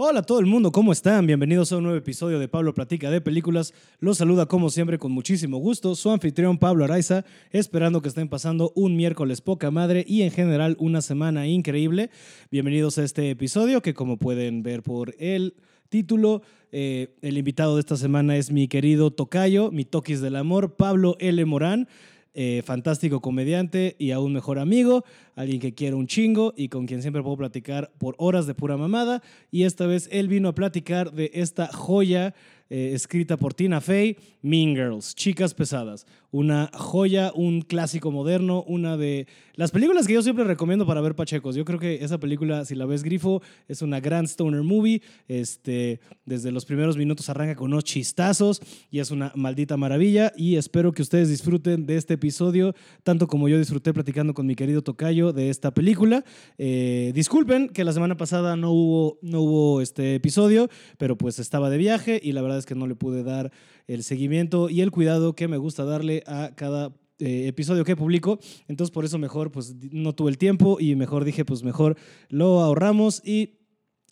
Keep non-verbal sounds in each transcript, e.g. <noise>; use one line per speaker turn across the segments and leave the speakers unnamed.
Hola a todo el mundo, ¿cómo están? Bienvenidos a un nuevo episodio de Pablo Platica de Películas. Los saluda como siempre con muchísimo gusto su anfitrión Pablo Araiza, esperando que estén pasando un miércoles poca madre y en general una semana increíble. Bienvenidos a este episodio que como pueden ver por el título, eh, el invitado de esta semana es mi querido Tocayo, mi toquis del amor, Pablo L. Morán. eh, fantástico comediante y aún mejor amigo, alguien que quiero un chingo y con quien siempre puedo platicar por horas de pura mamada. Y esta vez él vino a platicar de esta joya eh, escrita por Tina Fey, Mean Girls, Chicas Pesadas. Una joya, un clásico moderno, una de las películas que yo siempre recomiendo para ver Pachecos. Yo creo que esa película, si la ves Grifo, es una gran stoner movie. Este, desde los primeros minutos arranca con unos chistazos y es una maldita maravilla. Y espero que ustedes disfruten de este episodio, tanto como yo disfruté platicando con mi querido Tocayo de esta película. Eh, disculpen que la semana pasada no hubo, no hubo este episodio, pero pues estaba de viaje y la verdad es que no le pude dar el seguimiento y el cuidado que me gusta darle a cada eh, episodio que publico. Entonces por eso mejor pues di- no tuve el tiempo y mejor dije pues mejor lo ahorramos y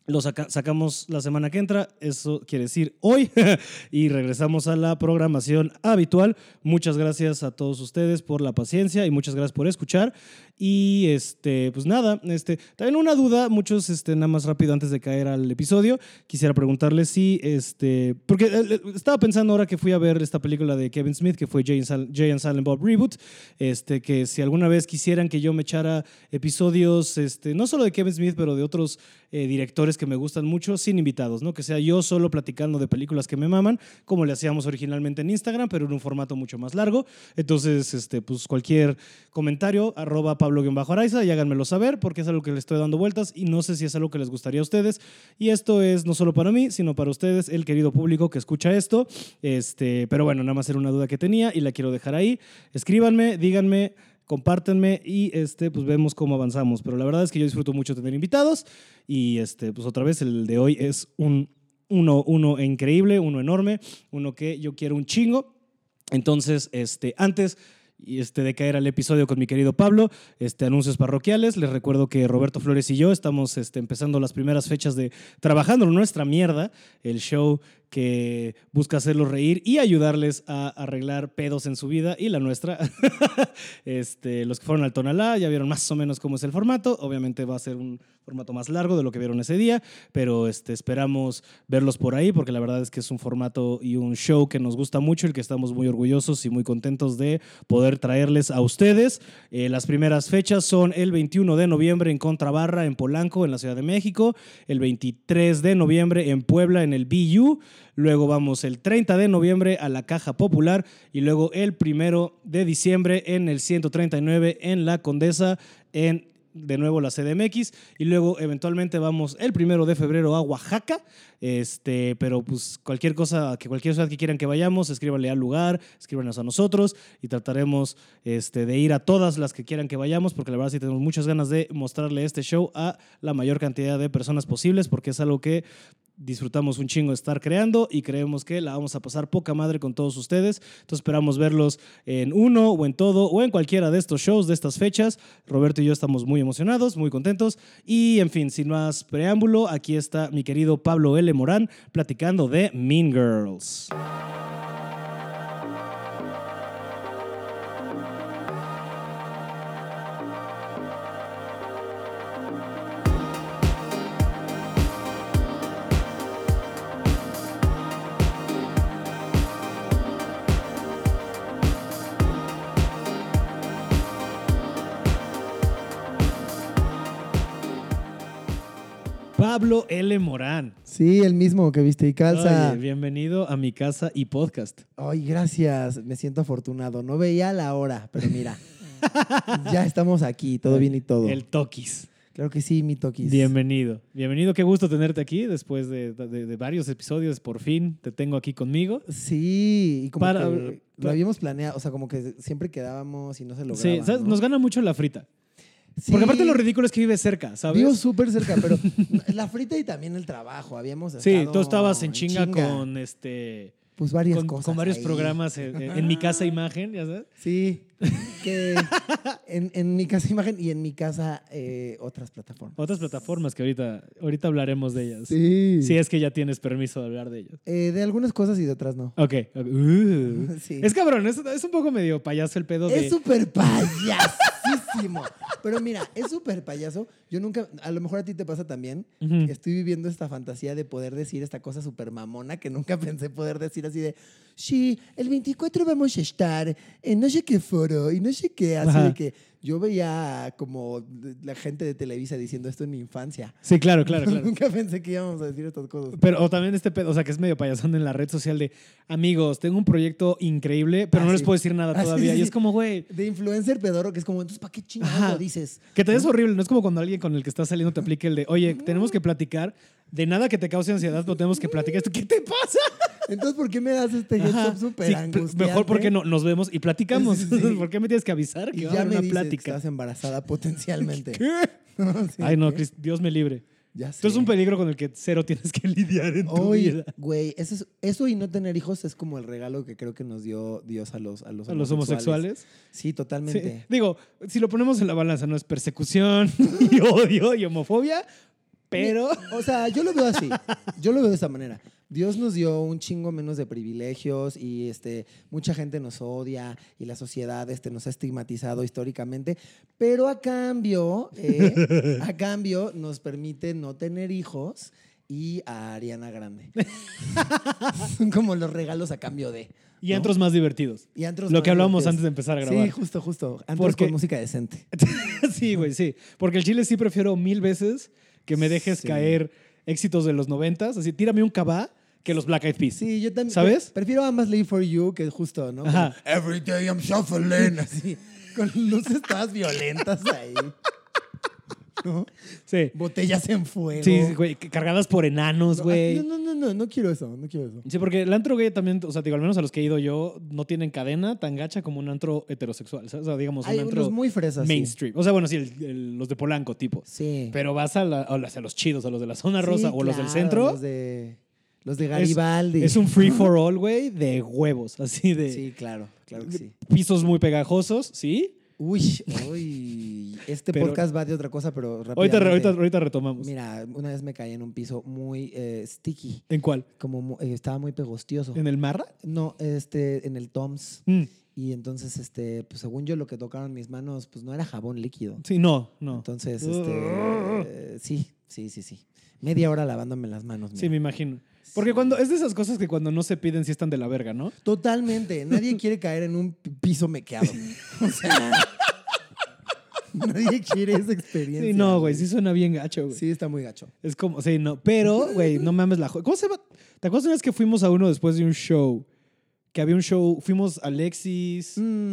lo saca- sacamos la semana que entra, eso quiere decir hoy, <laughs> y regresamos a la programación habitual. Muchas gracias a todos ustedes por la paciencia y muchas gracias por escuchar. Y este, pues nada, este, también una duda, muchos, este, nada más rápido antes de caer al episodio, quisiera preguntarles si, este, porque eh, estaba pensando ahora que fui a ver esta película de Kevin Smith, que fue Jay and Sil- Jay and Silent Bob Reboot, este, que si alguna vez quisieran que yo me echara episodios, este, no solo de Kevin Smith, pero de otros eh, directores que me gustan mucho, sin invitados, ¿no? Que sea yo solo platicando de películas que me maman, como le hacíamos originalmente en Instagram, pero en un formato mucho más largo. Entonces, este, pues cualquier comentario, arroba Pablo-Araiza y háganmelo saber, porque es algo que le estoy dando vueltas y no sé si es algo que les gustaría a ustedes. Y esto es no solo para mí, sino para ustedes, el querido público que escucha esto. Este, pero bueno, nada más era una duda que tenía y la quiero dejar ahí. Escríbanme, díganme, compártanme y este, pues vemos cómo avanzamos. Pero la verdad es que yo disfruto mucho tener invitados y este, pues otra vez el de hoy es un uno, uno increíble, uno enorme, uno que yo quiero un chingo. Entonces, este, antes y, este, de caer al episodio con mi querido Pablo, este, anuncios parroquiales, les recuerdo que Roberto Flores y yo estamos este, empezando las primeras fechas de Trabajando en Nuestra Mierda, el show que busca hacerlos reír y ayudarles a arreglar pedos en su vida y la nuestra. este, los que fueron al Tonalá ya vieron más o menos cómo es el formato, obviamente va a ser un formato más largo de lo que vieron ese día, pero este, esperamos verlos por ahí porque la verdad es que es un formato y un show que nos gusta mucho, el que estamos muy orgullosos y muy contentos de poder traerles a ustedes. Eh, las primeras fechas son el 21 de noviembre en Contrabarra, en Polanco, en la Ciudad de México, el 23 de noviembre en Puebla, en el BU, luego vamos el 30 de noviembre a la Caja Popular y luego el 1 de diciembre en el 139 en la Condesa, en de nuevo la CDMX y luego eventualmente vamos el primero de febrero a Oaxaca. Este, pero pues cualquier cosa, que cualquier ciudad que quieran que vayamos, escríbanle al lugar, escríbanos a nosotros y trataremos este, de ir a todas las que quieran que vayamos, porque la verdad sí tenemos muchas ganas de mostrarle este show a la mayor cantidad de personas posibles, porque es algo que disfrutamos un chingo de estar creando y creemos que la vamos a pasar poca madre con todos ustedes. Entonces esperamos verlos en uno o en todo o en cualquiera de estos shows de estas fechas. Roberto y yo estamos muy emocionados, muy contentos. Y en fin, sin más preámbulo, aquí está mi querido Pablo L. Morán platicando de Mean Girls. Pablo L. Morán.
Sí, el mismo que viste y calza.
Oye, bienvenido a mi casa y podcast.
Ay, gracias. Me siento afortunado. No veía la hora, pero
<laughs>
mira. ya estamos aquí, todo bien y todo.
El Tokis.
Claro que sí, mi toquis.
Bienvenido. Bienvenido, qué gusto tenerte aquí después de, de- de varios episodios. Por fin te tengo aquí conmigo.
Sí, y como
Para-
que lo habíamos planeado, o sea, como que siempre quedábamos y no se lograba.
Sí, ¿sabes?
¿no?
nos gana mucho la frita.
Sí,
Porque aparte lo ridículo es que vive cerca, ¿sabes?
Vivo súper cerca,
<laughs>
pero la frita y también el trabajo, habíamos
sí,
estado
tú estabas en chinga,
con...
con este
Pues varias
con,
cosas
con varios
ahí.
programas en, en- en mi casa imagen, ya sabes.
Sí, que en, en mi casa imagen y en mi casa eh, otras plataformas.
Otras plataformas que ahorita, ahorita hablaremos de ellas.
Sí.
Si es que ya tienes permiso de hablar de ellas.
Eh, de algunas cosas y de otras no.
Ok. ok. Uh.
Sí.
Es cabrón, es, es un poco medio payaso el pedo de...
Es súper payasísimo. Pero mira, es súper payaso. Yo nunca, a lo mejor a ti te pasa también.
Ujú.
Estoy viviendo esta fantasía de poder decir esta cosa súper mamona que nunca <laughs> pensé poder decir así de, sí, el 24 vamos a estar en no sé qué foro y no sé qué. Así
Ajá.
de que yo veía como de- la gente de Televisa diciendo esto en mi infancia.
Sí, claro,
<laughs>
claro, claro.
Nunca pensé que íbamos a decir estas cosas.
Pero o también este pedo, o sea, que es medio payasón en la red social de amigos, tengo un proyecto increíble, pero
Ah,
no les
sí.
puedo decir nada
Ah, sí,
todavía.
sí,
Y
sí.
es como, güey,
De influencer pedoro, que es como, entonces, ¿para qué
Ajá.
chingado lo dices?
que te es horrible. No es como cuando alguien con el que estás saliendo te aplique el de, oye, tenemos que platicar de nada que te cause ansiedad, pero tenemos que platicar esto. ¿Qué te pasa?
Entonces, ¿por qué me das este heads
Ajá.
up súper
Sí,
angustiante?
mejor porque no, nos vemos y platicamos.
Sí, sí, sí.
¿Por qué me tienes que avisar que
Y
va a
ya
haber
me
una
dices que
plática? <laughs>
estás embarazada potencialmente.
¿Qué?
<laughs> No, sí,
Ay, no,
¿qué?
Cris- Dios me libre.
Ya sé.
Esto es un peligro con el que cero tienes que <laughs> lidiar en tu
Hoy,
vida.
güey, eso, es- eso y no tener hijos es como el regalo que creo que nos dio Dios a los, a los,
A los homosexuales.
Sí,
Sí,
totalmente.
Digo, si lo ponemos en la balanza, no es persecución <laughs> y odio y homofobia,
<laughs>
pero.
O sea, yo lo veo así. Yo lo veo de esa manera. Dios nos dio un chingo menos de privilegios y este, mucha gente nos odia y la sociedad este, nos ha estigmatizado históricamente, pero a cambio, eh, a cambio nos permite no tener hijos y a
<laughs>
Ariana Grande. Son como los regalos a cambio de.
Y
¿no?
antros más divertidos.
Y antros
Lo que
más
hablábamos
divertidos.
antes de empezar a grabar.
Sí, justo, justo. Antros
Porque-
con música decente.
<laughs> Sí, güey, sí. Porque el chile sí prefiero mil veces que me dejes
Sí.
caer éxitos de los noventas. Así, tírame un cabá que los Black Eyed Peas.
Sí, yo también.
¿Sabes?
pre- Prefiero a más Live for You que justo, ¿no?
Ajá.
Como, Every day
<laughs>
I'm shuffling. Así, <laughs> con luces todas violentas ahí. ¿No?
Sí.
Botellas en fuego.
Sí, güey, cargadas por enanos,
No,
güey.
No, no, no, no, no quiero eso, no quiero eso.
Sí, porque el antro gay también, o sea, digo, al menos a los que he ido yo, no tienen cadena tan gacha como un antro heterosexual. ¿sabes? O sea, digamos, un
Hay
antro
unos muy fresas. sí.
mainstream. O sea, bueno, sí, el- el- los de Polanco, tipo.
Sí.
Pero vas a, la- a las- a los chidos, a los de la zona
Sí,
rosa o a los del
claro,
centro.
Los de, los de Garibaldi.
Es un
<laughs>
free for all, güey, de huevos, así de
Sí, claro, claro que sí.
pisos muy pegajosos, ¿sí?
Uy, uy. Este
Pero-
podcast va de otra cosa, pero
Ahorita, re- ahorita,
rápidamente.
ahorita retomamos.
Mira, una vez me caí en un piso muy eh, sticky,
¿En cuál?
como mu- eh, estaba muy pegostioso.
¿En el Marra?
No, este, en el Toms.
Mm,
Y entonces, este, pues según yo lo que tocaron mis manos, pues no era jabón líquido.
Sí, no, no.
Entonces,
Ugh.
este,
<laughs>
eh, sí, sí, sí, sí. Media hora lavándome las manos.
Sí,
mira.
me imagino. Porque cuando es de esas cosas que cuando no se piden sí están de la verga, ¿no? <laughs>
Totalmente. Nadie quiere caer en un pi- piso mequeado. O sea, nadie quiere esa experiencia.
Sí, no, güey, sí suena bien gacho, güey.
Sí, está muy gacho.
Es como, sí, no. Pero, güey, no mames la jo- ¿Cómo se llama? ¿Te acuerdas una vez que fuimos a uno después de un show? Que había un show, fuimos a Alexis.
Mm,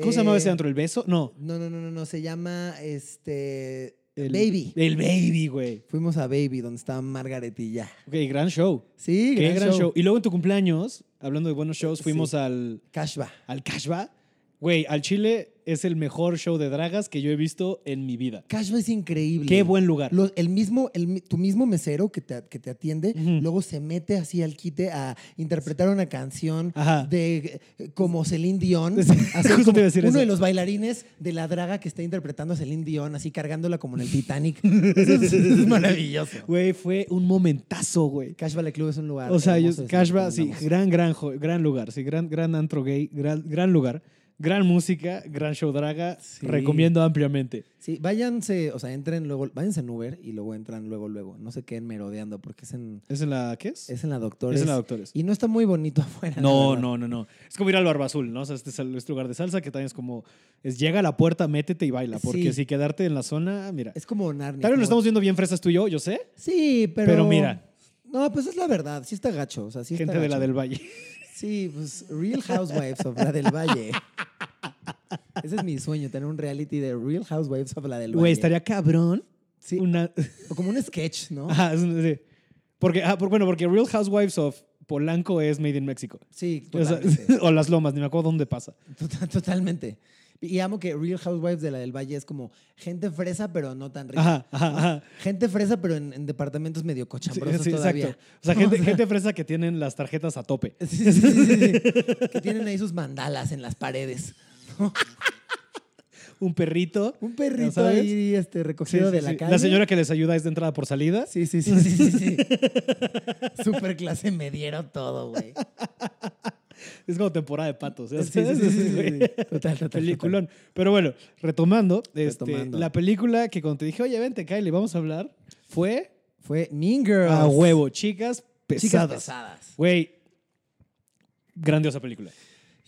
¿Cómo se llamaba
eh,
ese antro? ¿El beso? No.
No, no, no, no, no. Se llama, este,
El,
Baby.
El Baby, güey.
Fuimos a Baby, donde estaba Margaretilla.
Ok, gran show.
Sí,
Qué gran show. Y luego en tu cumpleaños, hablando de buenos shows, fuimos al,
Cashba.
al Cashba. Güey, al Chile es el mejor show de dragas que yo he visto en mi vida.
Cashba es increíble.
Qué buen lugar.
Lo- el mismo, el mi- tu mismo mesero que te, que te atiende,
Ujú.
luego se mete así al quite a interpretar una canción
Ajá. <laughs>
de eh, como Celine Dion.
Ah. Sí,
así
justo
como
te iba a decir
uno
eso.
de los bailarines de la draga que está interpretando a Celine Dion, así cargándola como en el
<laughs>
Titanic. Eso es, es maravilloso.
Güey, fue un momentazo, güey.
Cashba Club es un lugar.
O sea, yo,
hermoso,
Cashba,
les
sí,
recomendamos.
gran, gran, jo- gran lugar, sí, gran, gran antro gay, gran, gran lugar, gran música, gran show draga,
Sí.
recomiendo ampliamente.
Sí, váyanse, o sea, entren luego, váyanse en Uber y luego entran luego, luego. No se queden merodeando porque es en,
¿Es en la qué es?
es en la Doctores.
Es en la Doctores.
Y no está muy bonito <laughs> afuera. la
No,
verdad.
no, no, no. Es como ir al Barba Azul, ¿no? O sea, este es el- este lugar de salsa que también es como, es llega a la puerta, métete y baila, porque
Sí.
si quedarte en la zona, mira.
Es como Narnia.
Tal vez
como-
lo estamos viendo bien fresas tú y yo, yo sé.
Sí, pero.
Pero mira.
No, pues es la verdad. Sí está gacho. O sea, sí está
Gente de la
gacho.
del Valle.
Sí, pues Real Housewives of la del Valle. <laughs> Ese es mi sueño, tener un reality de Real Housewives of la del Valle.
Güey, estaría cabrón.
Sí.
Una...
O como un sketch, <laughs> ¿no?
Ajá, es un- sí. Porque, ah, por- bueno, porque Real Housewives of Polanco es Made in Mexico.
Sí,
O, sea,
totalmente.
<laughs> o Las Lomas, ni me acuerdo dónde pasa.
Tota- totalmente. Y amo que Real Housewives de la del Valle es como gente fresa, pero no tan rica.
Ajá, ajá, ajá.
Gente fresa, pero en, en departamentos medio
Sí,
cochambrosos
sí,
todavía.
exacto. O sea,
<laughs>
gente, gente fresa que tienen las tarjetas a tope. <laughs>
Sí, sí, sí, sí, sí. que tienen ahí sus mandalas en las paredes. ¿no?
un perrito.
Un perrito
¿Sabes?
ahí este, recogido
Sí, sí,
de la
sí.
calle.
señora que les ayuda es de entrada por salida.
Sí, sí, sí,
<laughs>
sí, sí, sí. Super clase me dieron
<laughs>
todo, güey.
Es como temporada de patos.
Sí,
¿sabes?
sí, sí, sí, sí, sí. Total, total.
<laughs> Peliculón. Pero bueno, retomando, este,
Retomando.
la película que cuando te dije, oye, vente, Kylie, vamos a hablar, fue
total. Fue Mean Girls.
a huevo, chicas
Chicas
pesadas.
pesadas.
Güey, grandiosa película.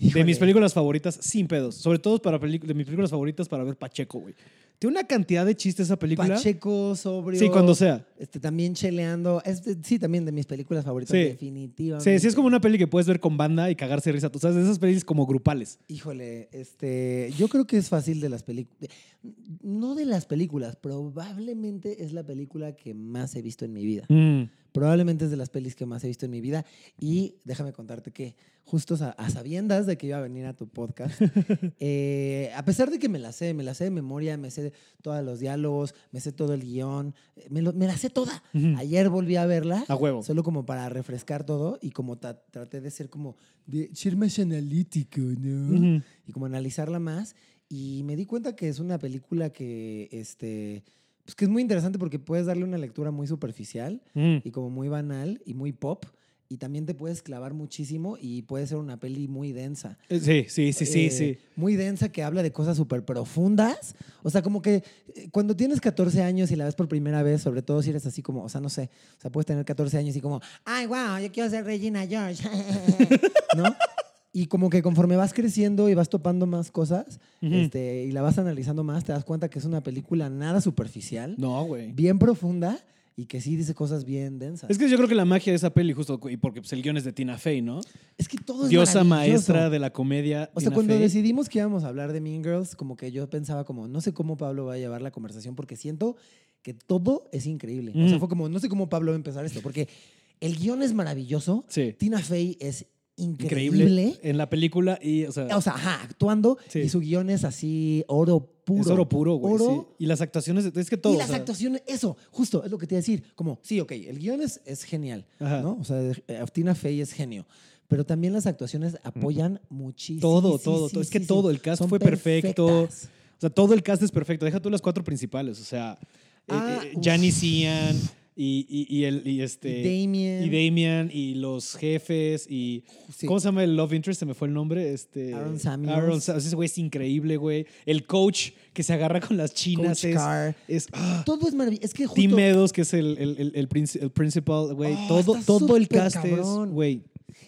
Híjole.
De mis películas favoritas, sin pedos. Sobre todo para pelicu- de mis películas favoritas para ver Pacheco, güey. Tiene una cantidad de chistes esa película.
Pacheco, sobrio.
Sí, cuando sea.
Este, también cheleando. Es de- sí, también de mis películas favoritas,
Sí.
definitivamente.
Sí, sí, es como una peli que puedes ver con banda y cagarse de risa. Tú sabes, de esas pelis como grupales.
Híjole, este, yo creo que es fácil de las películas. No de las películas, probablemente es la película que más he visto en mi vida. Probablemente es de las pelis que más he visto en mi vida. Y déjame contarte que, justo a, a sabiendas de que iba a venir a
<laughs>
tu podcast, eh, a pesar de que me la sé, me la sé de memoria, me sé todos los diálogos, me sé todo el guión, eh, me, lo- me la sé toda.
Ujú.
Ayer volví a verla.
Mm. A huevo.
Solo como para refrescar todo y como ta- traté de ser como, de ser más analítico, ¿no?
Ujú.
y como analizarla más. Y me di cuenta que es una película que, este, pues que es muy interesante porque puedes darle una lectura muy superficial
Mm.
y como muy banal y muy pop. Y también te puedes clavar muchísimo y puede ser una peli muy densa.
Eh, Sí, sí, sí, sí,
Eh,
sí.
Muy densa que habla de cosas súper profundas. O sea, como que eh, cuando tienes 14 años y la ves por primera vez, sobre todo si eres así como, o sea, no sé, o sea, puedes tener 14 años y como, ay, wow, yo quiero ser Regina George, <laughs> ¿no? Y como que conforme vas creciendo y vas topando más cosas
Ujú.
este, y la vas analizando más, te das cuenta que es una película nada superficial,
No, güey.
bien profunda y que sí dice cosas bien densas.
Es que yo creo que la magia de esa peli, justo, y porque pues, el guión es de Tina Fey, ¿no?
Es que todo es
Diosa
maravilloso.
maestra de la comedia.
O sea,
Tina
cuando
Fey.
decidimos que íbamos a hablar de Mean Girls, como que yo pensaba como, no sé cómo Pablo va a llevar la conversación porque siento que todo es increíble. O
Mm.
sea, fue como, no sé cómo Pablo va a empezar esto porque el guión es maravilloso,
Sí.
Tina Fey es increíble.
Increíble. En la película y, o sea,
O sea, ajá, actuando
Sí.
y su guión es así oro puro.
es oro puro, güey.
Oro
sí. Y las actuaciones, es que todo.
y
o
las
sea,
actuaciones, eso, justo, es lo que te iba a decir. Como, sí, ok, el guión es, es genial,
Ajá.
¿no? O sea, eh, Tina Fey es genio. Pero también las actuaciones apoyan muchísimo.
Todo, todo, todo. Es que todo, el cast fue perfecto. O sea, todo el cast es perfecto. Deja tú las cuatro principales. O sea, eh,
Ah,
eh,
uf.
Janice Ian y, y- y el, y este.
Damien.
Y Damien y los jefes y...
Sí.
¿Cómo se llama el Love Interest? Se me fue el nombre. Este,
Aaron Samuels.
Aaron Sa- Ese güey es increíble, güey. El coach que se agarra con las chinas
Coach
es...
Carr.
es- ¡ah!
Todo es maravilloso. Es que justo.
Tim Meadows, que es el, el, el- el princi- el principal, güey.
Oh,
todo
está
todo el
súper
cast es,
cabrón.
güey.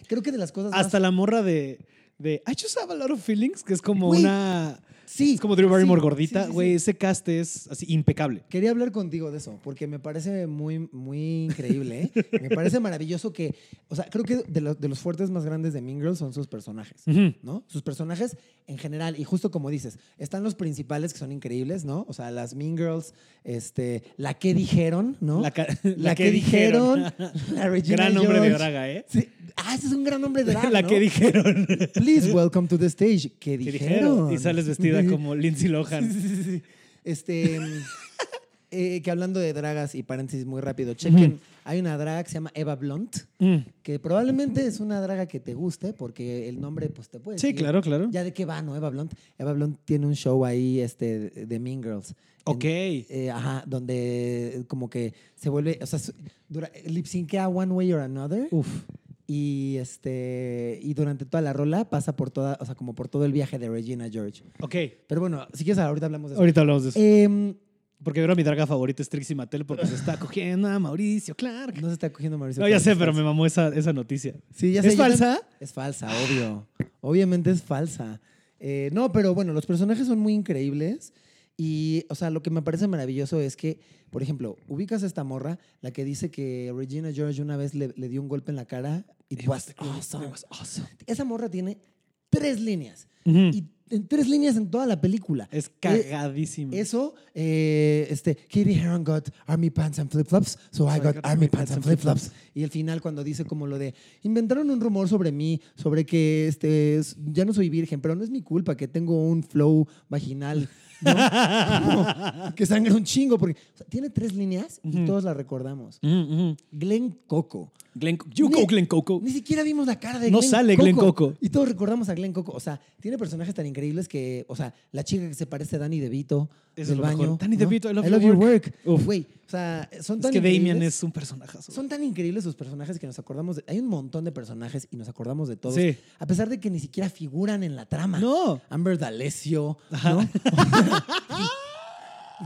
Creo que de las cosas.
Hasta
más,
la morra de... de I just have a lot of feelings, que es como
Güey.
una...
Sí.
Es como Drew Barrymore
sí,
gordita,
sí, sí,
güey.
sí.
Ese cast es así impecable.
Quería hablar contigo de eso, porque me parece muy, muy increíble. ¿eh? me parece maravilloso que, o sea, creo que de, lo- de los fuertes más grandes de Mean Girls son sus personajes,
Ujú.
¿no? Sus personajes en general, y justo como dices, están los principales que son increíbles, ¿no? O sea, las Mean Girls, este, la que dijeron, ¿no? <laughs>
ca-
La que dijeron,
<laughs>
la Regina
Gran nombre de
George.
Braga, ¿eh?
Sí. Ah, ese es un gran nombre de
<laughs>
drag,
la
¿no?
que dijeron. <laughs>
Please welcome to the stage.
Que
¿Qué dijeron?
Y sales vestida
<laughs>
como Lindsay Lohan.
Sí, sí, sí, sí. Este. <laughs> mm, eh, que hablando de dragas y paréntesis muy rápido, chequen. Hay una draga que se llama Eva Blunt,
Mm.
que probablemente es una draga que te guste porque el nombre pues te puede
Sí,
decir
claro, claro.
Ya de qué va, ¿no? Eva Blunt. Eva Blunt tiene un show ahí este, de de Mean Girls. En-
Ok.
eh, ajá, donde eh, como que se vuelve, o sea, su- dura, lip syncea one way or another.
Uf.
Y este y durante toda la rola pasa por toda, o sea, como por todo el viaje de Regina George.
Ok.
Pero bueno, si quieres ahorita hablamos de eso.
Ahorita hablamos de eso.
Em,
Porque ahora mi draga favorita es Trixie Mattel porque se está cogiendo a Mauricio Clark.
<laughs> no se está cogiendo Mauricio.
No, ya
Clark,
sé,
es
pero me
falsa.
mamó esa, esa noticia.
Sí, ya sé,
¿Es
yo tam-
falsa?
Es falsa, obvio. Obviamente es falsa. Eh, no, pero bueno, los personajes son muy increíbles. Y, o sea, lo que me parece maravilloso es que, por ejemplo, ubicas a esta morra, la que dice que Regina George una vez le, le dio un golpe en la cara. It was awesome. Esa morra tiene tres líneas.
Ujú.
Y en tres líneas en toda la película.
Es
Eh,
cagadísimo.
Eso, eh, este, Katie Heron got army pants and flip flops, so I got army pants and flip flops. Y el final cuando dice como lo de, inventaron un rumor sobre mí, sobre que este, s- ya no soy virgen, pero no es mi culpa que tengo un flow vaginal. <laughs> ¿no? Como que sangra un chingo porque o sea, tiene tres líneas y todos las recordamos.
Mm, mm.
Glenn Coco,
Glen, Yuko
Ni-
Glen Coco.
Ni siquiera vimos la cara de
No
Glenn
sale
Coco.
Glenn Coco.
Y todos recordamos a Glenn Coco. O sea, tiene personajes tan increíbles que, o sea, la chica que se parece a Danny DeVito
Eso es
del
lo mejor.
baño.
Danny
¿no?
DeVito, I love your
your work.
Uf.
Güey, o sea, son
Es
tan
que Damien
increíbles-
es un personajazo.
Son tan increíbles sus personajes que nos acordamos de- Hay un montón de personajes y nos acordamos de todos.
Sí.
A pesar de que ni siquiera figuran en la trama.
No.
Amber D'Alessio,
<laughs>
¿no?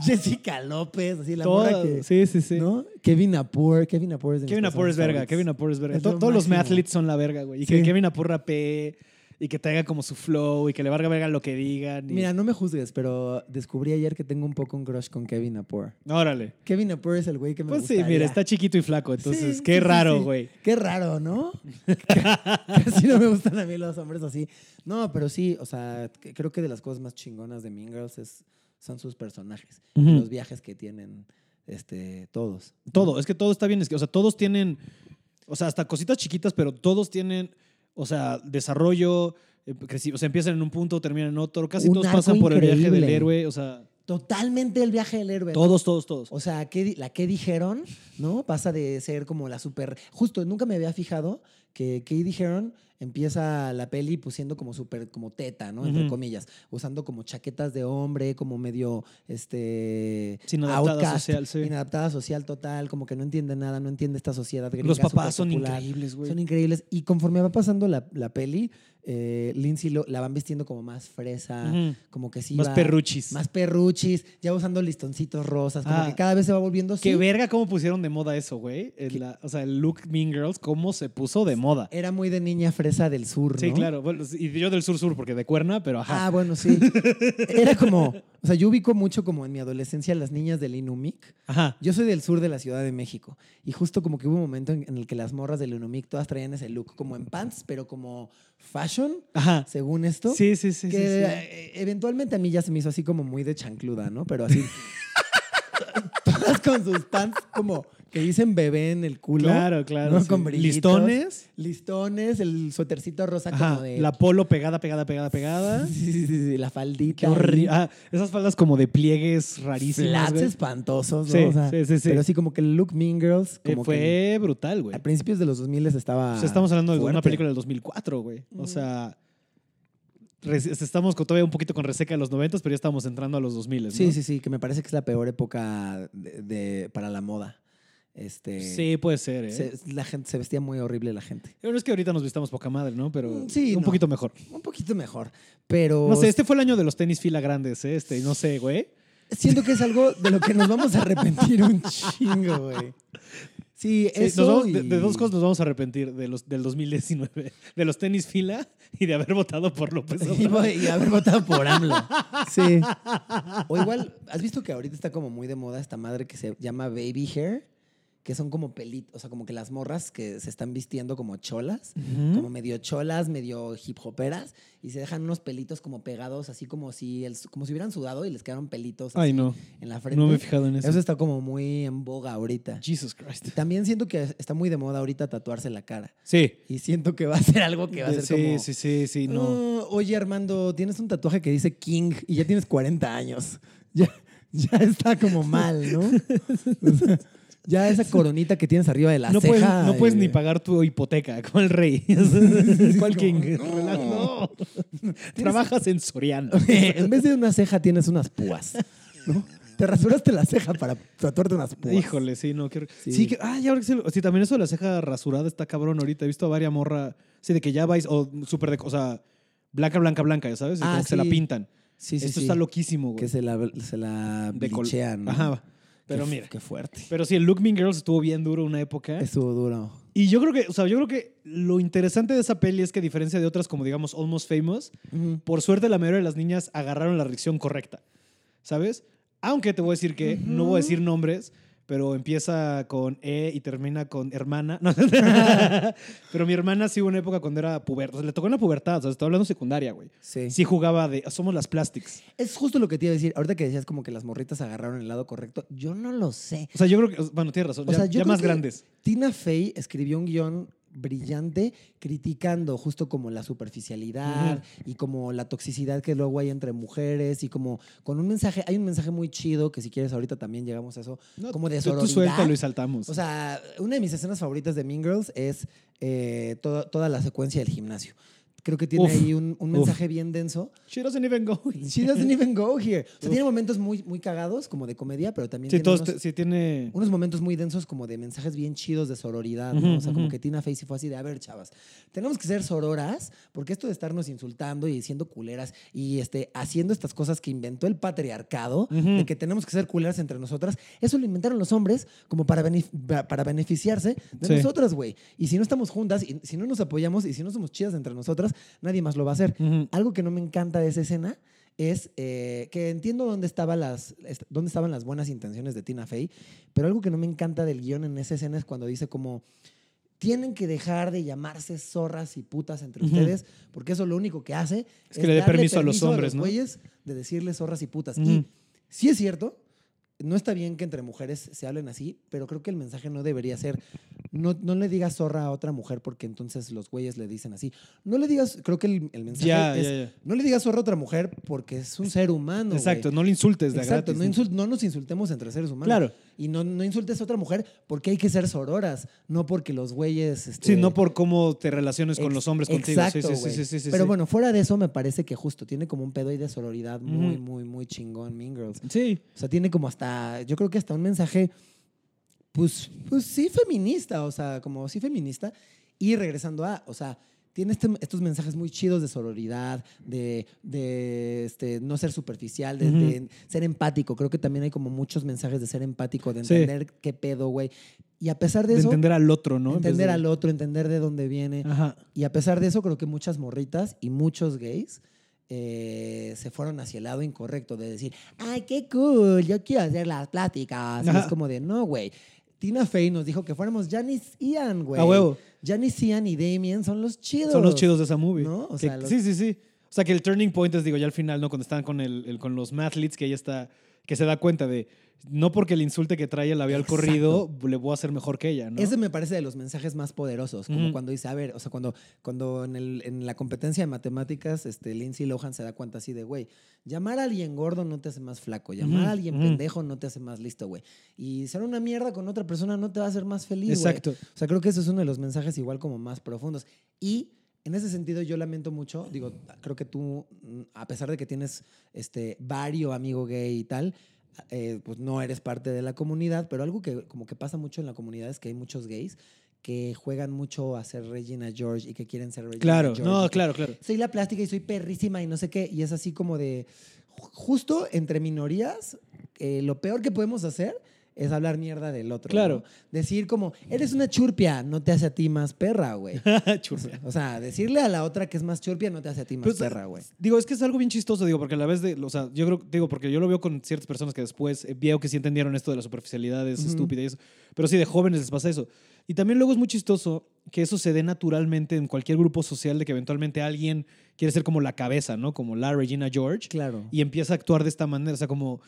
Jessica López, así la morra
Todas.
que...
Sí, sí, sí.
¿no? Kevin Apur. Kevin Apur es de mis
Kevin Apor es
personajes
verga,
favoritos.
Kevin Apor es verga.
Es
To-
lo
todos los
máximo.
meathletes son la verga, güey. Y que
Sí.
Kevin Apor rapee y que traiga como su flow y que le valga verga lo que digan. y-
Mira, no me juzgues, pero descubrí ayer que tengo un poco un crush con Kevin Apur.
Órale.
Kevin Apur es el güey que me
Pues
gusta.
sí, mira, está chiquito y flaco, entonces qué raro, güey.
Qué raro, ¿no? <laughs> Casi no me gustan a mí los hombres así. No, pero sí, o sea, c- creo que de las cosas más chingonas de Mean Girls es- son sus personajes, y
Ujú.
los viajes que tienen este, todos.
Todo, es que todo está bien, es que, o sea, todos tienen, o sea, hasta cositas chiquitas, pero todos tienen, o sea, desarrollo, eh, creci- o sea, empiezan en un punto, terminan en otro, casi
Un
todos
arco
pasan por el viaje del
increíble.
héroe, o sea,
Totalmente el viaje del héroe.
todos, todos, todos.
O sea, ¿qué di- la que dijeron, ¿no? Pasa de ser como la super. Justo, nunca me había fijado que Kay dijeron empieza la peli pues siendo como super como teta, ¿no? Entre
Ujú.
comillas, usando como chaquetas de hombre, como medio este
Sin adaptada social, sí.
inadaptada social total, como que no entiende nada, no entiende esta sociedad gringa
Los papás son
superpopular.
increíbles,
Son
güey.
increíbles. Y conforme va pasando la, la peli, eh, Lindsay lo- la van vistiendo como más fresa,
Ujú.
como que sí.
Más
va-
perruchis.
Más perruchis, ya usando listoncitos rosas, como
Ah.
que cada vez se va volviendo
Qué
así.
verga cómo pusieron de moda eso, güey. En
Que-
la- O sea, el look Mean Girls, cómo se puso de moda.
Era muy de niña fresa del sur,
Sí,
¿no?
claro. Bueno, sí, y yo del sur-sur, porque de cuerna, pero ajá.
Ah, bueno,
<laughs>
sí. Era como, o sea, yo ubico mucho como en mi adolescencia las niñas del Inumic.
ajá.
Yo soy del sur de la Ciudad de México y justo como que hubo un momento en, en el que las morras del Inumic todas traían ese look, como en pants, pero como fashion,
Ajá.
según esto.
Sí, sí, sí. sí,
que
sí.
eh, eventualmente a mí ya se me hizo así como muy de chancluda, ¿no? Pero así. <laughs> todas con sus pants como que dicen bebé en el culo.
Claro, claro.
¿no?
sí.
Con brillitos.
Listones.
Listones, el suetercito rosa
Ajá.
como de.
La polo pegada, pegada, pegada, pegada.
Sí, <laughs> sí, sí, sí, la faldita.
Qué horrible. Ah, esas faldas como de pliegues rarísimas.
Flats
güey.
espantosos, ¿no?
Sí,
O sea,
sí, sí, sí.
Pero sí, como que el look Mean Girls.
Eh,
Como que
fue brutal, güey.
a principios de los 2000 estaba.
O sea, estamos hablando de una
fuerte. Mm.
película del 2004, güey. O sea, res- estamos con- todavía un poquito con reseca de los 90, pero ya estamos entrando a los 2000, ¿no?
Sí, sí, sí, que me parece que es la peor época de, de- para la moda. Este,
Sí, puede ser, ¿eh?
se- la gente se vestía muy horrible la gente.
Bueno, es que ahorita nos vistamos poca madre, ¿no? Pero
Mm, sí,
un
no. Pues
poquito mejor.
Un poquito mejor, pero
No sé, este fue el año de los tenis fila grandes, ¿eh? Este, no sé, güey.
siento que es algo de lo que nos vamos a arrepentir un chingo, güey. Sí,
Sí,
eso
nos vamos- de,
y-
de dos cosas nos vamos a arrepentir de los, del 2019. <laughs> De los tenis fila y de haber votado por López <laughs>
Y,
Obrador.
voy- y haber votado por AMLO. Sí. O igual, ¿has visto que ahorita está como muy de moda esta madre que se llama baby hair? Que son como pelitos, o sea, como que las morras que se están vistiendo como cholas, como medio cholas, medio hip hoperas, y se dejan unos pelitos como pegados, así como si, el, como si hubieran sudado y les quedaron pelitos así
Ay, no.
en la frente.
No me he fijado en eso.
Eso está como muy en boga ahorita.
Jesus Christ.
Y también siento que está muy de moda ahorita tatuarse la cara.
Sí.
Y siento que va a ser algo que va a ser
sí,
como...
sí, sí, sí, no.
"Ah, oye, Armando, tienes un tatuaje que dice King y ya tienes 40 años. <laughs> Ya, ya está como mal, ¿no? O sea, ya esa coronita que tienes arriba de la
No puedes,
ceja.
no puedes
eh,
ni pagar tu hipoteca <laughs> con el
<laughs>
rey. ¿Cuál
No,
king?
no.
Relax, no. <laughs> Trabajas en Soriano.
<laughs> en vez de una ceja tienes unas púas, ¿no? Te rasuraste la ceja para tatuarte unas púas.
Híjole, sí, no quiero. Sí,
Sí.
que. Ah, ya ahora que se lo- Sí, también eso de la ceja rasurada está cabrón ahorita. He visto a varias morra. Sí, de que ya vais. O súper de. O sea, blanca, blanca, blanca, ya sabes. Y
Ah,
como que se la
sí.
pintan.
Sí, sí,
Esto
sí.
está loquísimo, güey.
Que se la, se la
De col-
blichean, ¿no?
Ajá. Pero
Qué-
mira.
Qué fuerte.
Pero ¿eh? sí, el Look Mean Girls estuvo bien duro una época.
Estuvo duro.
Y yo creo que, o sea, yo creo que lo interesante de esa peli es que a diferencia de otras como digamos Almost Famous,
Ujú.
por suerte la mayoría de las niñas agarraron la lección correcta, ¿sabes? Aunque te voy a decir que, no voy a decir nombres, pero empieza con E y termina con hermana. <laughs> No, pero mi hermana sí hubo una época cuando era puberta, o sea, le tocó en la pubertad, o sea, estoy hablando secundaria, güey.
Sí.
Sí jugaba de, somos las plastics.
Es justo lo que te iba a decir. Ahorita que decías como que las morritas agarraron el lado correcto, yo no lo sé.
O sea, yo creo que, bueno, tienes razón,
O
ya,
sea, yo
ya
creo
más
que
grandes.
Tina Fey escribió un guión brillante criticando justo como la superficialidad y como la toxicidad que luego hay entre mujeres y como con un mensaje, hay un mensaje muy chido que si quieres ahorita también llegamos a eso,
No,
como de
tú- Tú
sororidad.
suéltalo y saltamos.
O sea, una de mis escenas favoritas de Mean Girls es eh, toda, toda la secuencia del gimnasio. Creo que tiene
Uf,
ahí un, un
uf.
mensaje
<laughs>
bien denso.
She doesn't even go.
She doesn't even go here. O
Uf.
sea, tiene momentos muy, muy cagados, como de comedia, pero también
Sí,
tiene
todos
unos,
te- sí tiene...
unos momentos muy densos, como de mensajes bien chidos de sororidad. ¿no?
Ujú,
o sea, como
ujú.
que Tina Fey sí fue así de: a ver, chavas, tenemos que ser sororas, porque esto de estarnos insultando y diciendo culeras y este, haciendo estas cosas que inventó el patriarcado,
Ujú.
de que tenemos que ser culeras entre nosotras, eso lo inventaron los hombres como para, benef- pa- para beneficiarse de
Sí.
nosotras, güey. Y si no estamos juntas, y si no nos apoyamos y si no somos chidas entre nosotras, nadie más lo va a hacer.
Ujú.
Algo que no me encanta de esa escena es eh, que entiendo dónde, estaba las, est- dónde estaban las buenas intenciones de Tina Fey, pero algo que no me encanta del guión en esa escena es cuando dice como, tienen que dejar de llamarse zorras y putas entre
Ujú.
ustedes, porque eso lo único que hace
Es que le dé
darle
permiso a los hombres, ¿no?
güeyes de decirles zorras y putas.
Ujú.
Y sí es cierto, no está bien que entre mujeres se hablen así, pero creo que el mensaje no debería ser, no, no le digas zorra a otra mujer porque entonces los güeyes le dicen así. No le digas, creo que el, el mensaje
Ya,
es,
ya, ya.
no le digas zorra a otra mujer porque es un ser humano. güey.
Exacto, no le insultes de a
Exacto,
gratis.
no, insult- no nos insultemos entre seres humanos.
Claro.
Y no, no insultes a otra mujer porque hay que ser sororas, no porque los güeyes... este,
Sí, no por cómo te relaciones con
Ex-
los hombres contigo. Sí,
exacto,
sí, sí,
güey.
sí, sí, sí,
Pero
sí.
bueno, fuera de eso, me parece que justo tiene como un pedo ahí de sororidad muy,
Ujú.
muy, muy chingón, Mean Girls.
Sí.
O sea, tiene como hasta, yo creo que hasta un mensaje, pues, pues sí feminista, o sea, como sí feminista. Y regresando a, o sea, tiene este- estos mensajes muy chidos de sororidad, de, de, este, no ser superficial, de,
Ujú.
de ser empático. Creo que también hay como muchos mensajes de ser empático, de
Sí.
entender qué pedo, güey. Y a pesar de,
De
eso,
entender al otro, ¿no? En vez
entender
de-
al otro, entender de dónde viene.
Ajá.
Y a pesar de eso, creo que muchas morritas y muchos gays eh, se fueron hacia el lado incorrecto de decir, ay, qué cool, yo quiero hacer las pláticas. Y
Ajá.
es como de, no, güey. Tina Fey nos dijo que fuéramos Janice Ian, güey.
A huevo.
Janice Ian y Damien son los chidos.
Son los chidos de esa movie.
¿No? O
Que-
sea, los-
Sí, sí, sí. O sea, que el turning point es, digo, ya al final, ¿no? Cuando están con, el, el- con los mathletes, que ella está, que se da cuenta de, no porque el insulte que trae el labial
Exacto.
corrido, le voy a hacer mejor que ella, ¿no?
Ese me parece de los mensajes más poderosos, como
Ujú.
cuando dice, a ver, o sea, cuando, cuando en, el- en la competencia de matemáticas, este, Lindsay Lohan se da cuenta así de, güey, llamar a alguien gordo no te hace más flaco, llamar
Ujú,
a alguien
ujú.
pendejo no te hace más listo, güey. Y ser una mierda con otra persona no te va a hacer más feliz, güey.
Exacto.
O sea, creo que eso es uno de los mensajes igual como más profundos. Y en ese sentido yo lamento mucho, digo, creo que tú, mm, a pesar de que tienes este vario amigo gay y tal, eh, pues no eres parte de la comunidad, pero algo que como que pasa mucho en la comunidad es que hay muchos gays que juegan mucho a ser Regina George y que quieren ser Regina
Claro,
George. y
no,
que
claro, claro. <laughs>
Soy la plástica y soy perrísima y no sé qué. Y es así como de, ju- justo entre minorías, eh, lo peor que podemos hacer es hablar mierda del otro.
Claro.
¿no? Decir como, eres una churpia, no te hace a ti más
<laughs>
perra, güey.
Churro.
O sea, decirle a la otra que es más churpia no te hace a ti más
Pero-
perra, güey.
Digo, es que es algo bien chistoso, digo, porque a la vez de, o sea, yo creo, digo, porque yo lo veo con ciertas personas que después eh, veo que sí entendieron esto de las superficialidades
Ujú.
estúpidas y eso, pero sí, de jóvenes les pasa eso. Y también luego es muy chistoso que eso se dé naturalmente en cualquier grupo social de que eventualmente alguien quiere ser como la cabeza, ¿no? Como la Regina George
Claro.
y empieza a actuar de esta manera, o sea, como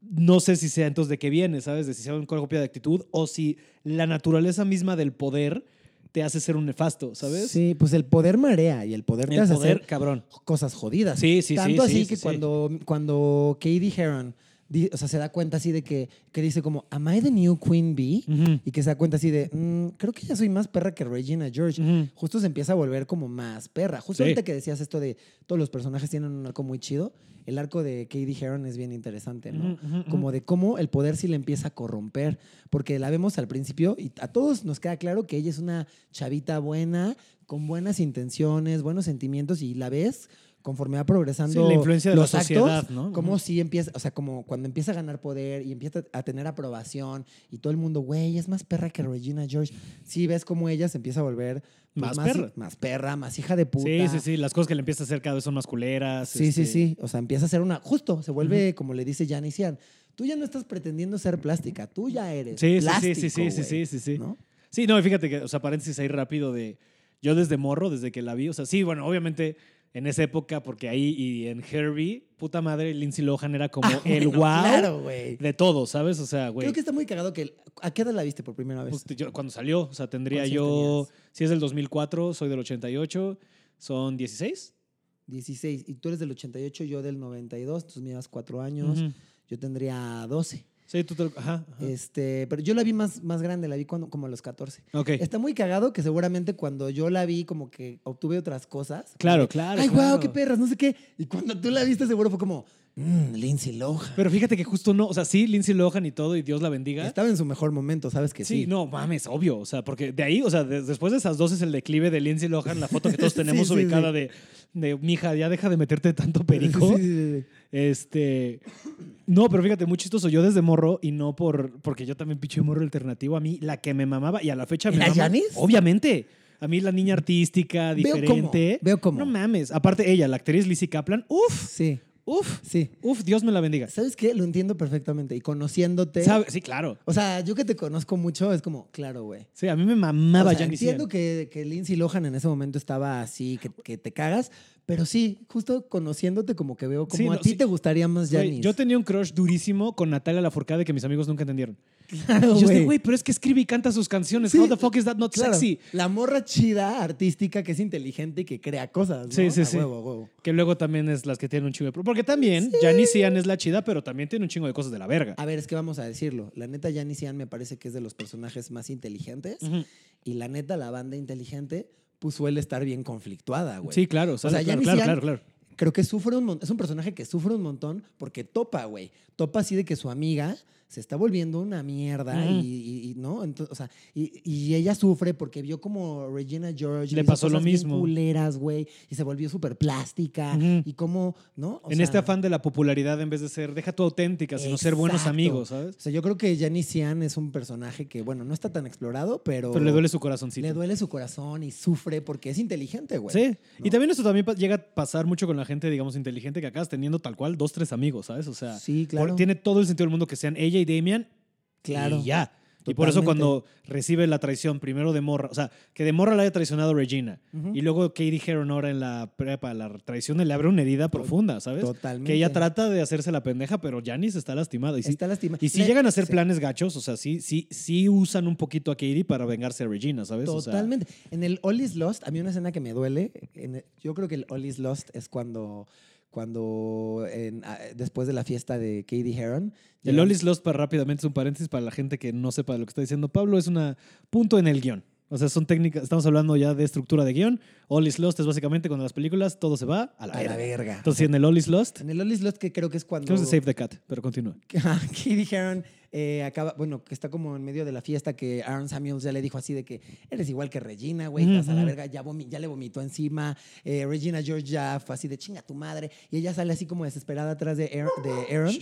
no sé si sea entonces de qué viene, ¿sabes? De si sea una copia de actitud o si la naturaleza misma del poder te hace ser un nefasto, ¿sabes?
Sí, pues el poder marea y el poder te
El
hace
poder,
hacer
cabrón.
cosas jodidas.
Sí, sí, sí,
Tanto
sí,
así
sí,
que
sí.
cuando, cuando Katie Heron di- o sea, se da cuenta así de que, que dice como, ¿Am I the new Queen Bee?
Ujú.
Y que se da cuenta así de, "Mm, creo que ya soy más perra que Regina George.
Ujú.
Justo se empieza a volver como más perra.
Sí.
Justo ahorita que decías esto de todos los personajes tienen un arco muy chido, el arco de Katie Heron es bien interesante, ¿no?
Ujú, ujú, ujú.
Como de cómo el poder sí le empieza a corromper. Porque la vemos al principio y a todos nos queda claro que ella es una chavita buena, con buenas intenciones, buenos sentimientos y la ves conforme va progresando
Sí, la influencia de la
los actos,
sociedad, ¿no?
Cómo
Ujú.
sí empieza, o sea, como cuando empieza a ganar poder y empieza a tener aprobación y todo el mundo, güey, es más perra que Regina George. Sí ves cómo ella se empieza a volver pues,
Más perra.
más perra, más hija de puta.
Sí, sí, sí. Las cosas que le empieza a hacer cada vez son más culeras.
Sí, sí,
este,
sí. O sea, empieza a ser una. Justo, se vuelve, como le dice Janice Ian, tú ya no estás pretendiendo ser plástica, tú ya eres.
Sí, sí, sí,
plástico,
sí, sí, sí,
güey",
sí, sí, sí.
¿no?
Sí, no, y fíjate que, o sea, paréntesis ahí rápido de. Yo desde morro, desde que la vi, o sea, sí, bueno, obviamente en esa época, porque ahí y en Herbie, puta madre, Lindsay Lohan era como <laughs> el
Ah, Bueno,
wow
Claro, güey.
de todo, ¿sabes? O sea, güey.
Creo que está muy cagado que. ¿A qué edad la viste por primera vez?
pues, yo- cuando salió, o sea, tendría
¿Cuántos
yo.
tenías?
Si es del 2004, soy del 88, son 16.
16. Y tú eres del 88, yo del 92. Tú me llevas 4 años.
Ujú.
Yo tendría 12.
Sí, tú te lo- Ajá. ajá.
Este, pero yo la vi más, más grande, la vi cuando, como a los 14.
ok.
Está muy cagado que seguramente cuando yo la vi, como que obtuve otras cosas.
Claro, claro.
eh, Ay, guau,
claro.
qué perras, no sé qué. Y cuando tú la viste, seguro fue como, mmm, Lindsay Lohan.
Pero fíjate que justo no, o sea, sí, Lindsay Lohan y todo, y Dios la bendiga.
Estaba en su mejor momento, sabes que sí.
Sí, no, mames, obvio. O sea, porque de ahí, o sea, de- después de esas dos es el declive de Lindsay Lohan, la foto que todos
<laughs> Sí,
tenemos
sí,
ubicada
sí.
de, de mija, ya deja de meterte tanto perico.
<laughs> Sí, sí, sí.
Este. No, pero fíjate, muy chistoso. Yo desde morro y no por. Porque yo también pinche morro alternativo. A mí, la que me mamaba y a la fecha me
¿Era
mama.
Janis?
Obviamente. A mí, la niña artística,
Veo cómo,
diferente.
veo cómo.
No mames. Aparte, ella, la actriz Lizzie Kaplan. Uf,
Sí,
uf,
sí.
uf, Dios me la bendiga.
¿Sabes qué? Lo entiendo perfectamente. Y conociéndote.
¿Sabe? Sí, claro.
O sea, yo que te conozco mucho, es como, claro, güey.
Sí, a mí me
O
mamaba
sea,
Janis Ian.
entiendo que, que Lindsay Lohan en ese momento estaba así, que, que te cagas, pero sí, justo conociéndote como que veo como
Sí,
a
no,
ti
sí.
te gustaría más
Güey,
Janis.
yo
<laughs>
tenía un crush durísimo con Natalia Lafourcade que mis amigos nunca entendieron.
Claro,
Y yo dije, güey, pero es que escribe y canta sus canciones.
Sí,
How the fuck is that not
claro,
sexy?
La morra chida, artística, que es inteligente y que crea cosas, ¿no?
Sí, sí,
A
sí.
huevo, a huevo.
Que luego también es las que tienen un chingo de... pro- Porque también Janice Ian es la chida, pero también tiene un chingo de cosas de la verga.
A ver, es que vamos a decirlo. La neta, Janice Ian me parece que es de los personajes más inteligentes.
Ujú.
Y la neta, la banda inteligente, pues suele estar bien conflictuada, güey.
Sí, claro. sale,
sea,
claro,
Janice
claro,
Ian-
claro, claro.
Creo que sufre un montón. Es un personaje que sufre un montón porque topa, güey. Topa así de que su amiga se está volviendo una mierda
Ujú.
y, y- y, ¿no? Entonces, o sea, y, y ella sufre porque vio como Regina George
Le
hizo
pasó lo
cosas bien
mismo.
culeras, güey, y se volvió súper plástica
Ujú.
y como, ¿no? O
en
sea,
este afán de la popularidad, en vez de ser, deja tu auténtica, sino ser buenos
Exacto.
amigos, ¿sabes?
O sea, yo creo que Janice Ian es un personaje que, bueno, no está tan explorado, pero,
Pero le duele su corazoncito.
le duele su corazón y sufre porque es inteligente, güey.
Sí, y
¿no?
también esto también pa- llega a pasar mucho con la gente, digamos, inteligente que acabas teniendo tal cual dos, tres amigos, ¿sabes? O sea,
Sí,
por-
claro.
tiene todo el sentido del mundo que sean ella y Damian
Claro.
Y ya. Y por eso
Totalmente.
cuando recibe la traición primero de Morra, o sea, que de Morra la haya traicionado Regina
Ujú.
y luego Katie Heron ahora en la prepa, la traición le abre una herida profunda, ¿sabes?
Totalmente.
Que ella trata de hacerse la pendeja, pero Janice está lastimada. Y si,
Está lastimada.
y sí
Le-
llegan a hacer
sí.
planes gachos, o sea, sí, sí, sí usan un poquito a Katie para vengarse de Regina, ¿sabes? pues, O sea,
Totalmente. en el All is Lost, a mí una escena que me duele, en el- yo creo que el All is Lost es cuando, cuando en- a- después de la fiesta de Katie Heron.
el All is Lost, para rápidamente, es un paréntesis para la gente que no sepa lo que está diciendo Pablo, es un punto en el guión. O sea, son técnicas, estamos hablando ya de estructura de guión. All is Lost es básicamente cuando las películas todo se va a la
A
verga.
la verga.
Entonces, en el All is Lost,
en el All is Lost que creo que es cuando...
creo que es de Save the Cat, pero continúa.
<laughs> Ajá, Katie Heron eh, acaba, bueno, que está como en medio de la fiesta que Aaron Samuels ya le dijo así de que eres igual que Regina, güey, estás a la
Ujú.
verga, ya, vomi- ya le vomitó encima. Eh, Regina George ya fue así de chinga tu madre. Y ella sale así como desesperada atrás de Aaron. De Aaron.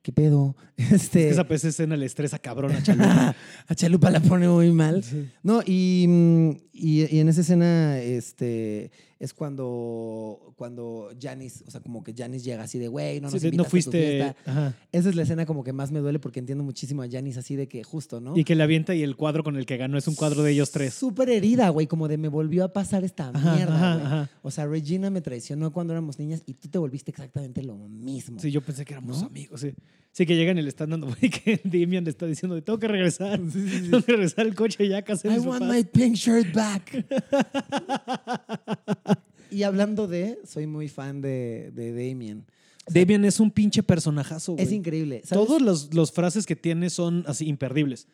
¿Qué pedo? <laughs>
Es
Este,
que esa pues, escena le estresa cabrón a Chalupa.
a Chalupa la pone muy mal. No, y, mm, y- y en esa escena este, es cuando, cuando Janice, o sea, como que Janice llega así de, güey, no
Sí,
nos
de- no
invitaste a tu
fuiste.
fiesta".
ajá.
Esa es la escena como que más me duele porque entiendo muchísimo a Janice así de que justo, ¿no?
Y que la avienta y el cuadro con el que ganó es un cuadro de ellos tres.
Súper herida, güey, como de me volvió a pasar esta
Ajá, ajá,
mierda, güey.
ajá.
O sea, Regina me traicionó cuando éramos niñas y tú te volviste exactamente lo mismo.
Sí, yo pensé que éramos
¿No?
amigos. Sí. Sí, que llegan y le están dando, <laughs> güey, que Dimian le está diciendo, de, tengo que regresar. Tengo que regresar el coche ya, que hacer
I
mis
want
papás".
my pink shirt back.
<laughs>
y hablando de, soy muy fan de, de Damien.
Damian es un pinche personajazo, Oh, güey.
Es increíble. ¿Sabes,
Todas las los frases que tiene son así imperdibles.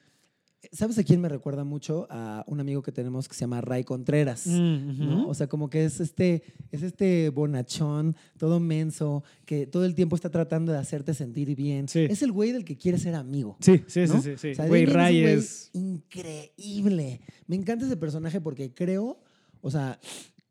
¿Sabes a quién me recuerda mucho? A un amigo que tenemos que se llama Ray Contreras.
Mm.
¿no?
¿no?
Mm, O sea, como que es este, es este bonachón, todo menso, que todo el tiempo está tratando de hacerte sentir bien.
Sí.
Es el güey del que quiere ser amigo.
Sí, sí,
¿no?
sí, sí. sí.
O sea,
Güey,
Damien
Ray
es
es...
un güey increíble. Me encanta ese personaje porque creo, o sea,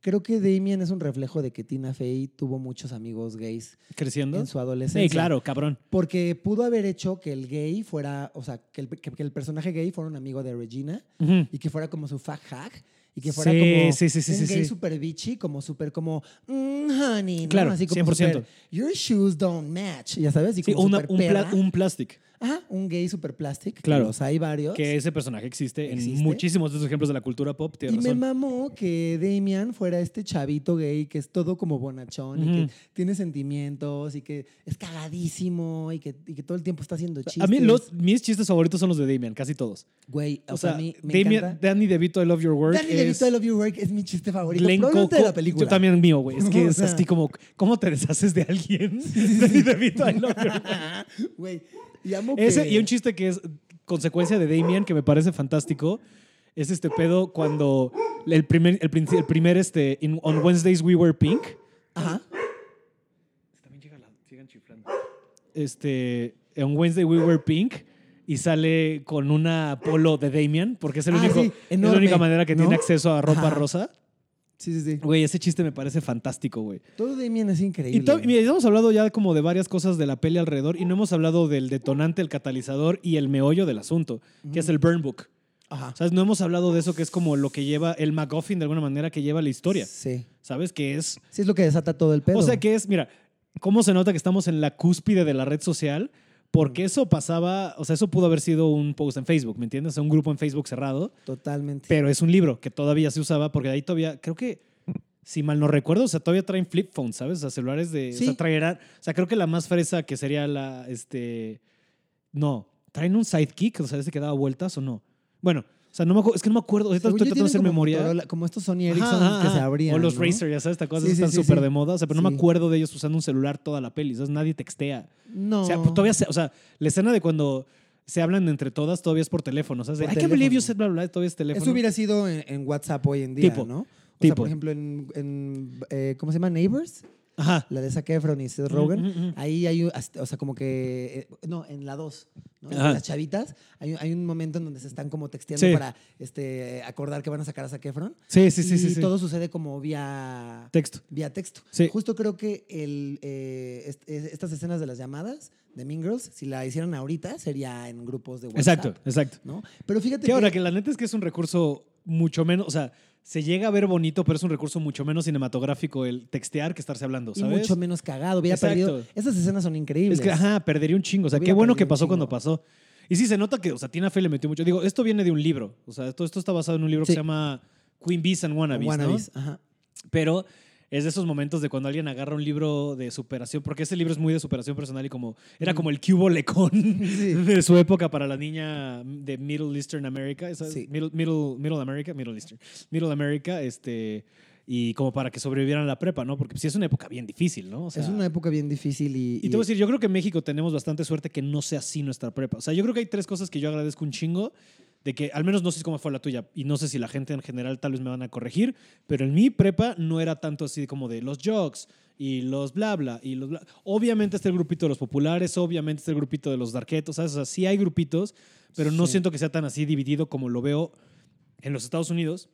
creo que Damien es un reflejo de que Tina Fey tuvo muchos amigos gays
creciendo.
en su adolescencia.
Sí, claro, cabrón.
Porque pudo haber hecho que el gay fuera, o sea, que el, que- que el personaje gay fuera un amigo de Regina
Ujú.
y que fuera como su fag hack y que fuera
Sí,
como
sí, sí, sí,
un
sí,
gay
sí.
super bitchy, como super como "Mm, honey, ¿no?
Claro,
así como
100%.
super, your shoes don't match, ya sabes, y
Sí,
como
una-
super
un, pla-
perra.
un plastic.
ah, un gay super plastic.
Claro.
Claro. Los hay varios.
Que ese personaje existe, en
¿Existe?
muchísimos de esos ejemplos de la cultura pop,
y
tiene
me
razón.
mamó que Damian fuera este chavito gay que es todo como bonachón y
Ujú.
que tiene sentimientos y que es cagadísimo y que, y que todo el tiempo está haciendo chistes.
A mí los, mis chistes favoritos son los de Damian, casi todos.
Güey, o,
O
sea,
sea,
a mí me
Damian,
encanta.
Danny DeVito, I Love Your Work.
Danny
es
DeVito, I Love Your Work es mi chiste favorito.
Glenn
Probablemente de
Coco.
la película.
Yo también mío, güey. Es que
<laughs> O
es
sea.
así como, ¿cómo te deshaces de alguien? Danny DeVito, I Love Your Work.
<laughs> Güey, y amo
Ese
que-
y un chiste que es consecuencia de Damien que me parece fantástico es este pedo cuando el primer el, prin- el primer este in- on Wednesdays we were pink
Ajá.
también llegan chiflando este on Wednesday we were pink y sale con una polo de Damien porque es el
Ah,
único
sí,
es la
enorme,
única manera que
¿no?
tiene acceso a ropa
Ajá.
rosa
Sí, sí, sí.
güey ese chiste me parece fantástico güey
Todo Damien es increíble.
y to-
güey.
mira, ya hemos hablado ya como de varias cosas de la peli alrededor y no hemos hablado del detonante, el catalizador y el meollo del asunto, que es el burn book.
Ajá.
¿Sabes? No hemos hablado de eso que es como lo que lleva el MacGuffin de alguna manera que lleva la historia.
Sí.
¿Sabes? Que es.
Sí, es lo que desata todo el pedo.
O sea, que es. Mira, ¿cómo se nota que estamos en la cúspide de la red social? Porque eso pasaba. O sea, eso pudo haber sido un post en Facebook, ¿me entiendes? Un grupo en Facebook cerrado.
Totalmente.
Pero es un libro que todavía se usaba porque ahí todavía. Creo que. Si mal no recuerdo, o sea, todavía traen flip phones, ¿sabes? O sea, celulares de. O sea,
Sí.
traerán. O sea, creo que la más fresa que sería la. Este. No. ¿Traen un sidekick? O sea, ese que daba vueltas o no. Bueno, o sea, no me acu- Es que no me acuerdo. Ahorita
Según
estoy
yo,
tratando de hacer
tienen como
memoria.
Motorola- como estos Sony
Ajá,
Ericsson
ajá,
que se
ajá.
abrían.
O los
¿no?
Razer, ya sabes, estas cosas
Sí, sí,
están
sí,
súper
sí.
de moda. O sea, pero no me
Sí.
acuerdo de ellos usando un celular toda la peli. ¿sabes? Nadie textea.
No.
O sea, pues, todavía, se- o sea, la escena de cuando se hablan entre todas todavía es por teléfono. O sea, es de, I
Por
can't believe
teléfono.
you said bla, bla, bla, todavía es teléfono.
Eso hubiera sido en, en WhatsApp hoy en día,
Tipo,
¿no? O
tipo.
sea, por ejemplo, en, en, eh, ¿cómo se llama? Neighbors,
Ajá.
la de Zac Efron y Seth Rogen.
Ujú, ujú, ujú.
Ahí hay, un- hasta- o sea, como que, eh, no, en la 2, ¿no? En
Ajá.
las chavitas, hay, un- hay un momento en donde se están como texteando
Sí.
para este, acordar que van a sacar a Zac Efron.
Sí, sí, sí,
y
sí. sí.
todo sucede como vía...
Texto.
Vía texto.
Sí.
Justo creo que el, eh, est- es- estas escenas de las llamadas de Mean Girls, si la hicieran ahorita, sería en grupos de WhatsApp.
Exacto, exacto.
¿no? Pero fíjate
Que ahora, que la neta es que es un recurso mucho menos, o sea, se llega a ver bonito, pero es un recurso mucho menos cinematográfico el textear que estarse hablando,
y
¿sabes?
mucho menos cagado. Hubiera
Exacto.
perdido. Esas escenas son increíbles.
Es que, ajá, perdería un chingo. O sea, qué
Hubiera
bueno que
perdido un
pasó cuando
chingo.
pasó. Y sí, se nota que, o sea, Tina Fey le metió mucho. Digo, esto viene de un libro. O sea, todo esto está basado en un libro que
Sí.
se llama Queen Bees and
Con
Wannabes,
Wannabes, ajá.
¿no? Pero es de esos momentos de cuando alguien agarra un libro de superación, porque ese libro es muy de superación personal y como, era como el cubo lecón
Sí.
<laughs> de su época para la niña de Middle Eastern America, esa
Sí.
Middle, Middle, Middle America, Middle Eastern, Middle America, este, y como para que sobrevivieran a la prepa, ¿no? Porque pues sí es una época bien difícil, ¿no? O sea,
es una época bien difícil y.
y te voy a decir, yo creo que en México tenemos bastante suerte que no sea así nuestra prepa. O sea, yo creo que hay tres cosas que yo agradezco un chingo de que, al menos no sé cómo fue la tuya y no sé si la gente en general tal vez me van a corregir, pero en mi prepa no era tanto así como de los jocks y los bla bla y los bla. Obviamente está el grupito de los populares, obviamente está el grupito de los darquetos, ¿sabes? O sea, sí hay grupitos, pero no
Sí.
siento que sea tan así dividido como lo veo en los Estados Unidos.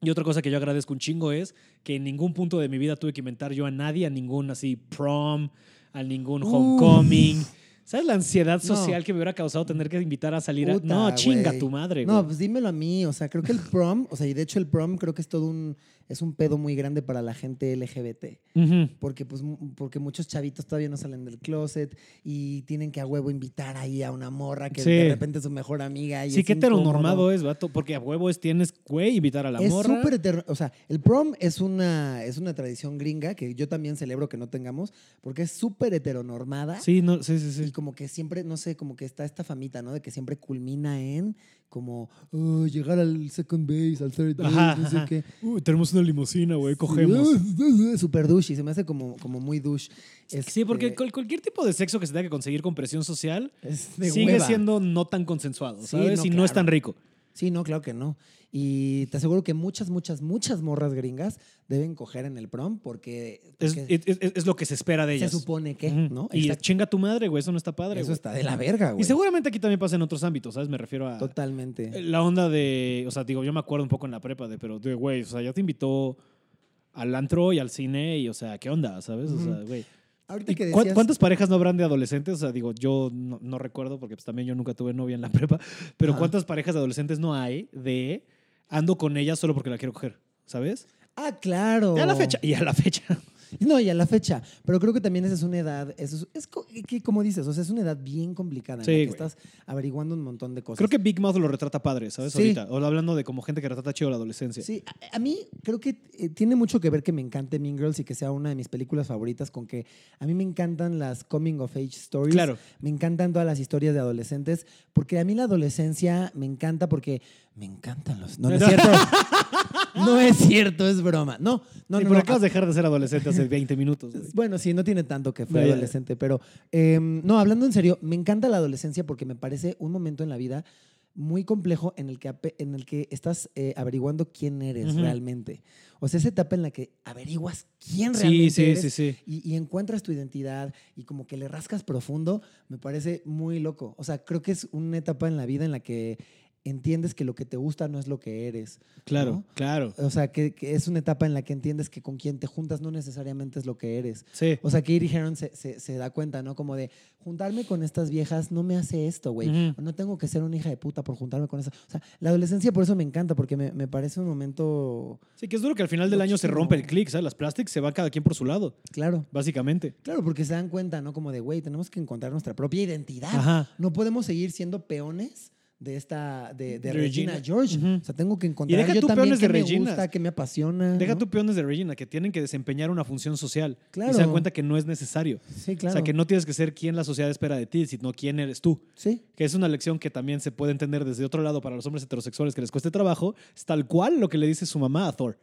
Y otra cosa que yo agradezco un chingo es que en ningún punto de mi vida tuve que inventar yo a nadie, a ningún así prom, a ningún
Uf.
homecoming. ¿Sabes la ansiedad
No.
social que me hubiera causado tener que invitar a salir a...
Puta,
No, chinga
güey.
tu madre, güey.
No, pues dímelo a mí. O sea, creo que el prom, o sea, y de hecho el prom creo que es todo un. Es un pedo muy grande para la gente LGBT.
Ujú.
Porque, pues, mu- porque muchos chavitos todavía no salen del closet y tienen que a huevo invitar ahí a una morra que
Sí.
de repente es su mejor amiga. Y
Sí,
es
qué heteronormado
incómodo.
es, vato. Porque a huevo es tienes, güey, invitar a la
es
morra.
súper heter- O sea, el prom es una, es una tradición gringa que yo también celebro que no tengamos porque es súper heteronormada.
Sí, no, sí, sí,
Y
sí.
como que siempre, no sé, como que está esta famita, ¿no? De que siempre culmina en como "Oh, llegar al second base, al third base,
Ajá,
no sé
ajá.
qué.
Uy, tenemos una limusina, <laughs> güey,
<laughs> Super douche y se me hace como, como muy douche.
Sí, porque
Este,
cual- cualquier tipo de sexo que se tenga que conseguir con presión social
es de
sigue
hueva.
siendo no tan consensuado,
Sí,
¿sabes?
no,
y no es tan
claro.
rico.
Sí, no, claro que no. Y te aseguro que muchas, muchas, muchas morras gringas deben coger en el prom porque,
Es,
porque
es- es- es lo que se espera de
se
ellas.
supone que,
Ujú.
¿no?
Y
Exacto.
chinga tu madre, güey, eso no está padre.
Eso
güey.
está de la verga, güey.
Y seguramente aquí también pasa en otros ámbitos, ¿sabes? Me refiero a
Totalmente.
la onda de, o sea, digo, yo me acuerdo un poco en la prepa de, pero, de, güey, o sea, ya te invitó al antro y al cine y, o sea, ¿qué onda? ¿Sabes? O sea,
Ujú.
güey.
Ahorita
¿Y
que
cuán-
decías...
¿Cuántas parejas no habrán de adolescentes? O sea, digo, yo no, no recuerdo porque pues, también yo nunca tuve novia en la <laughs> prepa, pero
Ajá.
¿cuántas parejas de adolescentes no hay de ando con ella solo porque la quiero coger? ¿Sabes?
Ah, claro.
Y a la fecha. Y a la fecha.
No, y a la fecha. Pero creo que también esa es una edad, eso es, es co- que como dices, o sea, es una edad bien complicada en
Sí,
la que
güey.
estás averiguando un montón de cosas.
Creo que Big Mouth lo retrata padre, ¿sabes?
Sí.
Ahorita. O hablando de como gente que retrata chido la adolescencia.
Sí, a, a mí creo que eh, tiene mucho que ver que me encante Mean Girls y que sea una de mis películas favoritas con que a mí me encantan las coming of age stories.
Claro.
Me encantan todas las historias de adolescentes porque a mí la adolescencia me encanta porque me encantan los... No, no es
<laughs>
cierto. no es cierto, es broma. No, no,
y
no.
por
no.
acabas de dejar de ser adolescente hace 20 minutos. güey.
Pues, Bueno, sí, no tiene tanto que fue
No, ya.
adolescente, pero eh, no, hablando en serio, me encanta la adolescencia porque me parece un momento en la vida muy complejo en el que, ape- en el que estás eh, averiguando quién eres
Ujú.
realmente. O sea, esa etapa en la que averiguas quién
Sí,
realmente
sí,
eres
sí, sí.
Y, y encuentras tu identidad y como que le rascas profundo, me parece muy loco. O sea, creo que es una etapa en la vida en la que entiendes que lo que te gusta no es lo que eres.
Claro,
¿no?
claro.
O sea, que, que es una etapa en la que entiendes que con quien te juntas no necesariamente es lo que eres.
Sí.
O sea, Katie Heron se, se- se da cuenta, ¿no? Como de juntarme con estas viejas no me hace esto, güey.
Ujú.
No tengo que ser una hija de puta por juntarme con esas. O sea, la adolescencia por eso me encanta, porque me, me parece un momento.
Sí, que es duro que al final del año se
Muchísimo.
rompe el click, ¿sabes? Las plastics se va cada quien por su lado,
Claro.
básicamente.
Claro, porque se dan cuenta, ¿no? Como de, güey, tenemos que encontrar nuestra propia identidad.
Ajá.
No podemos seguir siendo peones de esta. de, de
De
Regina.
Regina.
George.
Ujú.
O sea, tengo que encontrar.
deja
yo
tú
también
peones de
qué me
Reginas.
gusta, que me apasiona.
Deja
¿no?
tu peones de Regina, que tienen que desempeñar una función social. Y se dan
Claro.
cuenta que no es necesario.
Sí, claro.
O sea, que no tienes que ser quien la sociedad espera de ti, sino quién eres tú.
Sí.
Que es una lección que también se puede entender desde otro lado para los hombres heterosexuales que les cueste trabajo. Es tal cual lo que le dice su mamá a Thor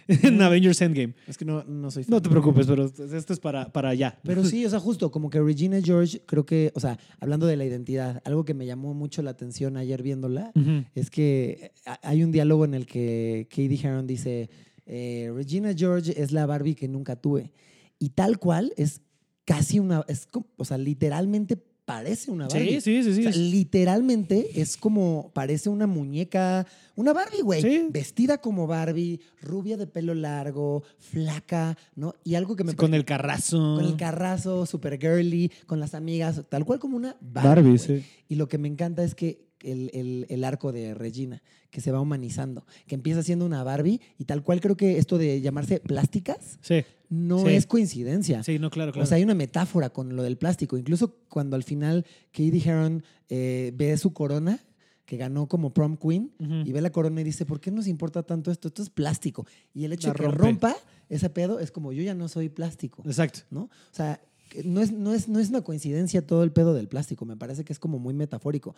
<laughs> en Avengers Endgame.
Es que no, no soy fan.
No te preocupes, pero esto es para, para allá.
Pero sí, o sea, justo como que Regina George, creo que, o sea, hablando de la identidad, algo que me llamó mucho la atención ayer viéndola
Ujú.
es que eh, hay un diálogo en el que Katie Heron dice, eh, Regina George es la Barbie que nunca tuve. Y tal cual es casi una, es, co- o sea, literalmente parece una Barbie.
Sí, sí, sí, sí.
O sea, literalmente es como, parece una muñeca, una Barbie, güey.
Sí.
Vestida como Barbie, rubia de pelo largo, flaca, ¿no? Y algo que me
con el carrazo.
con el carrazo, super girly, con las amigas, tal cual como una Barbie.
Barbie,
güey.
sí.
Y lo que me encanta es que el, el- el arco de Regina, que se va humanizando, que empieza siendo una Barbie y tal cual creo que esto de llamarse plásticas
Sí,
no
Sí.
es coincidencia.
sí, no, claro, claro.
O sea, hay una metáfora con lo del plástico. Incluso cuando al final Katie Heron eh, ve su corona, que ganó como prom queen,
Ujú.
y ve la corona y dice, ¿por qué nos importa tanto esto? Esto es plástico. Y el hecho
La
de que
rompe.
rompa ese pedo es como, yo ya no soy plástico.
Exacto.
¿no? O sea, que no es, no, es, no es una coincidencia todo el pedo del plástico, me parece que es como muy metafórico.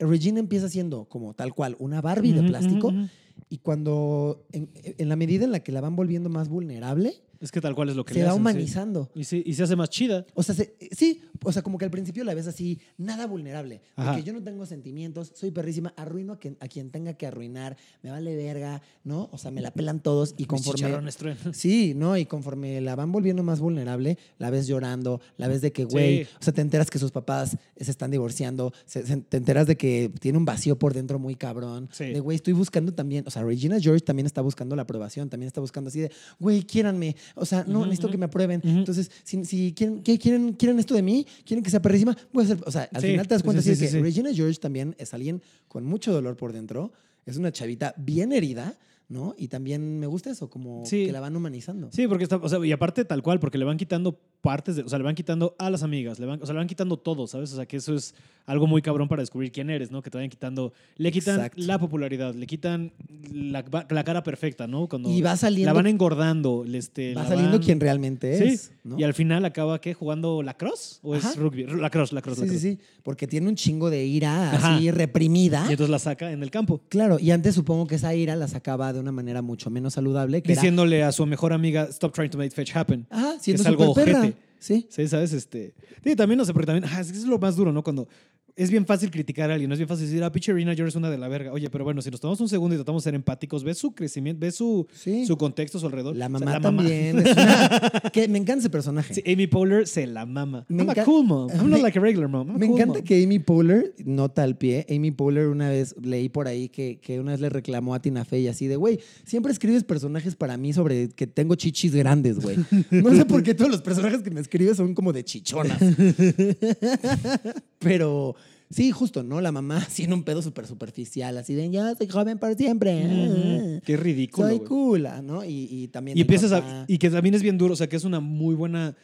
Regina empieza siendo como tal cual una Barbie de
Ujú,
plástico
ujú, ujú.
y cuando, en, en la medida en la que la van volviendo más vulnerable,
Es que tal cual es lo que
se
le
va
hacen, sí.
humanizando.
Y, sí, y se hace más chida.
O sea, se- sí, o sea, como que al principio la ves así, nada vulnerable.
Ajá.
Porque yo no tengo sentimientos, soy perrísima, arruino a quien, a quien tenga que arruinar, me vale verga, ¿no? O sea, me la pelan todos y
Mis
conforme,
chicharrones <laughs> truenan.
Sí, ¿no? Y conforme la van volviendo más vulnerable, la ves llorando, la ves de que, güey,
Sí.
o sea, te enteras que sus papás se están divorciando, se- se- te enteras de que tiene un vacío por dentro muy cabrón,
Sí.
de, güey, estoy buscando también, o sea, Regina George también está buscando la aprobación, también está buscando así de, güey, quiéranme, o sea, no,
Ujú,
necesito
ujú.
que me aprueben,
Ujú.
entonces, si, si quieren, ¿qué quieren, quieren esto de mí, quieren que sea perrísima, voy a ser, o sea, al
Sí,
final te das
sí,
cuenta
sí,
así de
sí,
que
sí.
Regina George también es alguien con mucho dolor por dentro, es una chavita bien herida, ¿no? Y también me gusta eso, como
Sí.
que la van humanizando.
Sí, porque está, o sea, y aparte tal cual, porque le van quitando partes, de- o sea, le van quitando a las amigas, le van, o sea, le van quitando todo, ¿sabes? O sea, que eso es algo muy cabrón para descubrir quién eres, ¿no? Que te vayan quitando, le quitan
Exacto.
la popularidad, le quitan la, la cara perfecta, ¿no? Cuando
y va saliendo,
la van engordando, este,
va
la
saliendo
van-
quien realmente
Sí,
es. ¿no?
y al final acaba, ¿qué? ¿Jugando lacrosse? ¿O es
Ajá.
rugby? Lacrosse, lacrosse,
sí, sí,
lacrosse.
sí. Porque tiene un chingo de ira
Ajá.
así reprimida.
Y entonces la saca en el campo.
Claro, y antes supongo que esa ira la sacaba de una manera mucho menos saludable. Que era-
Diciéndole a su mejor amiga, stop trying to make fetch happen.
Ajá, siendo
algo
súper perra.
ojete.
Sí.
Sí, ¿sabes? Este, sí, también no sé, porque también ah, es que es lo más duro, ¿no? Cuando es bien fácil criticar a alguien, es bien fácil decir, ah, pinche Rina George es una de la verga. Oye, pero bueno, si nos tomamos un segundo y tratamos de ser empáticos, ves su crecimiento, ves su,
Sí.
su contexto, su alrededor.
La
O sea,
mamá también. es una- que me encanta ese
<laughs>
personaje.
Sí, Amy Poehler se la mama.
Me
I'm a
encan-
cool mom. I'm not
Me-
like a regular mom. I'm a
Me
cool
encanta
mom.
que Amy Poehler, nota al pie, Amy Poehler una vez, leí por ahí que, que una vez le reclamó a Tina Fey así de, güey, siempre escribes personajes para mí sobre que tengo chichis grandes,
<laughs>
güey. No sé por
<laughs>
qué todos los personajes que me escribes son como de chichonas. Pero Sí, justo, ¿no? La mamá <laughs> así en un pedo súper superficial, así de yo soy joven por siempre. Ah,
Ujú. Qué ridículo.
Soy
güey.
cool, ah, ¿no? Y, y también.
Y
el
empiezas
papá.
a. Y que también es bien duro, o sea, que es una muy buena.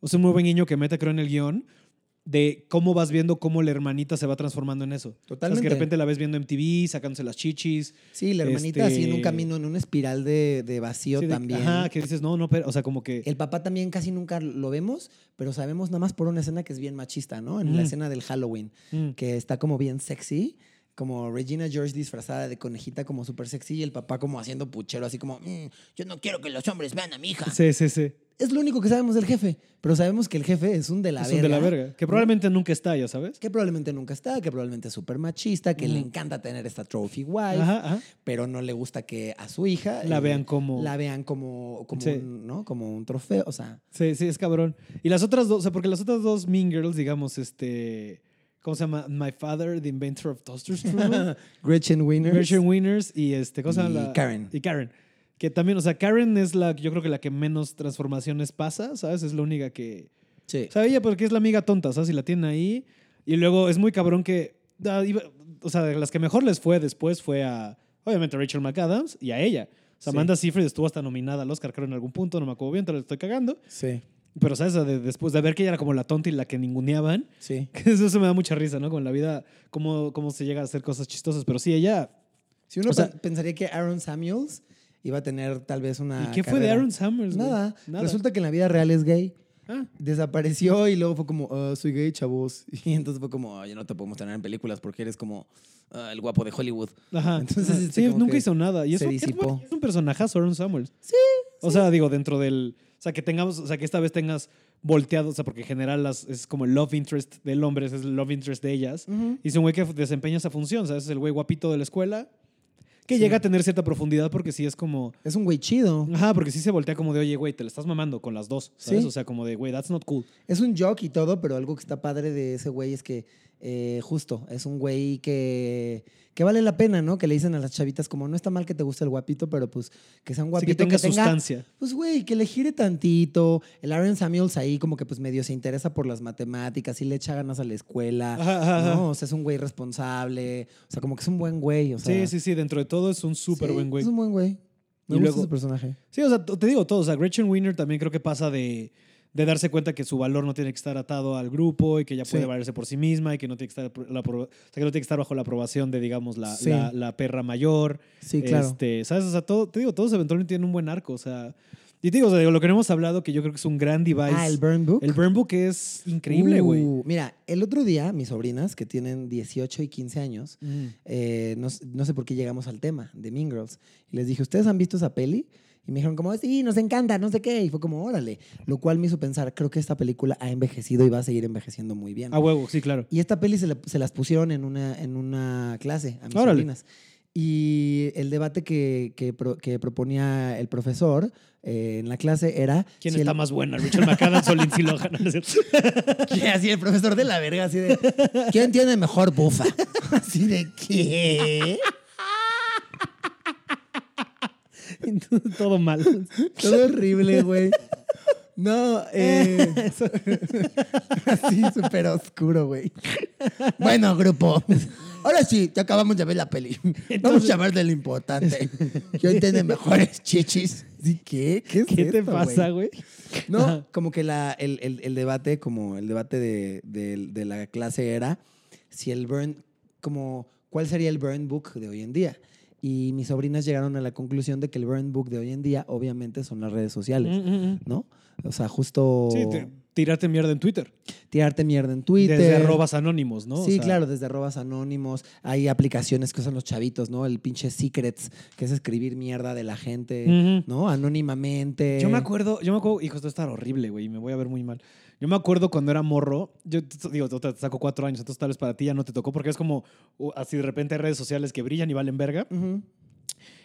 O sea, un muy buen guiño que mete, creo, en el guión. De cómo vas viendo cómo la hermanita se va transformando en eso. O sea, es que
Totalmente.
de repente la ves viendo MTV, sacándose las chichis.
Sí, la hermanita así en un
este-
camino, en una espiral de, de vacío
Sí, de-
también.
Ajá, que dices, no, no, pero. O sea, como que.
El papá también casi nunca lo vemos, pero sabemos nada más por una escena que es bien machista, ¿no? En la
Mm.
escena del Halloween,
Mm.
que está como bien sexy, como Regina George disfrazada de conejita como súper sexy y el papá como haciendo puchero, así como, "Mm, yo no quiero que los hombres vean a mi hija.
Sí, sí, sí.
Es lo único que sabemos del jefe, pero sabemos que el jefe es un de la
es
verga.
un de la verga. Que probablemente nunca está, ya sabes.
Que probablemente nunca está, que probablemente es súper machista, que le
Ujú.
encanta tener esta trophy wife
Ajá, ajá.
pero no le gusta que a su hija
La
eh,
vean como-
la vean como como
Sí.
un, ¿no? como un trofeo, o sea,
Sí, sí, es cabrón. Y las otras dos, o sea, porque las otras dos Mean Girls, digamos, este. ¿Cómo se llama? My Father, The Inventor of Toasters
<laughs>
Truman.
Gretchen Wieners.
Gretchen Winners y este, ¿cómo se llama?
Y
la-
Karen.
Y Karen. Que también, o sea, Karen es la, yo creo que la que menos transformaciones pasa, ¿sabes? Es la única que.
Sí.
O sea, ella porque es la amiga tonta, ¿sabes? Y la tiene ahí. Y luego es muy cabrón que. ah, iba- o sea, de las que mejor les fue después fue a. Obviamente a Rachel McAdams y a ella. O sea,
Sí.
Amanda Seyfried estuvo hasta nominada al Oscar, creo, en algún punto, no me acuerdo bien, te lo estoy cagando.
Sí.
Pero, ¿sabes? De- después de ver que ella era como la tonta y la que ninguneaban, <laughs>
Sí.
que eso, eso me da mucha risa, ¿no? Con la vida, cómo, cómo se llega a hacer cosas chistosas. Pero sí, ella.
Si uno
O sea-
pen- pensaría que Aaron Samuels iba a tener tal vez una
¿Y qué fue de
Ah, carrera.
Aaron Summers? güey?
Nada. Resulta que en la vida real es gay.
Ah,
Desapareció y luego fue como, "Ah, soy gay, chavos. <laughs> Y entonces fue como, "Ah, ya no te podemos tener en películas porque eres como ah, el guapo de Hollywood.
ajá.
Entonces,
Entonces,
este,
sí,
como
nunca
que
hizo nada. Y es
se
un, es
disipó.
buen- es un personajazo, Aaron Samuels. Sí. O sea, digo, dentro del. O sea, que tengamos. O sea, que esta vez tengas volteado. O sea, porque en general las, es como el love interest del hombre, es el love interest de ellas.
Ujú.
Y es un güey que desempeña esa función. ¿sabes? es el güey guapito de la escuela. Que llega a tener cierta profundidad porque sí es como.
Es un güey chido.
Ajá, porque sí se voltea como de, oye, güey, te la estás mamando con las dos, ¿sabes?
Sí.
O sea, como de, güey, that's not cool.
Es un joke y todo, pero algo que está padre de ese güey es que, eh, justo, es un güey que, que vale la pena, ¿no? Que le dicen a las chavitas como, no está mal que te guste el guapito, pero pues que sea un
Así
guapito
que tenga sustancia.
Pues güey, que le gire tantito. El Aaron Samuels ahí como que pues medio se interesa por las matemáticas y le echa ganas a la escuela.
Ajá, ajá, ajá.
No, o sea, es un güey responsable. O sea, como que es un buen güey. O
sí,
sea,
sí, sí, dentro de todo es un súper
sí,
buen güey.
Es un buen güey. Me
Y
gusta
luego-
ese personaje.
Sí, o sea, t- te digo todo. O sea, Gretchen Wiener también creo que pasa de, de darse cuenta que su valor no tiene que estar atado al grupo y que ella
Sí.
puede valerse por sí misma y que no tiene que estar, apro- la apro- o sea, que no tiene que estar bajo la aprobación de, digamos, la,
Sí.
la- la perra mayor.
Sí, claro.
Este, ¿Sabes? O sea, todo, te digo, todos eventualmente tienen un buen arco. O sea, y te digo, o sea, digo, lo que no hemos hablado, que yo creo que es un gran device.
ah, el Burn Book.
El Burn Book es increíble, güey.
Uh, mira, el otro día, mis sobrinas, que tienen 18 y 15 años,
Mm.
eh, no, s- no sé por qué llegamos al tema de Mean Girls. Y les dije, ¿ustedes han visto esa peli? Y me dijeron como, sí, nos encanta, no sé qué. Y fue como, órale. Lo cual me hizo pensar, creo que esta película ha envejecido y va a seguir envejeciendo muy bien.
A huevo, sí, claro.
Y esta peli se, la- se las pusieron en una, en una clase a mis
Órale.
sobrinas. Y el debate que, que pro- que proponía el profesor eh, en la clase era...
¿Quién
si el-
está
<laughs>
más buena, Richard McAdams o Lindsay Lohan? <laughs> No es cierto.
¿Qué? Así el profesor de la verga,
<laughs>
así de. ¿Quién tiene mejor bufa? Así de qué.
Entonces, todo mal.
Todo horrible, güey. No, eh. <laughs> Así súper oscuro, güey. Bueno, grupo. Ahora sí, ya acabamos de ver la peli. Vamos a hablar de lo importante. ¿Quién tiene mejores chichis? ¿Sí, ¿Qué? ¿Qué, es
¿Qué te
esto,
pasa,
güey?
güey?
No, como que la, el, el- el debate, como el debate de, de- de la clase era si el burn, como, ¿cuál sería el burn book de hoy en día? Y mis sobrinas llegaron a la conclusión de que el burn book de hoy en día, obviamente, son las redes sociales,
Mm, mm, mm.
¿no? O sea, justo
Sí, te- tirarte mierda en Twitter.
tirarte mierda en Twitter.
Desde arrobas anónimos, ¿no? O
Sí,
sea,
claro, desde arrobas anónimos. Hay aplicaciones que usan los chavitos, ¿no? El pinche secrets, que es escribir mierda de la gente,
Ujú.
¿no? eh. Anónimamente.
Mm. Yo me acuerdo, yo me acuerdo, hijo, esto está horrible, güey, me voy a ver muy mal. Yo me acuerdo cuando era morro, yo t- digo, te te saco cuatro años, entonces tal vez para ti ya no te tocó, porque es como uh, así de repente hay redes sociales que brillan y valen verga.
Ujú.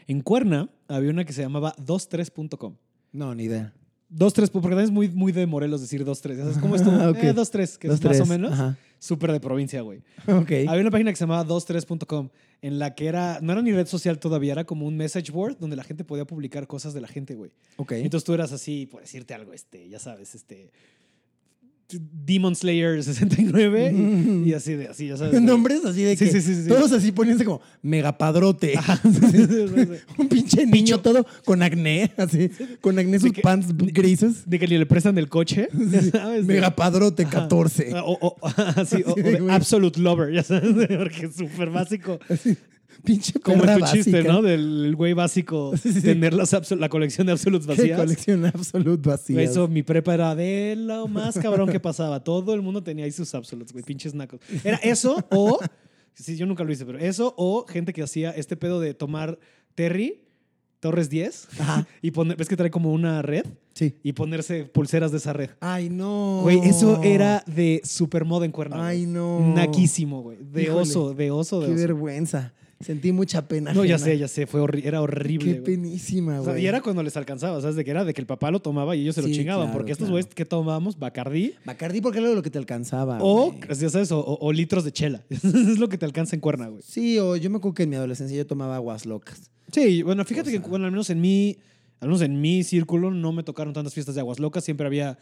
En Cuerna había una que se llamaba 23.com.
No, ni idea.
23, porque también es muy, muy de Morelos decir 23. ¿Sabes
<laughs>
cómo es tu?
Ok.
Eh, 23, que
Dos,
es más o
tres.
menos
Ajá.
súper de provincia, güey.
<laughs> Ok.
Había una página que se llamaba 23.com en la que era, no era ni red social todavía, era como un message board donde la gente podía publicar cosas de la gente, güey.
Ok.
Entonces tú eras así, por decirte algo, este, ya sabes, este, Demon Slayer 69 y así de así,
<laughs>
ya sabes.
<laughs> Nombres así de
Sí,
que
sí, sí, sí.
<laughs> todos así poniéndose como megapadrote. <laughs> Un pinche niño todo con acné, así, con acné sus
que-
pants
<laughs>
grises.
De Ah, que ni le prestan el coche. ya <laughs> sabes, de- ah,
Megapadrote 14.
O, <laughs> o- o- sí, o- o de
güey.
Absolute Lover, ya sabes, <laughs> porque es súper básico.
Pinche
Como
perra
en tu chiste,
básica. <laughs>
¿no? Del güey básico,
Sí, sí, sí.
tener las absol- la colección de Absolutes
Qué
vacías.
colección absoluta vacía.
Güey, Eso, mi prepa era de lo más cabrón que pasaba. Todo el mundo tenía ahí sus absolutes, güey, pinches nacos. Era eso o, sí, yo nunca lo hice, pero eso o gente que hacía este pedo de tomar Terry, Torres 10,
Ajá.
y poner, ves que trae como una red,
Sí.
y ponerse pulseras de esa red.
Ay, no.
Güey, eso era de supermoda en cuerno.
Ay,
güey.
no.
Naquísimo, güey. De
Híjole.
oso, de oso, de
Qué
oso.
vergüenza. Sentí mucha pena.
No, ya
ajena.
sé, ya sé, fue horri- era horrible.
Qué
güey.
penísima,
O sea,
güey.
y era cuando les alcanzaba, ¿sabes? De que era de que el papá lo tomaba y ellos se lo
Sí,
chingaban.
claro,
porque estos
claro.
güeyes que tomábamos, Bacardí,
Bacardi porque era lo que te alcanzaba.
o,
güey.
ya sabes, o, o- o litros de chela. <laughs> es lo que te alcanza en cuerna, güey.
Sí, o yo me acuerdo que en mi adolescencia yo tomaba aguas locas.
Sí, bueno, fíjate que,
Cosa.
bueno, al menos en mi, al menos en mi círculo no me tocaron tantas fiestas de aguas locas. Siempre había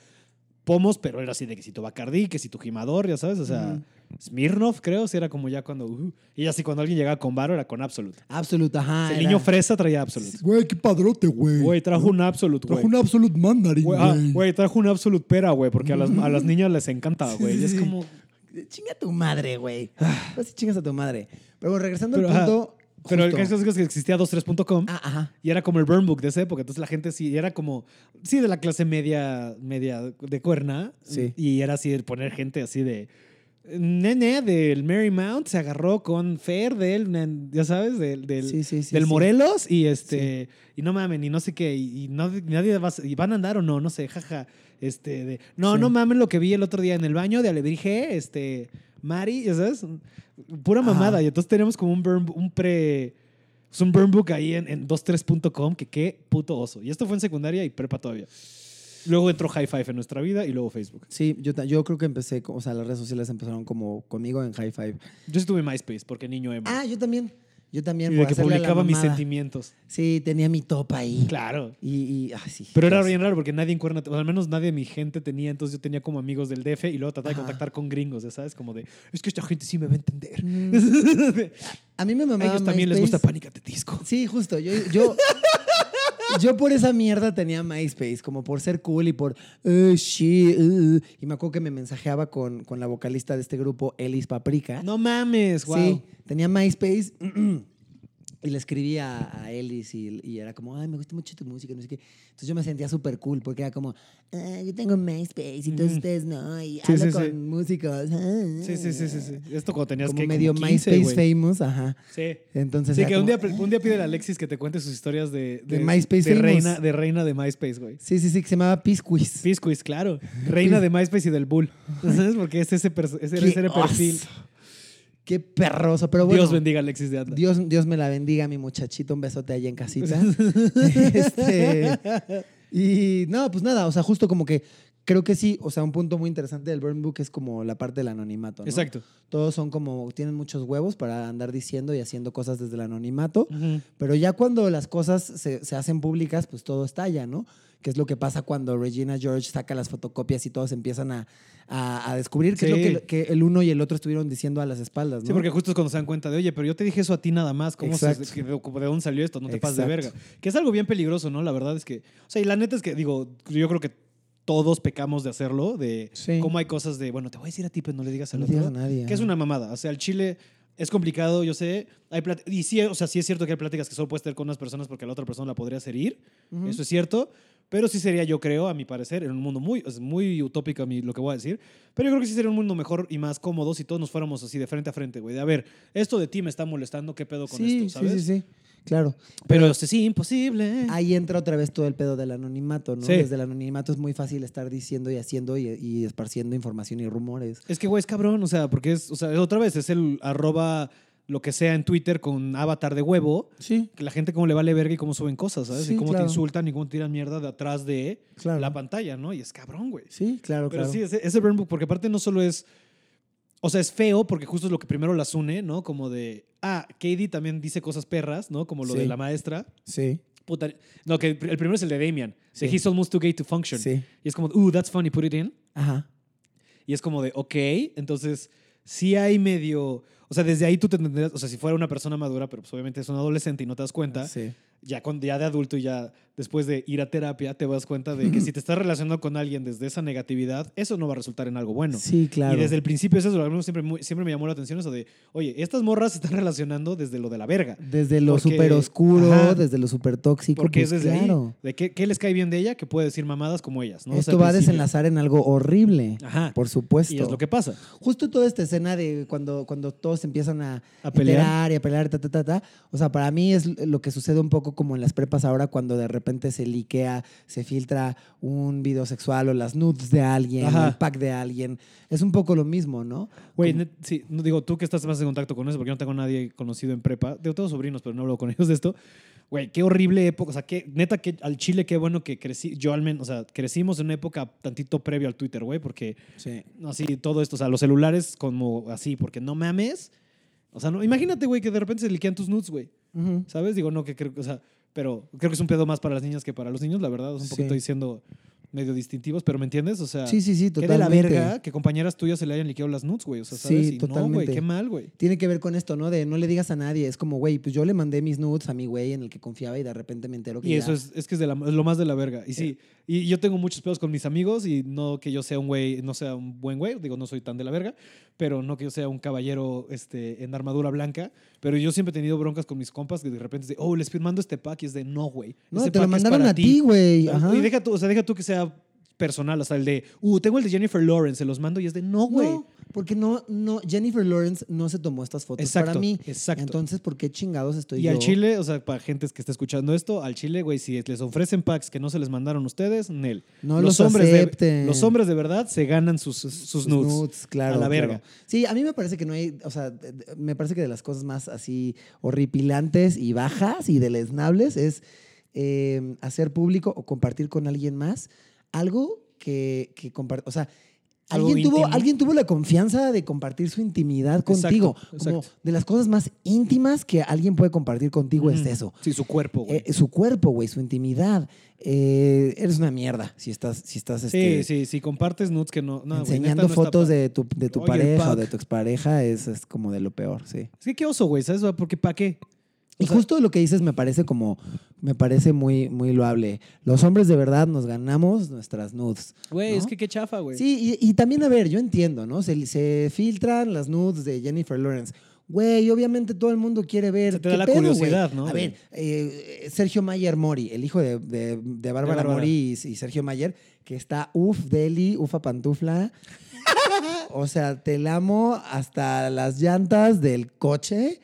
pomos, pero era así de que si tu Bacardí, que si tu Jimador, ya sabes, o sea, Smirnoff, creo, si era como ya cuando, uh, y así cuando alguien llegaba con varo era con Absolute.
Absoluta, ajá.
el
era-
niño fresa traía Absolute.
Güey, qué padrote, güey.
Güey, trajo un Absolute, güey.
Trajo un Absolute Mandarin,
Güey,
güey.
ah, güey, trajo un Absolute Pera, güey, porque a las, a las niñas les encanta,
Sí,
güey. y
sí,
es
sí.
como.
Chinga tu madre, güey. Pues sí chingas a tu madre. Pero bueno,
Ah.
regresando
Pero,
al
ajá,
punto.
Pero el
justo.
caso es que existía 23.com
Ah, ajá.
y era como el burn book de esa época. Entonces la gente sí era como. Sí, de la clase media, media de cuerna.
Sí.
Y era así de poner gente así de. Nene del Marymount se agarró con Fer del, nen- ya sabes, del, del,
Sí, sí, sí,
del
sí.
Morelos y este, y no mamen, y no sé qué, y, y no- y nadie va, a- y van a andar o no, no sé, jaja, este, de, no,
Sí.
no mamen lo que vi el otro día en el baño de Alebrije, este, Mari, ya sabes, pura
Ajá.
mamada, y entonces tenemos como un, burn- un pre, es un burn book ahí en, en 23.com, que qué puto oso, y esto fue en secundaria y prepa todavía. Luego entró High Five en nuestra vida y luego Facebook.
Sí, yo, ta- yo creo que empecé, co- o sea, las redes sociales empezaron como conmigo en High Five.
Yo estuve en MySpace porque niño emo.
Ah, yo también. Yo también.
y
por
de que
hacerle a la
publicaba mis
mamada.
sentimientos.
Sí, tenía mi top ahí.
Claro.
Y, y ah, sí.
Pero era
Dios.
bien raro porque nadie en Cuerna, o al menos nadie de mi gente tenía, entonces yo tenía como amigos del DF y luego trataba de
Ajá.
contactar con gringos, ya sabes, como de, es que esta gente sí me va a entender. <laughs>
Mm,
a
A mí me mamaba
ellos también les gusta
MySpace.
Pánica de Disco.
Sí, justo. Yo, yo, <laughs> yo por esa mierda tenía MySpace, como por ser cool y por. "Eh, sí, eh, eh". Y me acuerdo que me mensajeaba con, con la vocalista de este grupo, Elis Paprika.
No pues, mames, wow.
Sí, tenía MySpace. <clears throat> Y le escribía a Ellis y, y era como, ay, me gusta mucho tu música, no sé qué. Entonces yo me sentía súper cool porque era como, "Ah, yo tengo MySpace y todos
Ujú.
ustedes no, y
Sí,
hablo
sí, sí.
con músicos. ah".
Sí, sí, sí, sí, sí. Esto cuando tenías
Como
que
medio
como 15,
MySpace
güey.
famous, ajá.
Sí.
Entonces
Sí,
era
que un
como,
día, un día pide a Alexis que te cuente sus historias de,
De MySpace
de
famous.
reina, de reina de MySpace, güey.
Sí, sí, sí, que se llamaba Piscuis.
Piscuis, claro. Reina de MySpace y del Bull. <laughs> ¿Sabes? Porque es ese, perso- ese, era
Qué
ese era el perfil.
oso. Qué perroso, pero bueno.
Dios bendiga a Alexis de Atlas.
Dios, Dios me la bendiga, mi muchachito. Un besote allá
<laughs>
en casita. Este, y no, pues nada, o sea, justo como que creo que sí, o sea, un punto muy interesante del Burn Book es como la parte del anonimato. ¿no?
Exacto.
Todos son como, tienen muchos huevos para andar diciendo y haciendo cosas desde el anonimato.
Ujú.
Pero ya cuando las cosas se, se hacen públicas, pues todo estalla, ¿no? Que es lo que pasa cuando Regina George saca las fotocopias y todos empiezan a, a- a descubrir que
Sí.
es lo que, que el uno y el otro estuvieron diciendo a las espaldas, ¿no?
Sí, porque justo es cuando se dan cuenta de, oye, pero yo te dije eso a ti nada más, ¿cómo se-
Exacto.
que- de dónde salió esto? No te pases de verga.
Exacto.
Que es algo bien peligroso, ¿no? La verdad es que, o sea, y la neta es que, digo, yo creo que todos pecamos de hacerlo, de
Sí.
cómo hay cosas de, bueno, te voy a decir a ti, pero no le digas al
No
otro.
digas a nadie.
Que es una mamada. O sea, el Chile es complicado, yo sé. Hay plat- y sí, o sea, sí es cierto que hay pláticas que solo puedes tener con unas personas porque a la otra persona la podrías herir.
Ujú.
Eso es cierto. Pero sí sería, yo creo, a mi parecer, en un mundo muy, es muy utópico a mí lo que voy a decir, pero yo creo que sí sería un mundo mejor y más cómodo si todos nos fuéramos así de frente a frente, güey. De a ver, esto de ti me está molestando, ¿qué pedo con
sí,
esto, sabes?
Sí, sí, sí. Claro.
Pero este, sí, imposible.
Ahí entra otra vez todo el pedo del anonimato, ¿no?
Sí.
Desde el anonimato es muy fácil estar diciendo y haciendo y, y esparciendo información y rumores.
Es que, güey, es cabrón, o sea, porque es, o sea, otra vez es el arroba lo que sea en Twitter con avatar de huevo,
Sí,
que la gente cómo le vale verga y cómo suben cosas, ¿sabes? y
Sí,
cómo
claro.
te insultan y cómo tiran mierda de atrás de
claro.
la pantalla, ¿no? Y es cabrón, güey.
sí, claro,
Pero
claro.
sí, ese, ese burn book, porque aparte no solo es. O sea, es feo porque justo es lo que primero las une, ¿no? Como de. Ah, Katie también dice cosas perras, ¿no? Como lo
Sí.
de la maestra.
sí,
Puta. No, que el primero es el de Damian. de
Sí.
He's almost too gay to function.
sí.
Y es como, ooh, that's funny, put it in.
Ajá.
Y es como de, ok, entonces sí hay medio... O sea, desde ahí tú te tendrías, o sea, si fuera una persona madura, pero pues obviamente es un adolescente y no te das cuenta,
Sí.
ya, con, ya de adulto y ya después de ir a terapia te das cuenta
<clears throat>
de que si te estás relacionando con alguien desde esa negatividad, eso no va a resultar en algo bueno.
Sí, claro.
Y desde el principio es eso, lo mismo siempre, mu- siempre me llamó la atención eso de, oye, estas morras se están relacionando desde lo de la verga.
Desde lo
Porque-
súper oscuro,
Ajá.
desde lo súper tóxico.
Porque
pues,
es desde
claro.
ahí. ¿De qué, qué les cae bien de ella? Que puede decir mamadas como ellas, ¿no? O sea,
Esto va a
al principio.
desenlazar en algo horrible.
Ajá.
Por supuesto.
Y es lo que pasa.
Justo toda esta escena de cuando, cuando todos empiezan a,
A pelear.
enterar y a pelear, ta, ta, ta, ta. O sea, para mí es lo que sucede un poco como en las prepas ahora cuando de repente se liquea, se filtra un video sexual o las nudes de alguien,
Ajá.
el pack de alguien. Es un poco lo mismo, ¿no?
Güey, net- sí, no digo, tú que estás más en contacto con eso, porque yo no tengo a nadie conocido en prepa. Digo, tengo sobrinos, pero no hablo con ellos de esto. Güey, qué horrible época. O sea, qué, neta, que al Chile, qué bueno que crecí. Yo al menos, o sea, crecimos en una época tantito previa al Twitter, güey, porque
Sí.
así todo esto, o sea, los celulares como así, porque no mames. O sea, no, imagínate, güey, que de repente se liquean tus nudes, güey. ¿Sabes? Digo, no, que creo que, o sea, pero creo que es un pedo más para las niñas que para los niños, la verdad. Es un
Sí.
poquito diciendo medio distintivos, pero ¿me entiendes? O sea,
Sí, sí, sí,
qué de la
totalmente.
verga que compañeras tuyas se le hayan liqueado las nudes, güey. O sea, ¿sabes?
Sí,
Y No, güey,
totalmente.
qué mal, güey.
Tiene que ver con esto, ¿no? De no le digas a nadie. Es como, güey, pues yo le mandé mis nudes a mi güey en el que confiaba y de repente me entero que
Y eso
ya-
es, es que es, de la- es lo más de la verga. Y sí, y yo tengo muchos pedos con mis amigos y no que yo sea un güey, no sea un buen güey, digo, no soy tan de la verga, pero no que yo sea un caballero este, en armadura blanca, pero yo siempre he tenido broncas con mis compas que de repente es de, oh, les estoy mandando este pack y es de, no, güey.
No,
este
te lo
pack es
mandaron
para
a ti, güey. Ajá.
Y deja tú, o sea, deja tú que sea personal, hasta el de, uh, tengo el de Jennifer Lawrence, se los mando y es de, no, güey.
No, porque no, no, Jennifer Lawrence no se tomó estas fotos
Exacto,
para mí.
exacto.
Entonces, ¿por qué chingados estoy
Y
yo?
al Chile, o sea, para gente que está escuchando esto, al Chile, güey, si les ofrecen packs que no se les mandaron ustedes, Nel.
No los
de,
acepten.
los hombres de verdad se ganan sus, sus, sus nudes.
claro.
A la
claro.
verga.
Sí, a mí me parece que no hay, o sea, de- de- me parece que de las cosas más así horripilantes y bajas y deleznables es eh, hacer público o compartir con alguien más algo que, que compar- o sea,
Algo
alguien tuvo,
íntimo.
alguien tuvo la confianza de compartir su intimidad
Exacto,
contigo. Como
exacto.
de las cosas más íntimas que alguien puede compartir contigo es
Ujú.
eso.
Sí, su cuerpo, Mm. güey.
Eh, su cuerpo, güey, su intimidad. Eh, eres una mierda si estás, si estás este,
sí, sí, si compartes nudes que no. no, güey, neta,
enseñando
no está
fotos
pa-
de tu, de tu
Oye, el
pareja o
pack.
de tu expareja es, es como de lo peor, sí.
Es que qué oso, güey, ¿sabes? Porque ¿para qué? O
Y
sea-
justo lo que dices me parece como, me parece muy, muy loable. Los hombres de verdad nos ganamos nuestras nudes.
Güey,
¿no?
es que qué chafa, güey.
Sí, y, y también, a ver, yo entiendo, ¿no? Se, se filtran las nudes de Jennifer Lawrence. Güey, obviamente todo el mundo quiere ver.
Se te da
¿Qué
la
pedo, güey?
curiosidad, ¿no?
A ver, eh, Sergio Mayer Mori, el hijo de, de- de Bárbara
Bárbara.
Mori y, y Sergio Mayer, que está uf, deli,
<laughs>
ufa pantufla. o sea, te lamo hasta las llantas del coche.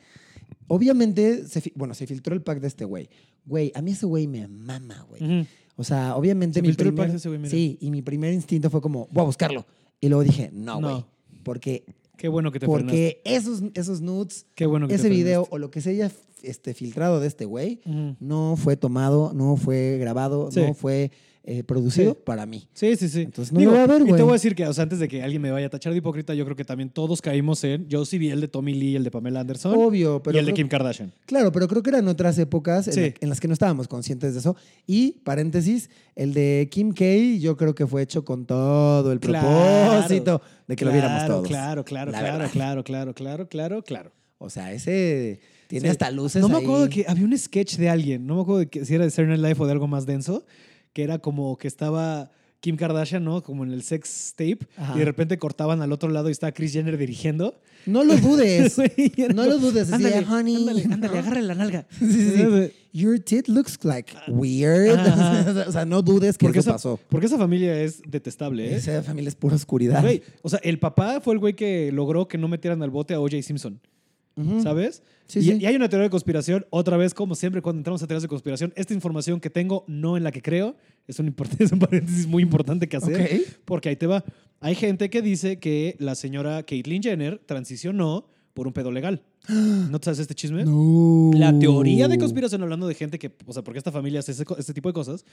Obviamente, se fi- bueno, se filtró el pack de este güey. Güey, a mí ese güey me mama, güey.
Ujú.
O sea, obviamente
Se
mi
filtró el
primer-
pack de ese güey, mira.
Sí, y mi primer instinto fue como, voy a buscarlo. Y luego dije, no,
No.
güey. Porque,
Qué bueno que te frenaste.
porque esos, esos nudes,
Qué bueno que te
ese video o lo que se haya este, filtrado de este güey,
frenaste. Ujú.
no fue tomado, no fue grabado,
Sí.
no fue eh, producido
Sí.
para mí.
Sí, sí, sí.
Entonces, no lo voy a ver,
Y te
güey.
voy a decir que, o sea, antes de que alguien me vaya a tachar de hipócrita, yo creo que también todos caímos en. Yo sí vi el de Tommy Lee, el de Pamela Anderson
Obvio, pero.
y el de
creo-
Kim Kardashian.
Claro, pero creo que eran otras épocas en,
Sí.
la- en las que no estábamos conscientes de eso. Y, paréntesis, el de Kim K, yo creo que fue hecho con todo el
Claro.
propósito de que lo viéramos
Claro,
todos.
Claro, claro,
La
claro,
verdad.
claro, claro, claro, claro, claro.
O sea, ese tiene
Sí.
hasta luces.
No me
ahí.
acuerdo que había un sketch de alguien, no me acuerdo de que, si era de Saturday Night Live o de algo más denso, que era como que estaba Kim Kardashian, ¿no? Como en el sex tape,
Ajá.
y de repente cortaban al otro lado y estaba Chris Jenner dirigiendo.
No lo
<laughs>
dudes.
Güey, y era
Pues, no
como,
lo dudes. Así,
Ándale,
de, honey.
ándale,
¿no?
ándale, agarra la nalga.
<laughs> sí, sí. Your tit looks like weird.
Ajá.
<laughs> o sea, no dudes que
Porque
eso
esa,
pasó.
porque esa familia es detestable, ¿eh?
Esa familia es pura oscuridad.
Güey, o sea, el papá fue el güey que logró que no metieran al bote a O.J. Simpson,
Ujú.
¿sabes?
Sí,
y,
sí.
y hay una teoría de conspiración, otra vez, como siempre, cuando entramos a teorías de conspiración, esta información que tengo, no en la que creo, es un, import- <laughs> es un paréntesis muy importante que hacer,
Ok.
porque ahí te va. Hay gente que dice que la señora Caitlyn Jenner transicionó por un pedo legal. ¿No te sabes este chisme?
No.
La teoría de
<gasps>
conspiración, hablando de gente que, o sea, porque esta familia hace ese co- este tipo de cosas,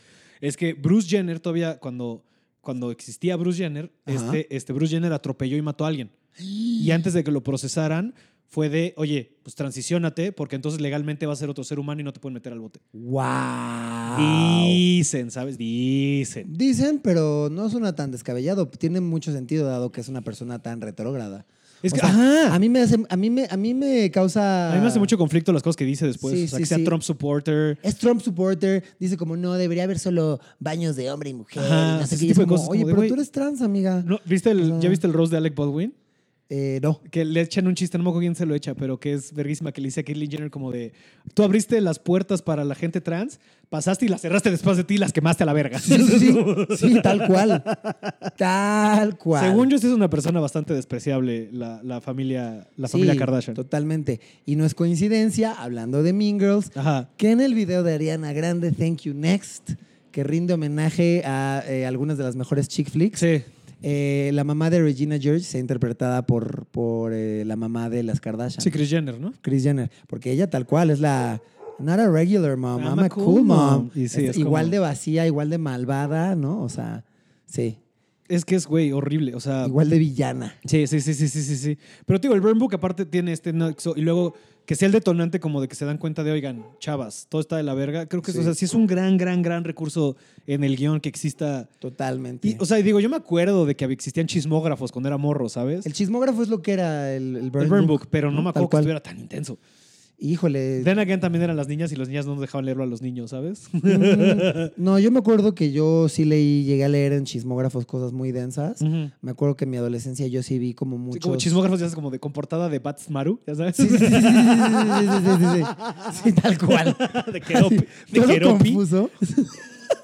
es que Bruce Jenner todavía, cuando, cuando existía Bruce Jenner,
Ajá.
este, este Bruce Jenner atropelló y mató a alguien. Y antes de que lo procesaran, fue de, oye, pues transiciónate, porque entonces legalmente va a ser otro ser humano y no te pueden meter al bote.
¡Wow! Ah,
Dicen, ¿sabes? Dicen.
Dicen, pero no suena tan descabellado. Tiene mucho sentido dado que es una persona tan retrógrada.
Es
O
que-
sea,
¡ajá!
a mí me hace, a mí me, a mí me causa.
A mí me hace mucho conflicto las cosas que dice después.
Sí,
o sea,
sí,
que sea
sí.
Trump supporter.
Es Trump supporter, dice como no, debería haber solo baños de hombre y mujer.
Ajá,
y no sé
ese
qué. Y es
tipo de
como,
cosas
Oye,
como de,
pero
güey,
tú eres trans, amiga.
¿No? ¿Viste el-
Ajá.
¿Ya viste el roast de Alec Baldwin?
Eh, no.
Que le echan un chiste, no me acuerdo quién se lo echa, pero que es verguísima, que le dice a Caitlyn Jenner como de, tú abriste las puertas para la gente trans, pasaste y las cerraste después de ti y las quemaste a la verga.
<laughs> Sí, sí, sí. Sí, tal cual. Tal
<laughs>
cual.
Según yo, sí es una persona bastante despreciable la, la familia, la
Sí,
familia Kardashian.
Totalmente. Y no es coincidencia, hablando de Mean Girls,
Ajá.
que en el video de Ariana Grande, Thank You Next, que rinde homenaje a eh, algunas de las mejores chick flicks,
Sí.
eh, la mamá de Regina George sea interpretada por, por eh, la mamá de las Kardashian.
Sí, Kris Jenner, ¿no?
Kris Jenner, porque ella tal cual es la not a regular mom, I'm, a cool mom.
Y sí,
Es
es
igual
como-
de vacía, igual de malvada, ¿no? O sea, sí,
Es que es, güey, horrible. O sea,
igual de villana.
Sí, sí, sí, sí, sí, sí, sí. Pero digo, el Burn Book aparte tiene este nexo y luego que sea el detonante como de que se dan cuenta de, oigan, chavas, todo está de la verga. Creo que,
Sí.
o sea, sí es un gran, gran, gran recurso en el guión que exista.
Totalmente.
Y, o sea, y digo, yo me acuerdo de que existían chismógrafos cuando era morro, ¿sabes? El,
el chismógrafo es lo que era el, el Burn,
Burn Book, pero no me
Tal
acuerdo que
cual.
estuviera tan intenso.
Híjole.
<laughs> Then again también eran las niñas y las niñas no nos dejaban leerlo a los niños,
<laughs>
¿sabes?
Mm, no, yo me acuerdo que yo sí leí, llegué a leer en chismógrafos cosas muy densas.
Ujú.
Me acuerdo que en mi adolescencia yo sí vi como
Mm. Sí,
muchos.
como chismógrafos, ya sabes, como de comportada de Bats Maru, ¿ya sabes?
Sí, sí, sí, <laughs> sí, sí, sí, sí, sí, sí, sí. Sí, tal cual.
<laughs> de Keropi. <laughs> De
Todo
Keropi.
confuso.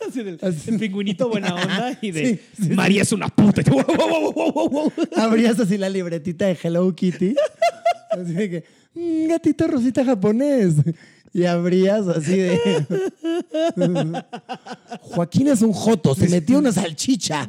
Así del-
Así.
el pingüinito buena onda y <laughs> de
Sí, sí, sí.
María es una puta. Y te- <laughs> wow, wow, wow, wow, wow, wow.
Abrías así la libretita de Hello Kitty. Así de que, "Mm, gatito rosita japonés. Y abrías así de. Joaquín es un joto, se metió una salchicha.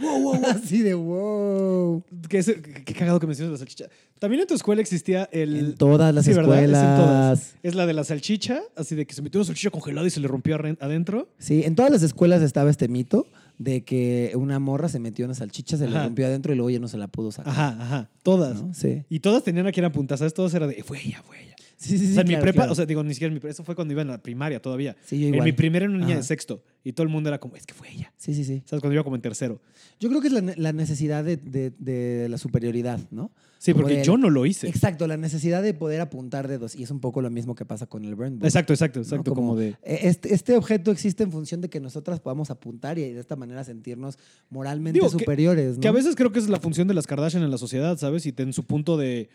Así de wow.
Qué, es- qué cagado que mencionas la salchicha. También en tu escuela existía el.
En todas las
Sí, ¿verdad? Es en todas.
escuelas.
Es la de la salchicha, así de que se metió una salchicha congelada y se le rompió arren- adentro.
Sí, en todas las escuelas estaba este mito de que una morra se metió una salchicha, se le
Ajá. Ah,
rompió adentro y luego ya no se la pudo sacar.
Ajá, ajá. Todas.
¿no? Sí.
Y todas tenían a quien apuntar, ¿sabes? Todas eran de, "Eh, fue ella, fue ella.
Sí, sí,
o sea, en mi
claro,
prepa,
claro.
o sea, digo, ni siquiera en mi prepa, eso fue cuando iba en la primaria todavía.
Sí, yo
En mi
igual.
primera era una niña
Ajá.
de sexto y todo el mundo era como, es que fue ella.
sí, sí, sí.
¿Sabes? Cuando iba como en tercero.
Yo creo que es la, ne- la necesidad de, de- de la superioridad, ¿no?
Sí,
Como
porque
del-
yo no lo hice.
Exacto, la necesidad de poder apuntar dedos. Y es un poco lo mismo que pasa con el burn book.
Exacto, exacto,
¿no?
exacto. como de.
"Eh, Este, este objeto existe en función de que nosotras podamos apuntar y de esta manera sentirnos moralmente
Digo, que-
superiores, ¿no?
Que a veces creo que esa es la función de las Kardashian en la sociedad, ¿sabes? Y en su punto de.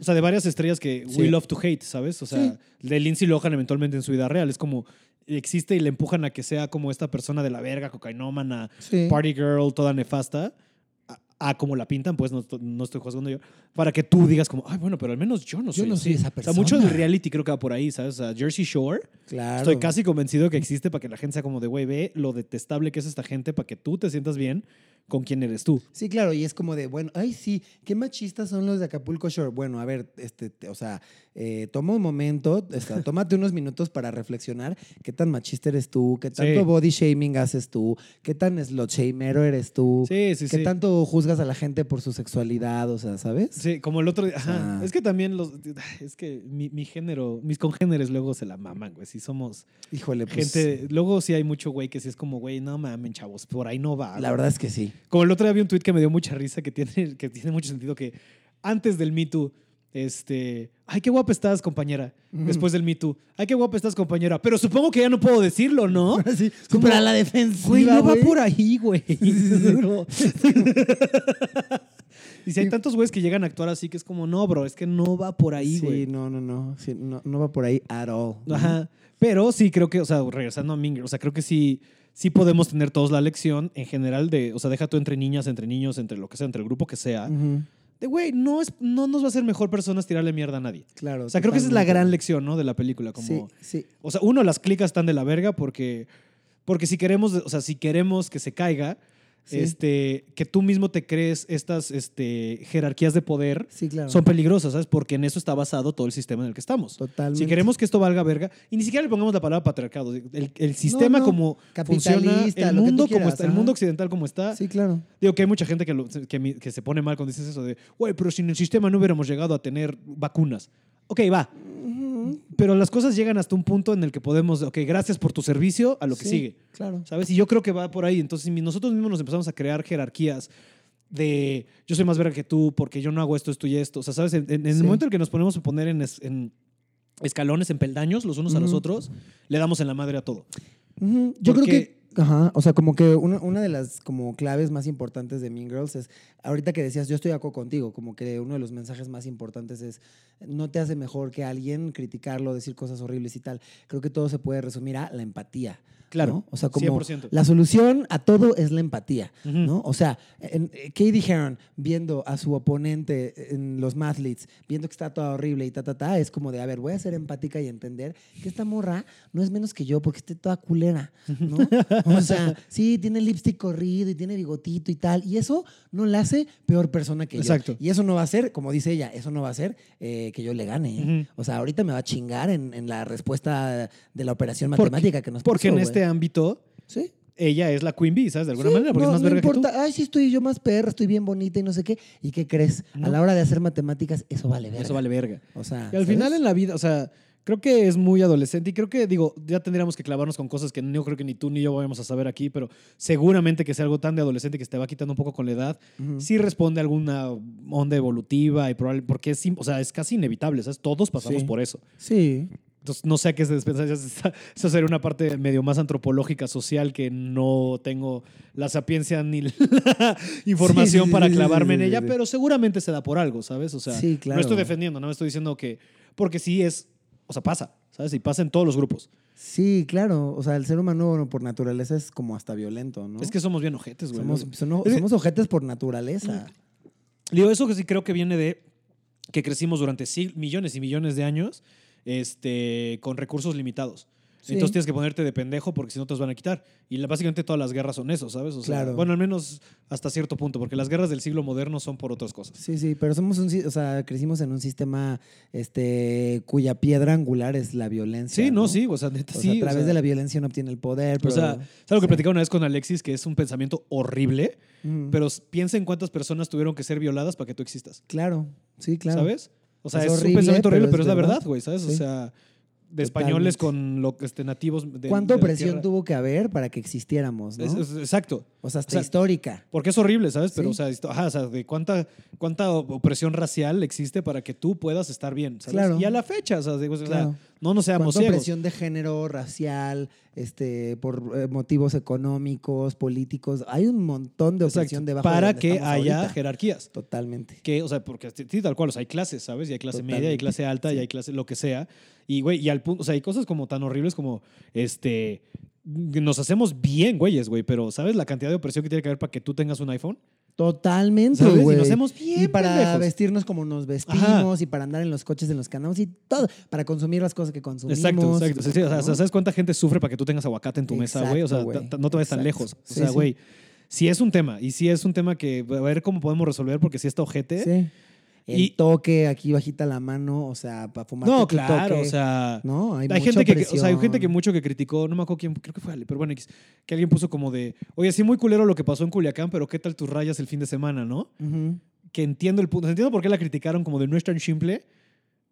O sea, de varias estrellas que we
Sí.
love to hate, ¿sabes? O sea, de Lindsay Lohan eventualmente en su vida real. Es como existe y le empujan a que sea como esta persona de la verga, cocainómana,
Sí.
party girl, toda nefasta. A, a como la pintan, pues no, esto- no estoy juzgando yo. Para que tú digas como, ay, bueno, pero al menos yo no
Yo
soy.
no soy
así".
esa
O sea, mucho
persona.
del reality creo que va por ahí, ¿sabes? O sea, Jersey Shore.
Claro.
Estoy casi convencido que existe para que la gente sea como de, güey, ve lo detestable que es esta gente para que tú te sientas bien con quién eres tú.
Sí, claro, y es como de, bueno, ay, sí, qué machistas son los de Acapulco Shore. Bueno, a ver, este, te- o sea, eh, toma un momento, o <laughs> sea, tómate unos minutos para reflexionar qué tan machista eres tú, qué tanto
Sí.
body shaming haces tú, qué tan slot shamero eres tú,
Sí, sí,
qué
sí.
tanto juzgas a la gente por su sexualidad, o sea, ¿sabes?
Sí, como el otro día. Ajá.
sea-
Es que también los. Es que mi, mi género, mis congéneres luego se la maman, güey. Si somos
Híjole, pues,
gente. Luego sí hay mucho güey que sí es como, güey, no mamen, chavos, por ahí no va.
la
güey".
verdad es que sí.
Como el otro día vi un tuit que me dio mucha risa, que tiene, que tiene mucho sentido, que antes del Me Too, este, ay, qué guapa estás, compañera. Después del Me Too, ay, qué guapa estás, compañera. Pero supongo que ya no puedo decirlo,
<laughs>
¿no?
Así,
como-
para la defensiva,
Güey, no va
güey.
por ahí, güey.
<laughs> sí, <laughs>
Y si hay tantos güeyes que llegan a actuar así, que es como, no, bro, es que no va por ahí, güey.
Sí, no, no, no, sí, no, no va por ahí at all.
Ajá. Pero sí creo que, o sea, regresando a Minger, o sea, creo que sí, sí podemos tener todos la lección en general de, o sea, deja tú entre niñas, entre niños, entre lo que sea, entre el grupo que sea,
Ujú,
de, güey, no, es, no nos va a hacer mejor personas tirarle mierda a nadie.
Claro.
O sea, creo que esa es la
totalmente.
gran lección, ¿no? De la película, como...
Sí, sí.
O sea, uno, las clicas están de la verga porque, porque si queremos, o sea, si queremos que se caiga,
Sí.
este, que tú mismo te crees estas este, jerarquías de poder
Sí, claro.
son peligrosas, ¿sabes? Porque en eso está basado todo el sistema en el que estamos.
Totalmente.
Si queremos que esto valga verga, y ni siquiera le pongamos la palabra patriarcado, el, el sistema
no.
como funciona,
Capitalista,
el
lo que tú
mundo, como
quieras,
está, el
ajá.
mundo occidental como está.
Sí, claro.
Digo que hay mucha gente que, lo- que, mi- que se pone mal cuando dices eso de, güey, pero sin el sistema no hubiéramos llegado a tener vacunas. Ok, va. pero las cosas llegan hasta un punto en el que podemos, ok, gracias por tu servicio, a lo que
Sí,
sigue.
Claro.
¿Sabes? Y yo creo que va por ahí. Entonces, mi- nosotros mismos nos empezamos a crear jerarquías de yo soy más verga que tú porque yo no hago esto, esto y esto. O sea, ¿sabes? En, en- en el
Sí.
momento en el que nos ponemos a poner en, es- en escalones, en peldaños los unos a los
Ujú.
otros, le damos en la madre a todo.
Ujú, Yo creo
Porque-
que. Ajá, o sea, como que una, una de las como claves más importantes de Mean Girls es, ahorita que decías, yo estoy de acuerdo contigo, como que uno de los mensajes más importantes es, no te hace mejor que alguien criticarlo, decir cosas horribles y tal. Creo que todo se puede resumir a la empatía.
Claro,
¿no? O sea, como
100%.
la solución a todo es la empatía,
Ujú.
¿no? O sea, en- eh, Katie Heron viendo a su oponente en los Mathletes, viendo que está toda horrible y ta, ta, ta, es como de, a ver, voy a ser empática y entender que esta morra no es menos que yo porque esté toda culera,
<laughs>
¿no? O sea, sí, tiene lipstick corrido y tiene bigotito y tal, y eso no la hace peor persona que
Exacto.
yo. Y eso no va a ser, como dice ella, eso no va a ser eh, que yo le gane. ¿eh?
Ujú.
O sea, ahorita me va a chingar en, en la respuesta de la operación
Porque-
matemática que nos
Porque
puso,
en
güey.
este ámbito,
Sí.
ella es la Queen Bee, ¿sabes? De alguna
Sí,
manera, porque
no,
es más
no
verga
importa.
que
Ay, sí, estoy yo más perra, estoy bien bonita y no sé qué. ¿Y qué crees?
No.
A la hora de hacer matemáticas, eso vale
tú.
verga.
Eso vale verga.
O sea,
Y al
Ah, ¿sabes?
final en la vida, o sea, creo que es muy adolescente y creo que, digo, ya tendríamos que clavarnos con cosas que no creo que ni tú ni yo vayamos a saber aquí, pero seguramente que sea algo tan de adolescente que se te va quitando un poco con la edad,
Ujú.
sí responde a alguna onda evolutiva y probable, porque es, im- o sea, es casi inevitable, ¿sabes? Todos pasamos
Sí.
por eso.
Sí.
Entonces, no sé a qué se despensa. <laughs> Eso sería una parte medio más antropológica, social, que no tengo la sapiencia ni <laughs> la información
Sí, sí,
para
sí, sí,
clavarme
sí,
en
sí,
ella,
sí.
pero seguramente se da por algo, ¿sabes? O sea,
Sí, claro.
no estoy defendiendo, no estoy diciendo que. Porque sí es. O sea, pasa, ¿sabes? Y pasa en todos los grupos.
Sí, claro. O sea, el ser humano bueno, por naturaleza es como hasta violento, ¿no?
Es que somos bien ojetes, güey.
somos, son-
Es que-
somos ojetes por naturaleza.
Digo, eso que sí creo que viene de que crecimos durante sig- millones y millones de años este, con recursos limitados.
Sí.
Entonces tienes que ponerte de pendejo porque si no te los van a quitar. Y la- básicamente todas las guerras son eso, ¿sabes? O sea,
Claro.
Bueno, al menos hasta cierto punto, porque las guerras del siglo moderno son por otras cosas.
Sí, sí, pero somos un, si- o sea, crecimos en un sistema este cuya piedra angular es la violencia.
Sí, no, sí, o sea, neta,
O sea,
sí.
a
o
través
sea,
de la violencia uno obtiene el poder.
o
Pero,
sea, es algo que platicaba una vez con Alexis, que es un pensamiento horrible,
Mm.
pero s- piensa en cuántas personas tuvieron que ser violadas para que tú existas.
Claro, sí, claro.
¿Sabes? O sea,
Es
es, un
horrible,
pensamiento horrible,
pero
pero
es
es, la
verdad.
verdad, güey, ¿sabes? O
Sí.
sea, de españoles
Totalmente.
con lo, este, nativos de.
¿Cuánta
de la
opresión
tierra.
tuvo que haber para que existiéramos, no?
Es- es- exacto.
o sea, hasta
o sea,
histórica.
Porque es horrible, ¿sabes? Pero,
Sí.
o sea, esto- ajá, o sea, de cuánta, cuánta opresión racial existe para que tú puedas estar bien, ¿sabes?
Claro.
Y a la fecha, o sea, digo, o sea,
Claro.
no nos seamos
¿Cuánta
ciegos.
opresión de género, racial, este, por eh, motivos económicos, políticos? Hay un montón de
Exacto.
opresión debajo de
para
donde
que
estamos
haya
ahorita.
jerarquías.
Totalmente.
Que, o sea, porque sí, tal cual, o sea, hay clases, ¿sabes? Y hay clase media, y hay
Totalmente.
clase alta, y hay clase lo que sea. Y, güey, y al punto, o sea, hay cosas como tan horribles como, este, nos hacemos bien, güeyes, güey, pero ¿sabes la cantidad de opresión que tiene que haber para que tú tengas un iPhone?
Totalmente,
¿Sabes?
güey.
Y nos hacemos bien,
Y para
pendejos.
vestirnos como nos vestimos y para andar en los coches en los que andamos y todo, para consumir las cosas que consumimos.
Exacto, exacto. Sí, sí, o sea,
¿no?
¿sabes cuánta gente sufre para que tú tengas aguacate en tu mesa, güey? O sea,
Exacto, güey.
ta- ta- no te vayas tan
Exacto.
lejos. O
Sí,
sea,
sí.
güey, si es un tema, y si es un tema que a ver cómo podemos resolver, porque si está ojete.
Sí. El
¿eh? Y-
toque aquí bajita la mano, o sea, para fumar.
No, claro, o sea.
No, hay,
Hay,
mucha
gente que, que- o sea, hay
opresión.
gente que mucho que criticó, no me acuerdo quién, creo que fue Ale, pero bueno, X, que alguien puso como de, oye, sí, muy culero lo que pasó en Culiacán, pero ¿qué tal tus rayas el fin de semana, no?
Ujú.
Que entiendo el punto, entiendo por qué la criticaron como de no es tan simple,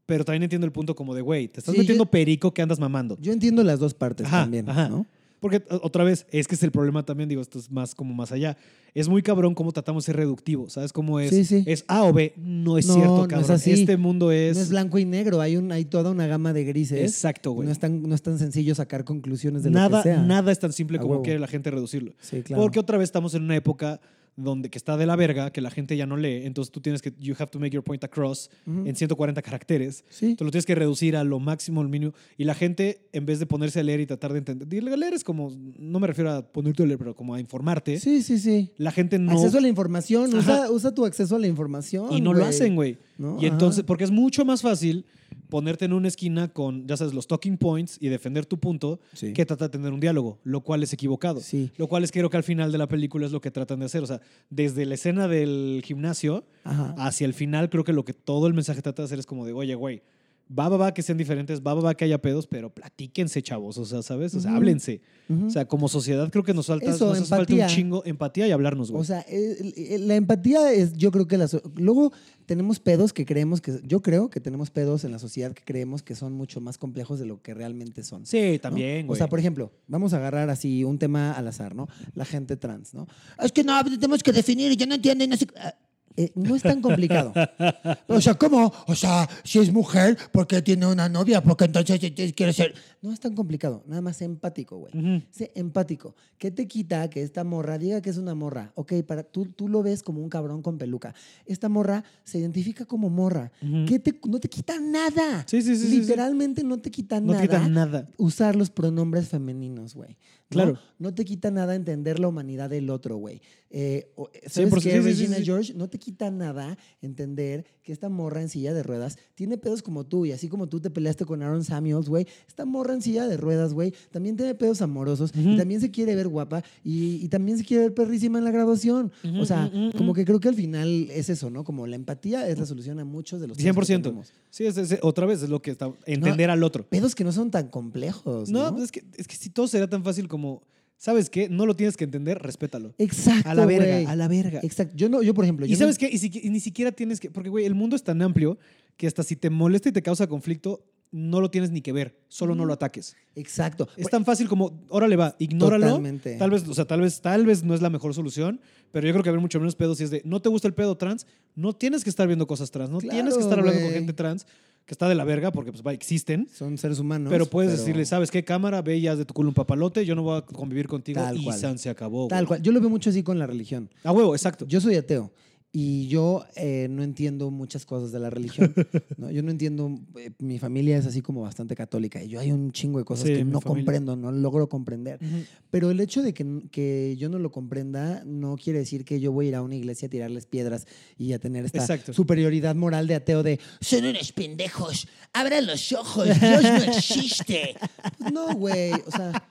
pero también entiendo el punto como de, güey, te estás
Sí, yo-
metiendo perico que andas mamando.
Yo entiendo las dos partes
Ajá,
también,
ajá.
¿no?
Porque o- otra vez, es que es el problema también, digo, esto es más como más allá. Es muy cabrón cómo tratamos de ser reductivo, ¿sabes? Cómo es,
Sí, sí.
es A o B, no es
No,
cierto,
no
cabrón.
es así.
Este mundo es,
No es blanco y negro, hay un hay toda una gama de grises.
exacto, güey.
No es tan no es tan sencillo sacar conclusiones de lo
nada,
que sea.
nada es tan simple
A
como
huevo.
quiere la gente reducirlo.
Sí, claro.
Porque otra vez estamos en una época donde que está de la verga, que la gente ya no lee, entonces tú tienes que you have to make your point across
Ujú.
en 140 caracteres.
Sí.
Tú lo tienes que reducir a lo máximo, al mínimo. Y la gente, en vez de ponerse a leer y tratar de entender, y leer es como, no me refiero a ponerte a leer, pero como a informarte.
Sí, sí, sí.
La gente no.
Acceso a la información,
Ajá.
usa, usa tu acceso a la información.
Y no lo
güey.
hacen, güey.
¿No?
Y
Ajá.
entonces, porque es mucho más fácil ponerte en una esquina con, ya sabes, los talking points y defender tu punto
Sí.
que trata de tener un diálogo, lo cual es equivocado.
Sí.
Lo cual es creo que al final de la película es lo que tratan de hacer. O sea, desde la escena del gimnasio
Ajá.
Ah, hacia el final, creo que lo que todo el mensaje trata de hacer es como de, oye, güey, Va, va, va que sean diferentes, va, va, va que haya pedos, pero platíquense, chavos, o sea, ¿sabes? O sea,
Ujú.
háblense.
Ujú.
O sea, como sociedad creo que nos falta,
Eso,
nos hace falta un
empatía.
chingo empatía y hablarnos, pues, güey.
O sea, el- el- la empatía es, yo creo que la so- luego tenemos pedos que creemos que, yo creo que tenemos pedos en la sociedad que creemos que son mucho más complejos de lo que realmente son.
sí,
¿no?
también,
O
güey.
sea, por ejemplo, vamos a agarrar así un tema al azar, ¿no? La gente trans, ¿no? Es que no, tenemos que definir, y yo no entiendo, y no sé. qué". Ah, eh, no es
<laughs>
tan complicado.
O sea, ¿cómo? O sea, si es mujer, ¿por qué tiene una novia? Porque entonces eh, quiere ser...
No es tan complicado, nada más empático, güey.
Ujú.
Sé empático. ¿Qué te quita que esta morra diga que es una morra? Ok, para, tú, tú lo ves como un cabrón con peluca. Esta morra se identifica como morra.
Ujú.
¿Qué te- no te quita nada.
Sí, sí, sí, sí, sí.
Literalmente no te quita
no
nada.
te quitan nada.
Usar los pronombres femeninos, güey. ¿no?
Claro.
No te quita nada entender la humanidad del otro, güey. Eh, o-
Sí,
¿Sabes
por-
qué,
sí, sí, sí,
Regina
sí.
George? No te quita nada entender que esta morra en silla de ruedas tiene pedos como tú. Y así como tú te peleaste con Aaron Samuels, güey, esta morra en silla de ruedas, güey, también tiene pedos amorosos.
Ujú.
Y también se quiere ver guapa. Y, y también se quiere ver perrísima en la graduación.
Ujú,
o sea,
ujú, ujú.
como que creo que al final es eso, ¿no? Como la empatía es la solución a muchos de los temas que
100%.
tenemos.
Sí, es, es- otra vez es lo que está, entender al otro.
Pedos que no son tan complejos.
No,
No,
pues es que, es que si todo será tan fácil como, ¿sabes qué? No lo tienes que entender, respétalo.
Exacto.
A la verga,
güey.
a la verga.
Exacto. Yo no, yo por ejemplo,
Y
yo no-
sabes qué, y, si- y ni siquiera tienes que, porque güey, el mundo es tan amplio que hasta si te molesta y te causa conflicto, no lo tienes ni que ver, solo no lo ataques.
Exacto.
Es tan fácil como, órale va, Pues, ignóralo.
Totalmente.
Tal vez, o sea, tal vez, tal vez no es la mejor solución, pero yo creo que haber mucho menos pedo si es de, no te gusta el pedo trans, no tienes que estar viendo cosas trans, no tienes que
Claro,
estar hablando con
güey.
gente trans que está de la verga porque pues va, existen.
Son seres humanos.
Pero puedes decirle, ¿sabes qué cámara? Ve y haz de tu culo un papalote, yo no voy a convivir contigo
Tal
y
cual.
san se acabó.
Tal
güey.
cual. Yo lo veo mucho así con la religión.
A huevo, exacto.
Yo soy ateo y yo eh, no entiendo muchas cosas de
<laughs>
la religión. ¿no? Yo no entiendo. eh, mi familia es así como bastante católica y yo hay un chingo de cosas
Sí,
que
mi
no
familia.
comprendo, no logro comprender.
Ujú.
Pero el hecho de que, que yo no lo comprenda no quiere decir que yo voy a ir a una iglesia a tirarles piedras y a tener esta
Exacto.
superioridad moral de ateo de
Son unos pendejos. Abran los ojos. Dios no existe.
Pues No, güey. O sea,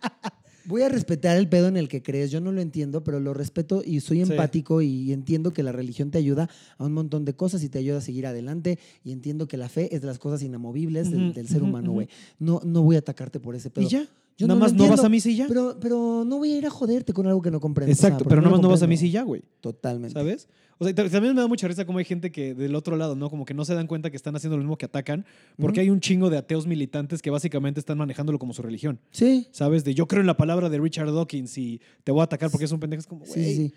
voy a respetar el pedo en el que crees. Yo no lo entiendo, pero lo respeto y soy
Sí.
empático y entiendo que la religión te ayuda a un montón de cosas y te ayuda a seguir adelante. Y entiendo que la fe es de las cosas inamovibles del,
Ujú,
del ser
ujú,
humano,
ujú.
güey. No, no voy a atacarte por ese pedo.
Y ya.
Yo
nada
no lo
más no vas
entiendo,
a misa y ya.
Pero, pero no voy a ir a joderte con algo que no comprendo. o sea,
Exacto,
porque
pero nada
lo
más no vas a
comprendo.
misa y ya, güey.
Totalmente.
¿Sabes? O sea, y ta- también me da mucha risa cómo hay gente que del otro lado, ¿no? Como que no se dan cuenta que están haciendo lo mismo que atacan, porque hay un chingo de ateos militantes que básicamente están manejándolo como su religión.
Sí.
¿Sabes? De yo creo en la palabra de Richard Dawkins y te voy a atacar porque es un pendejo. Es como,
Sí,
güey.
sí,
Sí,
sí.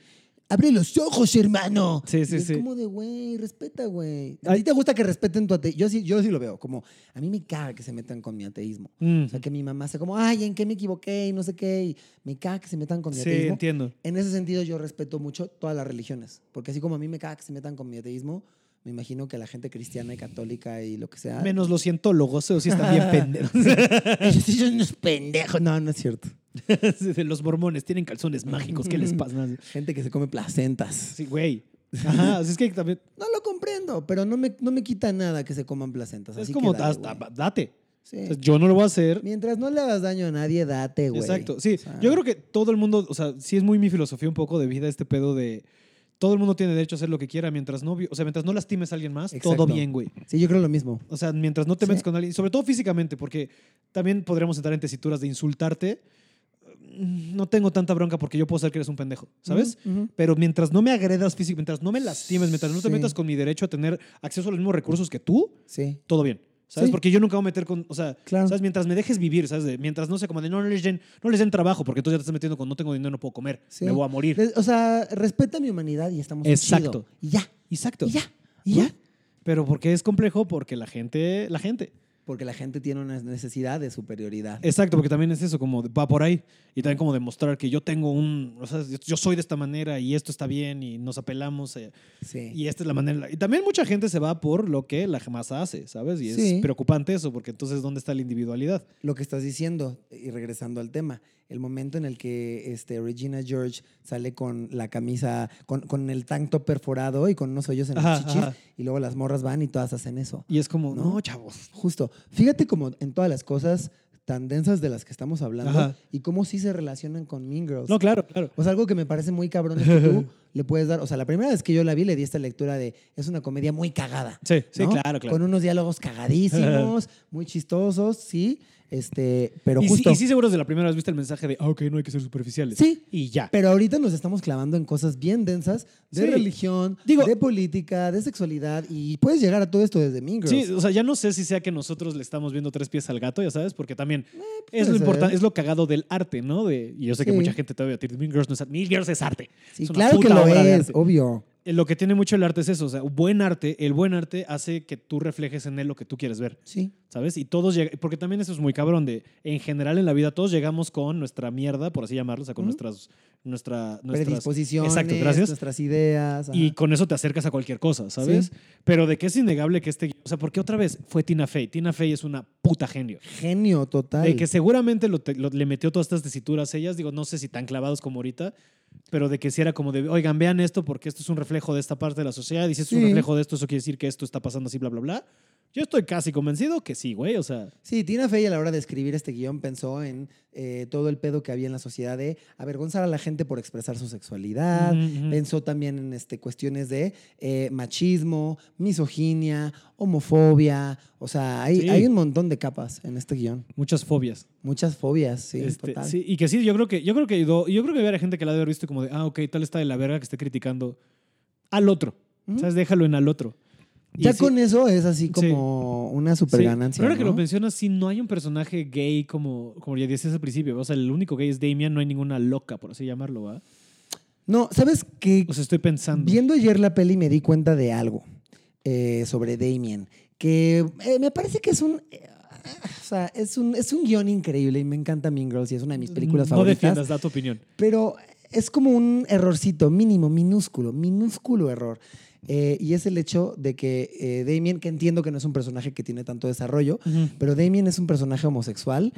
Abre los ojos, hermano.
sí,
Y
sí.
es como de, güey, respeta, güey. ¿A
Ay.
ti te gusta que respeten tu ateísmo? Yo sí, yo sí lo veo. Como, a mí me caga que se metan con mi ateísmo.
Mm.
O sea, que mi mamá sea como, ay, ¿en qué me equivoqué? Y no sé qué. Y me caga que se metan con mi
Sí,
ateísmo.
entiendo.
En ese sentido, yo respeto mucho todas las religiones. Porque así como a mí me caga que se metan con mi ateísmo, me imagino que la gente cristiana y católica y lo que sea.
Menos los cientólogos, o sí están
<laughs>
bien pendejos. <laughs>
Ellos son unos pendejos.
No, no es cierto.
De los mormones tienen calzones mágicos, ¿qué les
<laughs>
pasa?
Gente que se come placentas.
Sí, güey. Ajá, así es que también.
No lo comprendo, pero no me, no me quita nada que se coman placentas.
Es
así
como,
que dale,
hasta-
güey.
date.
Sí.
O sea, yo no lo voy a hacer.
Mientras no le hagas daño a nadie, date, güey.
Exacto, sí.
O sea,
yo creo que todo el mundo, o sea, sí es muy mi filosofía un poco de vida este pedo de todo el mundo tiene derecho a hacer lo que quiera mientras no, vi- o sea, mientras no lastimes a alguien más, todo
Exacto.
bien, güey.
Sí, yo creo lo mismo.
O sea, mientras no te
Sí.
metas con alguien, sobre todo físicamente, porque también podríamos entrar en tesituras de insultarte. Mm, No tengo tanta bronca porque yo puedo saber que eres un pendejo, ¿sabes?
Ujú, ujú.
Pero mientras no me agredas físicamente, mientras no me lastimes, mientras no te
Sí.
metas con mi derecho a tener acceso a los mismos recursos que tú,
Sí.
todo bien. ¿Sabes?
Sí.
Porque yo nunca voy a meter con. O sea,
Claro.
¿sabes? Mientras me dejes vivir, ¿sabes? De- mientras no sé, como de no, no les den, no les den trabajo, porque tú ya te estás metiendo con no tengo dinero, no puedo comer,
Sí.
me voy a morir.
Re- O sea, respeta mi humanidad y estamos
Exacto.
chido. Y ya,
Exacto.
y ya,
Y
y
ya.
ya.
Pero porque es complejo, porque la gente. La gente.
Porque la gente tiene una necesidad de superioridad.
Exacto, porque también es eso, como de- va por ahí. Y también como demostrar que yo tengo un. O sea, yo- yo soy de esta manera y esto está bien y nos apelamos. eh,
Sí.
y esta es la manera. Y también mucha gente se va por lo que la masa hace, ¿sabes? Y es
Sí.
preocupante eso, porque entonces, ¿dónde está la individualidad?
Lo que estás diciendo, y regresando al tema, el momento en el que este, Regina George sale con la camisa, con, con el tanto perforado y con unos hoyos en
Ajá,
las chichis,
ajá.
y luego las morras van y todas hacen eso.
Y es como,
¿No?
no chavos.
Justo. Fíjate como en todas las cosas tan densas de las que estamos hablando
Ajá.
y cómo sí se relacionan con Mean Girls.
No, claro, claro. <laughs>
O sea, algo que me parece muy cabrón es que tú le puedes dar. O sea, la primera vez que yo la vi, le di esta lectura de. Es una comedia muy cagada.
Sí, sí,
¿no?
claro, claro.
Con unos diálogos
<laughs>
cagadísimos, muy chistosos, sí. Este, pero
y, sí-
justo.
y sí, seguro desde la primera vez viste el mensaje de, ah, ok, no hay que ser superficiales.
Sí.
Y ya.
Pero ahorita nos estamos clavando en cosas bien densas de
Sí.
religión,
Digo-
de política, de sexualidad y puedes llegar a todo esto desde Mean Girls.
Sí, o sea, ya no sé si sea que nosotros le estamos viendo tres pies al gato, ya sabes, porque también es lo
Eh, pues puede ser.
importante, es lo cagado del arte, ¿no? De, y yo sé que
Sí.
mucha gente todavía tiene Mean Girls no es arte. Mean Girls es arte.
Sí,
Es una
claro que
puta
lo
obra de
es,
arte.
obvio.
Eh, Lo que tiene mucho el arte es eso, o sea, buen arte, el buen arte hace que tú reflejes en él lo que tú quieres ver,
Sí.
¿sabes? Y todos llegan, porque también eso es muy cabrón, de en general en la vida todos llegamos con nuestra mierda, por así llamarlo, o sea, con
Ujú.
nuestras, nuestra, nuestras
Predisposiciones,
Exacto, gracias.
nuestras ideas. ajá.
y con eso te acercas a cualquier cosa, ¿sabes?
Sí.
Pero de que es innegable que este... O sea, porque otra vez fue Tina Fey. Tina Fey es una puta genio.
genio total.
De que seguramente lo te- lo- le metió todas estas tesituras ellas, digo, no sé si tan clavados como ahorita, pero de que si era como de, oigan, vean esto porque esto es un reflejo de esta parte de la sociedad y si es un
Sí.
reflejo de esto, eso quiere decir que esto está pasando así, bla, bla, bla. Yo estoy casi convencido que sí, güey, o sea...
Sí, Tina Fey a la hora de escribir este guión pensó en eh, todo el pedo que había en la sociedad de avergonzar a la gente por expresar su sexualidad.
Ujú, ujú.
Pensó también en este, cuestiones de eh, machismo, misoginia, homofobia. O sea, hay,
Sí.
hay un montón de capas en este guión.
Muchas fobias.
Muchas fobias, sí,
Este,
total.
sí, y que sí, yo creo que, yo creo que ayudó, yo creo que había gente que la debe haber visto como de, ah, ok, tal está de la verga que esté criticando al otro.
Ujú.
¿Sabes? Déjalo en al otro. Y
Ya
sí-
con eso es así
Sí.
como una super
sí,
ganancia.
Pero ahora que
¿no?
lo mencionas, sí, no hay un personaje gay como, como ya decías al principio. O sea, el único gay es Damian, no hay ninguna loca, por así llamarlo, ¿va?
No, ¿sabes qué?
O sea, estoy pensando.
Viendo ayer la peli me di cuenta de algo eh, sobre Damien, que eh, me parece que es un... eh, o sea, es un, es un guión increíble y me encanta Mean Girls y es una de mis películas
no
favoritas.
defiendas, da tu opinión.
Pero es como un errorcito mínimo, minúsculo, minúsculo error. Eh, y es el hecho de que eh, Damien, que entiendo que no es un personaje que tiene tanto desarrollo, pero Damien es un personaje homosexual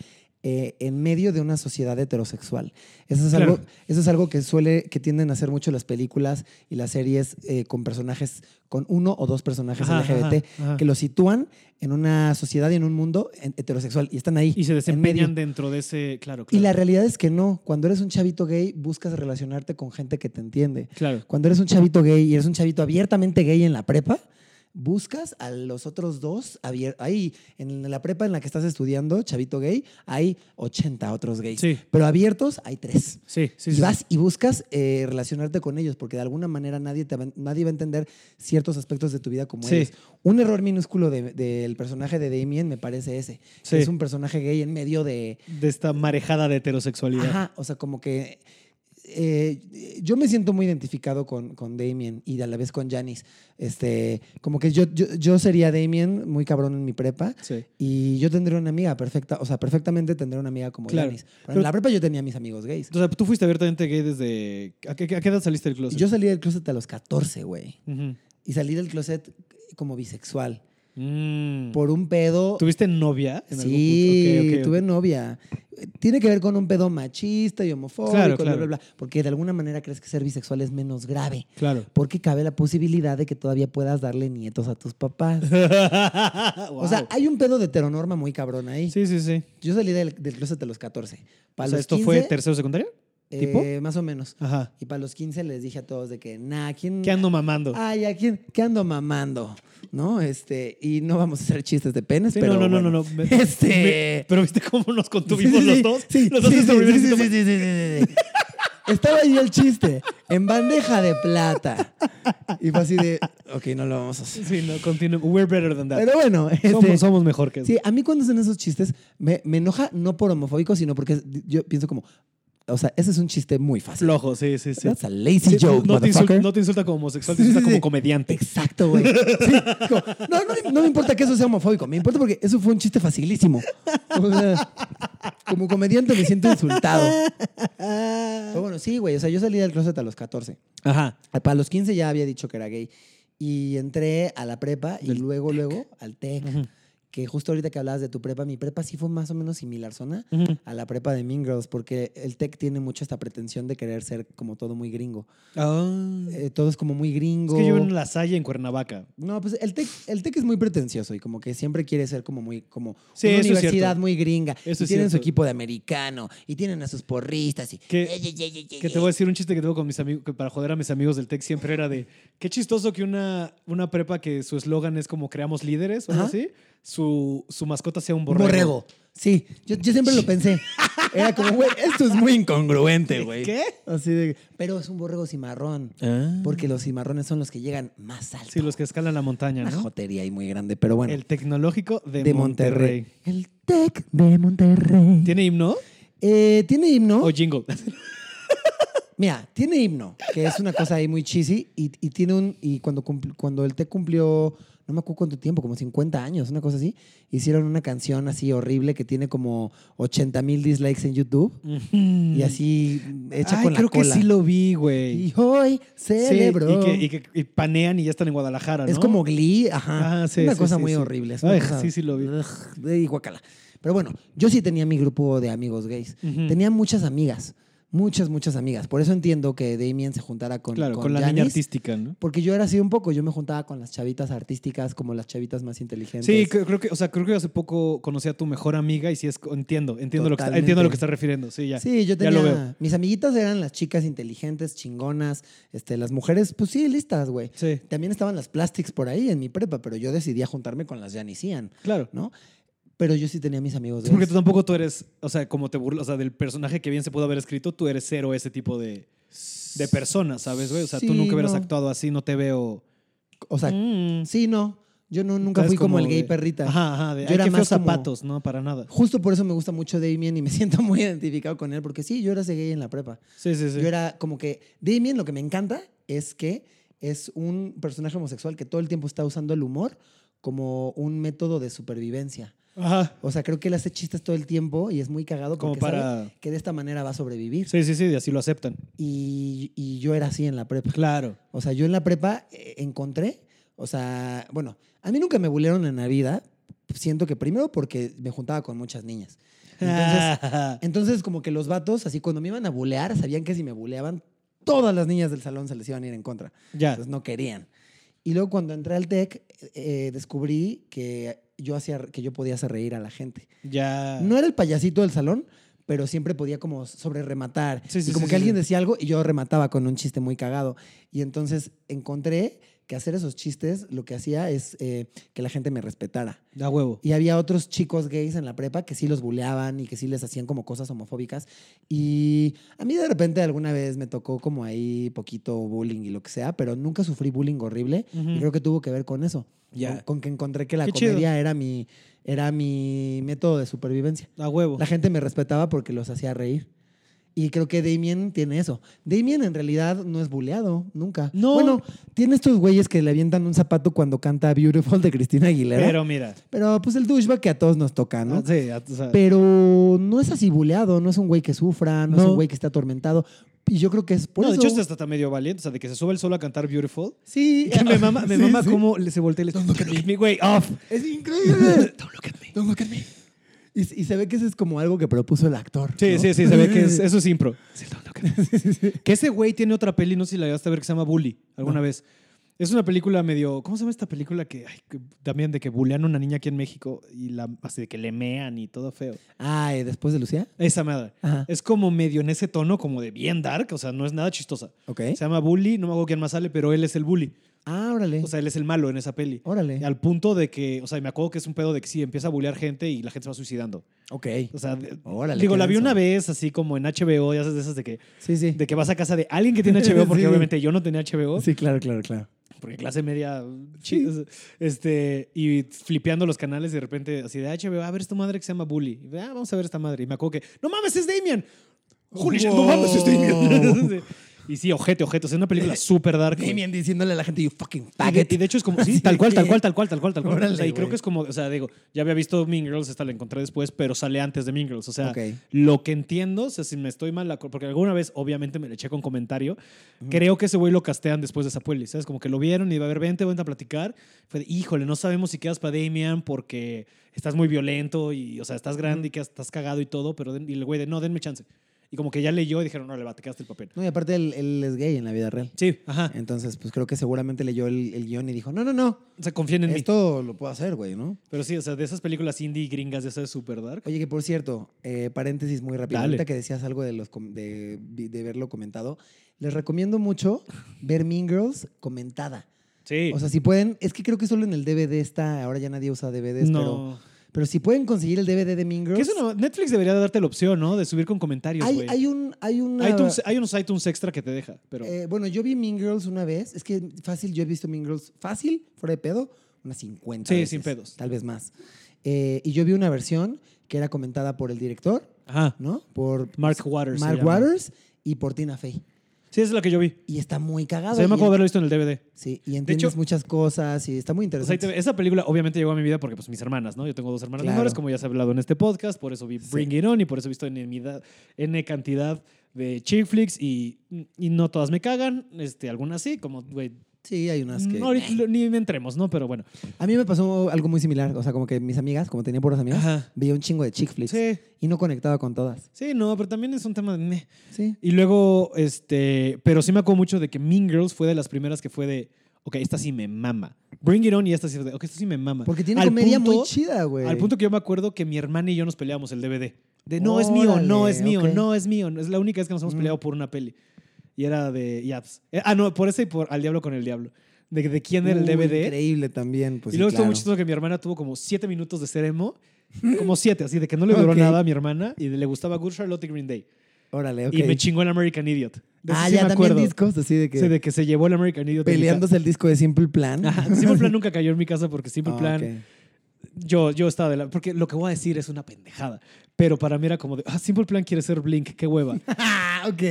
eh, en medio de una sociedad heterosexual. Eso es,
Claro.
algo, eso es algo que suele, que tienden a hacer mucho las películas y las series eh, con personajes, con uno o dos personajes
Ajá,
LGBT,
ajá, ajá.
que los sitúan en una sociedad y en un mundo en- heterosexual y están ahí.
Y se
en medio.
desempeñan dentro de ese. Claro,
Y
claro.
la realidad es que no. Cuando eres un chavito gay, buscas relacionarte con gente que te entiende.
Claro.
Cuando eres un chavito gay y eres un chavito abiertamente gay en la prepa, buscas a los otros dos. abier- Ahí, en la prepa en la que estás estudiando, chavito gay, hay 80 otros gays.
Sí.
Pero abiertos hay tres.
Sí, sí,
y
sí.
vas y buscas eh, relacionarte con ellos, porque de alguna manera nadie, te va, nadie va a entender ciertos aspectos de tu vida como
Sí.
ellos. Un error minúsculo de- del personaje de Damien me parece ese.
Sí.
Es un personaje gay en medio de,
De esta marejada de heterosexualidad.
Ajá, o sea, como que eh, yo me siento muy identificado con, con Damien y a la vez con Janice. Este, como que yo, yo, yo sería Damien, muy cabrón en mi prepa,
Sí.
y yo tendría una amiga perfecta, o sea, perfectamente tendría una amiga como
Claro.
Janice. Pero,
Pero-
en la prepa yo tenía mis amigos gays.
O sea, tú fuiste abiertamente gay desde. ¿A qué, a qué edad saliste del
Y
closet?
yo salí del closet a los 14, güey.
Ujú.
Y salí del closet como bisexual.
Mm.
Por un pedo.
¿Tuviste novia? en algún
sí,
punto? Ok, ok, ok.
tuve novia. Eh, Tiene que ver con un pedo machista y homofóbico,
Claro,
y bla,
claro.
bla, bla. Porque de alguna manera crees que ser bisexual es menos grave.
Claro.
Porque cabe la posibilidad de que todavía puedas darle nietos a tus
<laughs>
papás. <laughs> O sea, hay un pedo de heteronorma muy cabrón ahí.
sí, sí, sí.
Yo salí del, del closet a los 14. Para
O sea,
los
¿Esto
15,
fue tercero secundario? tipo?
eh, más o menos.
Ajá.
Y para los 15 les dije a todos de que, nah, ¿quién?
¿Qué ando mamando?
<laughs> Ay, ¿a quién? ¿Qué ando mamando? ¿No? Este, y no vamos a hacer chistes de penes,
Sí,
pero
no, no, no,
bueno.
no,
<laughs>
no. Me-
Este...
me- pero viste cómo nos contuvimos los dos.
Sí,
los
sí,
dos este
sí,
sobrevivimos.
sí, sí, sí, sí, sí, sí. Estaba ahí el chiste, en bandeja de plata. Y fue así de, ok, no lo vamos a
<laughs>
hacer.
Sí, no, continúa. We're better than that.
Pero bueno, este,
somos, somos mejor que eso.
sí, a mí cuando hacen esos chistes me, me enoja no por homofóbico, sino porque es- yo pienso como, o sea, ese es un chiste muy fácil.
Flojo, sí, sí, sí.
That's a lazy
Sí,
joke,
no, te insulta,
motherfucker.
no te insulta como homosexual, te
Sí, sí,
insulta
sí.
como comediante.
Exacto, güey. Sí, como, no, no, no me importa que eso sea homofóbico, me importa porque eso fue un chiste facilísimo. O sea, como comediante me siento insultado. Pero bueno, sí, güey, o sea, yo salí del closet a los 14.
Ajá.
Para los 15 ya había dicho que era gay. Y entré a la prepa y luego, luego al TEC. que justo ahorita que hablabas de tu prepa, mi prepa sí fue más o menos similar zona a la prepa de Mean Girls, porque el tech tiene mucho esta pretensión de querer ser como todo muy gringo. Eh, todo es como muy
Ah. Es
gringo.
que yo vivo en La Salle, en Cuernavaca.
No, pues el TEC, el TEC es muy pretencioso y como que siempre quiere ser como muy como
Sí,
una
eso es
universidad
cierto.
muy gringa.
Eso
y
es
tienen su
cierto.
equipo de americano y tienen a sus porristas y
Que- Que te voy a decir un chiste que tengo con mis amigos, que para joder a mis amigos del tech siempre era de, qué chistoso que una, una prepa que su eslogan es como creamos líderes o algo
Ajá.
así, su, su mascota sea un
borrego.
borrego.
Sí, yo, yo siempre lo pensé. <laughs> Era como, güey, esto es muy incongruente, güey.
¿Qué? Ah.
Así de, pero es un borrego cimarrón, porque los cimarrones son los que llegan más alto.
Sí, los que escalan la montaña,
Una
¿no?
jotería ahí muy grande, pero Ah, bueno.
El tecnológico de,
de
Monterrey.
Monterrey. El TEC de Monterrey.
¿Tiene himno
Eh, ¿Tiene himno?
o jingle?
Mira, tiene himno, que es una cosa ahí muy cheesy, y, y tiene un. Y cuando, cumpl- cuando el T cumplió, no me acuerdo cuánto tiempo, como 50 años, una cosa así, hicieron una canción así horrible que tiene como 80 mil dislikes en YouTube y así hecha
Mm. Ay,
con la
creo
cola.
que sí lo vi, güey.
Y hoy
Sí, y
celebró.
que, y que- y panean y ya están en Guadalajara, ¿no?
Es como Glee, ajá.
Ah, sí,
una
sí,
cosa
sí,
muy
sí.
horrible. es una
Ay,
cosa-
sí, sí lo vi.
Ugh, de- y guácala. Pero bueno, yo sí tenía mi grupo de amigos gays.
Ujú.
Tenía muchas amigas. Muchas, muchas amigas. Por eso entiendo que Damien se juntara con,
Claro, con,
con
la niña
Janis,
artística, ¿no?
Porque yo era así un poco. Yo me juntaba con las chavitas artísticas, como las chavitas más inteligentes.
Sí, cre- creo que, o sea, creo que hace poco conocí a tu mejor amiga y sí es, entiendo, entiendo lo que está-
Totalmente.
entiendo a lo que estás refiriendo, sí, ya.
Sí, yo
Ya
tenía.
lo veo.
Mis amiguitas eran las chicas inteligentes, chingonas, este, las mujeres, pues sí, listas, güey.
Sí,
También estaban las plastics por ahí en mi prepa, pero yo decidí a juntarme con las Janician,
claro.
¿no? pues Pero yo sí tenía mis amigos
Sí, porque
gays.
tú tampoco tú eres, o sea, como te burlas, o sea, del personaje que bien se pudo haber escrito, tú eres cero ese tipo de, de persona, ¿sabes, güey? O sea, tú
Sí,
nunca hubieras
no.
actuado así, no te veo.
O sea,
Mm.
Sí, no. Yo no, nunca
¿Sabes?
fui como, el gay
de-
perrita.
Ajá, ajá, de,
Yo
ay,
era
qué feos
más como-
zapatos, no, para nada.
Justo por eso me gusta mucho Damien y me <laughs> siento muy identificado con él, porque sí, yo era ese gay en la prepa.
Sí, sí, sí.
Yo era como que. Damien, lo que me encanta es que es un personaje homosexual que todo el tiempo está usando el humor como un método de supervivencia.
Ajá.
O sea, creo que él hace chistes todo el tiempo y es muy cagado
Como
porque
para-
sabe que de esta manera va a sobrevivir.
Sí, sí, sí, y así lo
<laughs>
aceptan.
Y, y yo era así en la prepa.
Claro.
O sea, yo en la prepa eh, encontré, o sea, bueno, a mí nunca me bullearon en la vida. Siento que primero porque me juntaba con muchas niñas. Entonces, entonces como que los vatos, así cuando me iban a bulear, sabían que si me buleaban, todas las niñas del salón se les iban a ir en contra.
ya.
Entonces no querían. Y luego cuando entré al TEC, eh, descubrí que yo, hacía, que yo podía hacer reír a la gente.
Ya.
No era el payasito del salón, pero siempre podía como sobre rematar.
Sí, sí,
y como
sí, sí,
que alguien
sí.
decía algo y yo remataba con un chiste muy cagado. Y entonces encontré que hacer esos chistes lo que hacía es eh, que la gente me respetara.
Da huevo.
Y había otros chicos gays en la prepa que sí los buleaban y que sí les hacían como cosas homofóbicas. Y a mí de repente alguna vez me tocó como ahí poquito bullying y lo que sea, pero nunca sufrí bullying horrible.
Ujú.
Y creo que tuvo que ver con eso.
Ya.
Con, con que encontré que la
Qué chido.
comedia era mi, era mi método de supervivencia.
Da huevo.
La gente me respetaba porque los hacía reír. Y creo que Damien tiene eso. Damien en realidad no es buleado, nunca.
No.
Bueno, tiene estos güeyes que le avientan un zapato cuando canta Beautiful de Cristina Aguilera. Pero,
Pero mira.
pues el douchebag que a todos nos toca, ¿no?
ah, Sí, o sea,
Pero no es así buleado, no es un güey que sufra, no, es
No.
un güey que esté atormentado. Y yo creo que es por
no, de
eso.
hecho, este está hasta medio valiente. O sea, de que se sube el solo a cantar Beautiful.
Sí,
Y <laughs> que me mama, me
Sí,
mama
sí.
cómo le- se voltea y le dice, mi güey, off. <laughs>
Es increíble.
<laughs> Don't look at me. Don't look at me.
y, y se ve que ese es como algo que propuso el actor.
Sí,
¿no?
sí, sí, se ve que es- eso es impro. <laughs> que ese güey tiene otra peli, no sé si la llegaste a ver, que se llama Bully, alguna vez. Es una película medio. ¿Cómo se llama esta película que. ay, que- también de que bullean a una niña aquí en México y la, así de que le mean y todo feo.
Ay, Ah, después de Lucía.
Esa madre.
Ajá.
Es como medio en ese tono, como de bien dark, o sea, no es nada chistosa.
Ok.
¿Eh?
Se llama Bully, no me acuerdo quién más sale, pero él es el bully.
Ah,
¿Eh?
órale.
O sea, él es el malo en esa peli.
órale.
Eh, Al punto de que, o sea, me acuerdo que es un pedo de que sí, empieza a bullear gente y la gente se va suicidando.
Ok.
O sea, de-
Órale,
digo,
qué
la vi
denso.
una vez así como en HBO, ya sabes, de esas de que,
Sí, sí.
de que vas a casa de alguien que tiene
<laughs>
HBO, porque
Sí.
obviamente yo no tenía HBO,
Sí, claro, claro, claro.
porque clase media, chi- o sea, este, y flipeando los canales y de repente así de "Ah, HBO, a ver esta madre que se llama Bully, Y, ah, vamos a ver esta madre, y me acuerdo que, no mames, es Damien, <laughs> Holy shit, no mames, es Damien. Y sí, ojete, ojete. O sea, una
<laughs>
película súper dark. güey.
Y bien diciéndole a la gente, you fucking
Y de,
faggot.
y de hecho es
<laughs>
como, sí, tal cual, tal cual, tal cual, tal cual, tal cual. O sea,
Órale,
y creo
güey.
que es como, o sea, digo, ya había visto Mean Girls, esta la encontré después, pero sale antes de Mean Girls. O sea,
Ok.
lo que entiendo, o sea, si me estoy mal, acu- porque alguna vez, obviamente, me le eché con comentario, creo que ese güey lo castean después de esa peli, ¿sabes? Como que lo vieron y va a ver, vente, vente a platicar. Fue de, híjole, no sabemos si quedas para Damian porque estás muy violento y, o sea, estás grande y que estás cagado y todo, pero den- y el güey de, no, denme chance. Y como que ya leyó y dijeron, no, le va, te quedaste el papel.
No, y aparte él, él es gay en la vida real.
Sí, ajá.
Entonces, pues creo que seguramente leyó el, el guión y dijo, no, no, no,
O sea, confíen en mí.
esto lo puedo hacer, güey, ¿no?
Pero sí, o sea, de esas películas indie y gringas, ya sabes, super dark.
Oye, que por cierto, eh, paréntesis muy rápido.
Dale.
Ahorita que decías algo de, los com- de, vi- de verlo comentado, les recomiendo mucho ver Mean Girls comentada.
Sí.
O sea, si pueden, es que creo que solo en el DVD está, ahora ya nadie usa DVDs, pero,
no.
pero si pueden conseguir el DVD de Mean Girls,
Que eso no- Netflix debería darte la opción, ¿no? De subir con comentarios,
hay,
güey.
hay un... Hay una,
iTunes- hay unos iTunes extra que te deja, pero...
Eh, bueno, yo vi Mean Girls una vez. Es que fácil, yo he visto Mean Girls fácil, fuera de pedo, unas 50.
Sí,
veces,
sin pedos.
Tal vez más. Eh, y yo vi una versión que era comentada por el director,
ajá.
¿no? Por
Mark Waters. se
Mark
llama.
Waters y por Tina Fey.
Sí, esa es la que yo vi.
Y está muy cagado.
O sea, yo me
y
acuerdo
en-
haberlo visto en el DVD.
Sí, y entiendes
hecho-
muchas cosas y está muy
O sea, ahí
interesante.
te- esa película obviamente llegó a mi vida porque pues mis hermanas, ¿no? Yo tengo dos hermanas
Claro.
menores, como ya se ha hablado en este podcast, por eso vi Bring It On y por eso he visto N, mida- N cantidad de chick flicks y, y no todas me cagan, este, algunas sí, como, güey,
Sí, hay unas que...
no, ahorita ni entremos, ¿no? Pero bueno.
A mí me pasó algo muy similar. O sea, como que mis amigas, como tenía puras amigas,
Ajá.
veía un chingo de chick flicks
Sí,
y no conectaba con todas.
sí, no, pero también es un tema de... meh.
Sí.
Y luego, este, pero sí me acuerdo mucho de que Mean Girls fue de las primeras que fue de, ok, esta sí me mama. Bring It On y esta sí fue de, ok, esta sí me mama.
Porque tiene
Al
comedia muy
punto-
chida, güey.
Al punto que yo me acuerdo que mi hermana y yo nos peleamos el DVD. De, no es mío, no
Órale,
es mío,
ok.
no es mío. Es la única vez que nos hemos
Mm.
peleado por una peli. Y era de Yaps. Eh, Ah, no, por ese y por Al Diablo con el Diablo. De, de quién era el
Uh,
DVD.
Increíble también. Pues,
y
sí,
luego estuvo
claro.
muy chistoso que mi hermana tuvo como siete minutos de ser emo. Como siete, así de que no le duró
<laughs> Ok.
nada a mi hermana y le gustaba Good Charlotte y Green Day.
Órale, ok.
Y me chingó el American Idiot. De eso
ah,
sí
ya
me
también
acuerdo.
discos, así de que
Sí, de que se llevó el American Idiot. de mi
peleándose el disco de Simple Plan.
ca- Ajá, Simple
<laughs>
Plan nunca cayó en mi casa porque Simple
Ah,
Plan.
ok.
Yo, yo estaba de la. Porque lo que voy a decir es una pendejada. Pero para mí era como de. Ah, Simple Plan quiere ser Blink, qué
<laughs>
hueva.
Ah,
<laughs>
ok.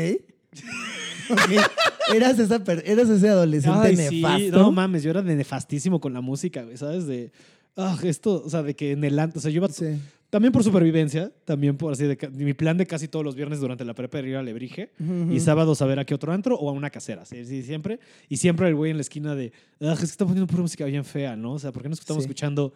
Ok. Eras, esa per- eras ese adolescente
Ay, sí,
nefasto.
no mames, yo era de nefastísimo con la música, güey, ¿sabes? De. Ah, esto, o sea, de que en el. an- O sea, yo iba.
Sí.
También por supervivencia, también por así de. ca- Mi plan de casi todos los viernes durante la prepa era ir a Lebrige.
Ujú.
Y sábados a ver a qué otro antro o a una casera, sí, sí, siempre. Y siempre el güey en la esquina de, ah, es que está poniendo pura música bien fea, ¿no? O sea, ¿por qué no estamos
Sí.
escuchando?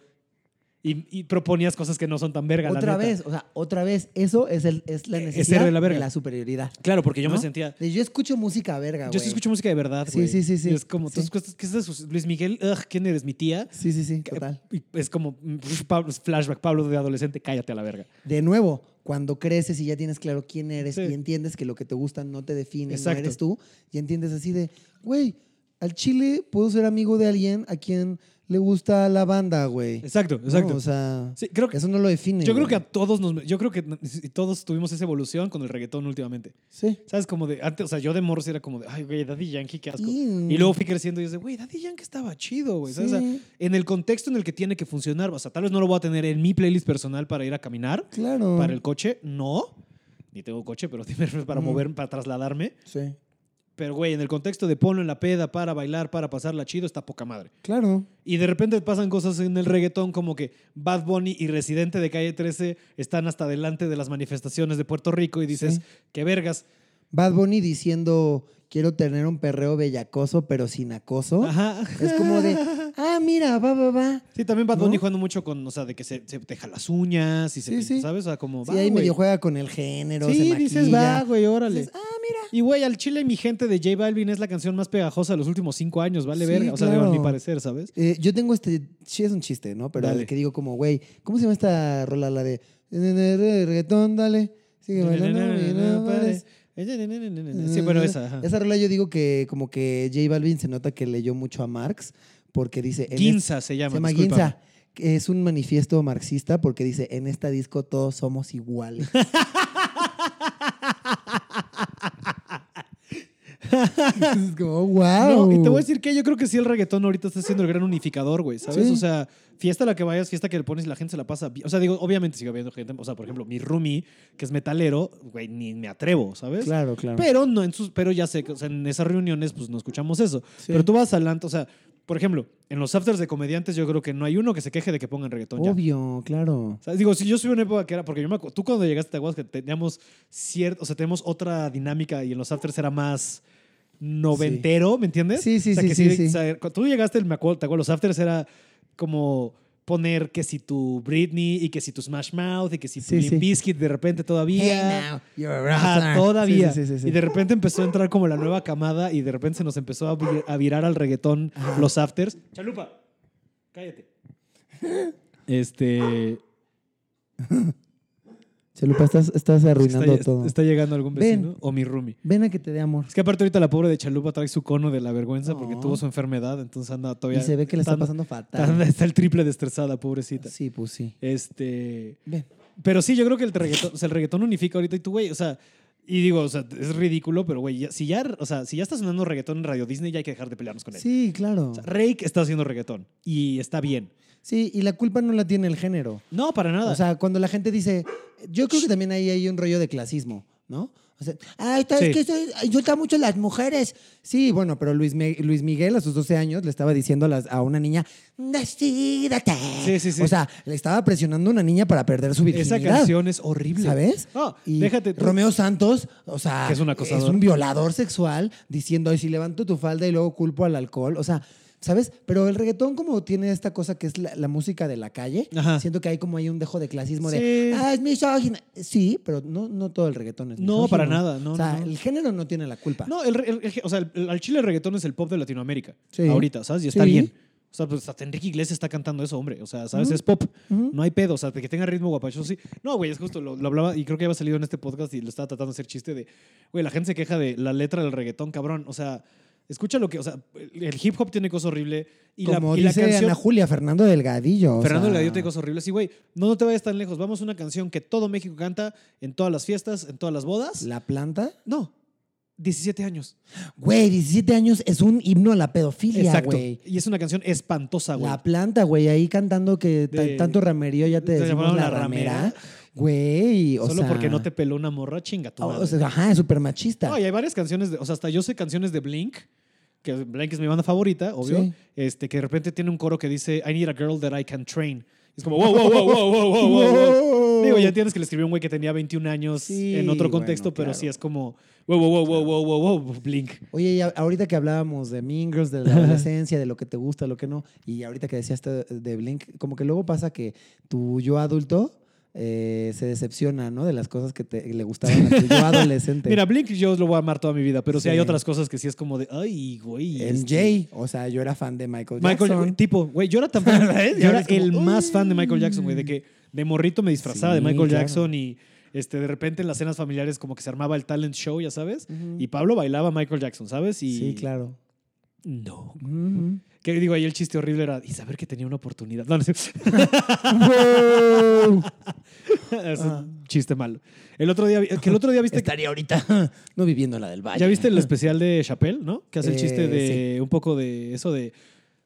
Y, y proponías cosas que no son tan verga, la
Otra
neta.
vez, o sea, otra vez, eso es, el, es la
Eh, es
necesidad
ser de la verga.
superioridad.
Claro, porque yo me
¿no?
sentía...
De, Yo escucho música verga, güey.
Yo sí escucho música de verdad,
Sí,
güey.
sí, sí, sí.
Y Es como,
Sí.
"Entonces, ¿qué es eso? Luis Miguel, ugh, ¿quién eres? ¿Mi tía?
Sí, sí, sí, total.
Y es como mm, Pablo- flashback, Pablo de adolescente, cállate a la verga.
De nuevo, cuando creces y ya tienes claro quién eres
Sí.
y entiendes que lo que te gusta no te define,
Exacto.
no eres tú, y entiendes así de, güey, al chile puedo ser amigo de alguien a quien le gusta la banda, güey.
Exacto,
No,
exacto.
o sea,
Sí, creo que-
eso no lo define.
yo creo
güey.
que a todos nos... Yo creo que todos tuvimos esa evolución con el reggaetón últimamente.
Sí.
¿Sabes? Como de antes, o sea, yo de morro sí era como de, ay, güey, Daddy Yankee, qué asco.
Mm.
Y luego fui creciendo y es de, güey, Daddy Yankee estaba chido, güey. ¿sabes? O sea,
Sí.
en el contexto en el que tiene que funcionar, o sea, tal vez no lo voy a tener en mi playlist personal para ir a caminar,
Claro.
para el coche, no. Ni tengo coche, pero <laughs> sí para
Ujú.
moverme, para trasladarme.
Sí.
Pero, güey, en el contexto de ponlo en la peda para bailar, para pasarla chido, está poca madre.
Claro.
Y de repente pasan cosas en el reggaetón como que Bad Bunny y Residente de Calle 13 están hasta delante de las manifestaciones de Puerto Rico y dices,
Sí.
qué vergas.
Bad Bunny diciendo, quiero tener un perreo bellacoso, pero sin acoso.
Ajá.
Es como de,
<laughs>
ah, mira, va, va, va.
Sí, también Bad Bunny
¿No?
jugando mucho con, o sea, de que se, se deja las uñas y se
Sí,
pinta,
sí.
¿sabes? O sea, como,
Sí,
va,
ahí
güey.
medio juega con el género, se
Sí,
maquilla.
dices, va, güey, órale.
Dices, ah, mira.
Y, güey, al Chile Mi Gente de J Balvin es la canción más pegajosa de los últimos cinco años, vale
Sí,
verga. O sea, digo, a mi
claro.
parecer, ¿sabes?
Eh, yo tengo este, sí es un chiste, ¿no? Pero
Dale.
el que digo como, güey, ¿cómo se llama esta rola? La de "Re- reggaetón, dale, sigue bailando, y no pares".
Sí, bueno, esa. ajá.
Esa rola yo digo que como que J Balvin se nota que leyó mucho a Marx porque dice... en
Ginza se
es-
llama.
se llama
discúlpame.
Ginza. que Es un manifiesto marxista porque dice, en esta disco todos
<laughs>
somos iguales. Entonces es como, wow.
No, y te voy a decir que yo creo que sí el reggaetón ahorita está siendo el gran unificador, güey, ¿sabes?
Sí.
O sea, fiesta a la que vayas, fiesta que le pones y la gente se la pasa. bi- O sea, digo, obviamente sigue habiendo gente, o sea, por ejemplo, mi roomie, que es metalero, güey, ni me atrevo, ¿sabes?
Claro, claro.
Pero no en sus, pero ya sé, que, o sea, en esas reuniones pues no escuchamos eso.
Sí.
Pero tú vas al antro, o sea, por ejemplo, en los afters de comediantes yo creo que no hay uno que se queje de que pongan reggaetón ya.
Obvio, claro.
O sea, digo, si yo soy una época que era, porque yo me acuerdo, tú cuando llegaste te acuerdas que teníamos cierto, o sea, tenemos otra dinámica y en los afters era más noventero, ¿me entiendes?
Sí, sí,
O sea,
sí,
que
sí, sí.
o sea, cuando tú llegaste, me acuerdo, te acuerdas, los afters era como poner que si tu Britney y que si tu Smash Mouth y que si tu
Sí,
Limp
sí.
Bizkit de repente todavía.
now, you're a
Ajá,
rockstar.
todavía.
Sí, sí, sí, sí, sí.
Y de repente empezó a entrar como la nueva camada y de repente se nos empezó a, vi- a virar al reggaetón los afters. Chalupa, cállate. Este.
Chalupa, estás, estás
Está,
arruinando
está-
todo.
está llegando algún
Ven.
vecino o mi roomie.
Ven a que te dé amor.
Es que aparte ahorita la pobre de Chalupa trae su cono de la vergüenza porque
No.
tuvo su enfermedad, entonces anda
Y
todavía...
se ve que le está
tan-
pasando fatal.
tan- Está el triple de estresada, pobrecita.
Sí, pues sí.
Este...
Ven.
Pero sí, yo creo que el reggaetón, o sea, el reggaetón unifica ahorita y tú, güey, o sea... Y digo, o sea, es ridículo, pero güey, ya- si ya, o sea, si ya está sonando reggaetón en Radio Disney, ya hay que dejar de pelearnos con él.
Sí, claro.
O sea, Rake está haciendo reggaetón y está bien.
Sí, y la culpa no la tiene el género.
No, para nada.
O sea, cuando la gente dice, yo creo que también ahí hay un rollo de clasismo, ¿no? O sea,
Ay, está-
Sí.
es que eso insulta mucho a las mujeres.
sí, bueno, pero Luis, Me- Luis Miguel a sus 12 años le estaba diciendo a, las- a una niña, decídate.
Sí, sí, sí.
O sea, le estaba presionando a una niña para perder su virginidad.
Esa canción es horrible.
¿Sabes?
No,
y
déjate. tú-
Romeo Santos, o sea,
Que es un acosador.
un violador sexual diciendo, ay, si levanto tu falda y luego culpo al alcohol, o sea, ¿sabes? Pero el reggaetón como tiene esta cosa que es la, la música de la calle,
Ajá.
siento que hay como hay un dejo de clasismo
Sí.
de, ah, es misógino. Sí, pero no, no todo el reggaetón es
No,
misógino.
para nada, no,
O sea,
no, no.
el género no tiene la culpa.
No, el, re- el- el- o sea, el- el- al chile el reggaetón es el pop de Latinoamérica.
Sí.
Ahorita, ¿sabes? Y está
Sí.
bien. O sea, pues hasta Enrique Iglesias está cantando eso, hombre. O sea, ¿sabes? Es pop. No hay pedo. O sea, que tenga ritmo guapacho, sí. No, güey, es justo. Lo, lo hablaba y creo que había salido en este podcast y lo estaba tratando de hacer chiste de, güey, la gente se queja de la letra del reggaetón, cabrón. O sea, escucha lo que, o sea, el hip hop tiene cosa horrible y la-
como
y la,
dice
canción...
Ana Julia, Fernando Delgadillo. o
Fernando
sea,
Delgadillo tiene cosas horribles. Y, güey, no, no te vayas tan lejos. Vamos a una canción que todo México canta en todas las fiestas, en todas las bodas.
¿La planta?
No, 17 años.
Güey, 17 años es un himno a la pedofilia,
Exacto.
güey.
Y es una canción espantosa, güey.
La planta, güey, ahí cantando que ta-
De-
tanto ramerío ya te
Te
decimos
llamaron
la
la
ramera.
ramera.
Güey, o
Solo
sea,
porque no te peló una morra, chinga tu
o-
madre.
o sea, ajá, es súper machista.
No, y hay varias canciones, de- o sea, hasta yo sé canciones de Blink, que Blink es mi banda favorita, obvio,
Sí.
este, que de repente tiene un coro que dice, I need a girl that I can train. Y Es como, wow, wow, wow, wow, wow, wow, wow, wow. <laughs> Digo, ya entiendes que le escribió un güey que tenía 21 años
Sí,
en otro contexto,
bueno,
pero
claro.
sí es como, wow, wow, wow, wow, wow, wow, wow, Blink.
Oye, y a- ahorita que hablábamos de Mean Girls, de la adolescencia, de lo que te gusta, lo que no, y ahorita que decías te- de Blink, como que luego pasa que tu yo adulto eh, se decepciona, ¿no? De las cosas que te, le gustaban a tu
<laughs>
yo adolescente.
Mira, Blink yo lo voy a amar toda mi vida, pero sí,
Sí.
hay otras cosas que sí es como de, ay, güey. este,
MJ, o sea, yo era fan de Michael Jackson.
Michael, güey, tipo, güey, yo era tan
<laughs>
fan,
¿Ves? Y
yo
ahora
era
es como,
el más fan de
"Uy".
Michael Jackson, güey, de que de morrito me disfrazaba de
Sí,
Michael
claro.
Jackson y este de repente en las cenas familiares como que se armaba el talent show, ya sabes,
Ujú.
y Pablo bailaba a Michael Jackson, ¿sabes? Y
Sí, claro.
No.
Ujú.
Que digo, ahí el chiste horrible era y saber que tenía una oportunidad. <laughs> No, no sé. <laughs> es
Ah.
un chiste malo. El otro día vi- que el otro día viste
Estaría ahorita <laughs> no viviendo la del Valle.
Este ¿Ya viste el especial de Chappelle, no? Que hace el
Eh,
chiste de un poco de eso de,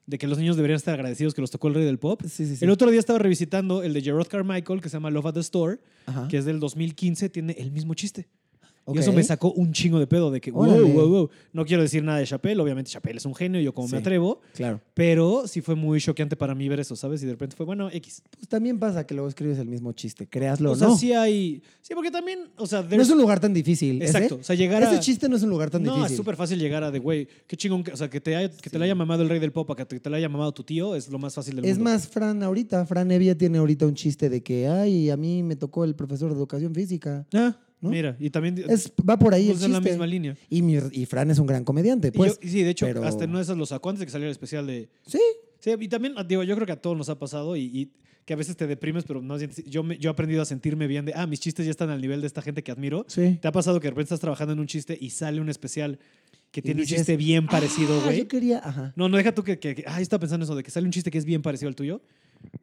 de que los niños deberían estar agradecidos que los tocó el rey del pop.
Sí, sí, sí.
El otro día estaba revisitando el de Gerard Carmichael que se llama Love at the Store,
Ajá.
que es del 2015, tiene el mismo chiste.
Ah. Ok.
Y eso me sacó un chingo de pedo de que, wow,
Órale.
wow, wow. No quiero decir nada de Chappelle, obviamente Chappelle es un genio, yo como
Sí.
me atrevo,
Claro.
pero sí fue muy choqueante para mí ver eso, ¿sabes? Y de repente fue, bueno, X.
Pues también pasa que luego escribes el mismo chiste, créaslo
O
o
sea,
no.
sí hay... Sí, porque también, o sea...
no
there's-
es un lugar tan difícil. ese.
Exacto, o sea, llegar
Ese
a-
chiste no es un lugar tan
no,
difícil.
es súper fácil llegar a de, güey, qué chingón, que, o sea, que te, haya- que te la haya mamado el rey del pop, a que te, te la haya mamado tu tío, es lo más fácil del
Es
mundo.
más, Fran ahorita, Fran Evia tiene ahorita un chiste de que, ay, a mí me tocó el profesor de educación física.
Ah,
¿no?
Mira, y también
Es, va por ahí
pues,
el
en
chiste.
la misma línea.
Y, mi- y Fran es un gran comediante,
Y yo-
pues.
y sí, de hecho,
pero-
hasta en una de esas lo sacó antes de que saliera el especial de...
Sí.
Sí, y también, digo, yo creo que a todos nos ha pasado y, y que a veces te deprimes, pero no sientes- yo, me- yo he aprendido a sentirme bien de, ah, mis chistes ya están al nivel de esta gente que admiro.
Sí.
¿Te ha pasado que de repente estás trabajando en un chiste y sale un especial que
Y
tiene
dices,
un chiste bien parecido,
Ah,
güey?
yo quería, ajá.
ah, No, no deja tú que, que, que- ay, estaba pensando eso, de que sale un chiste que es bien parecido al tuyo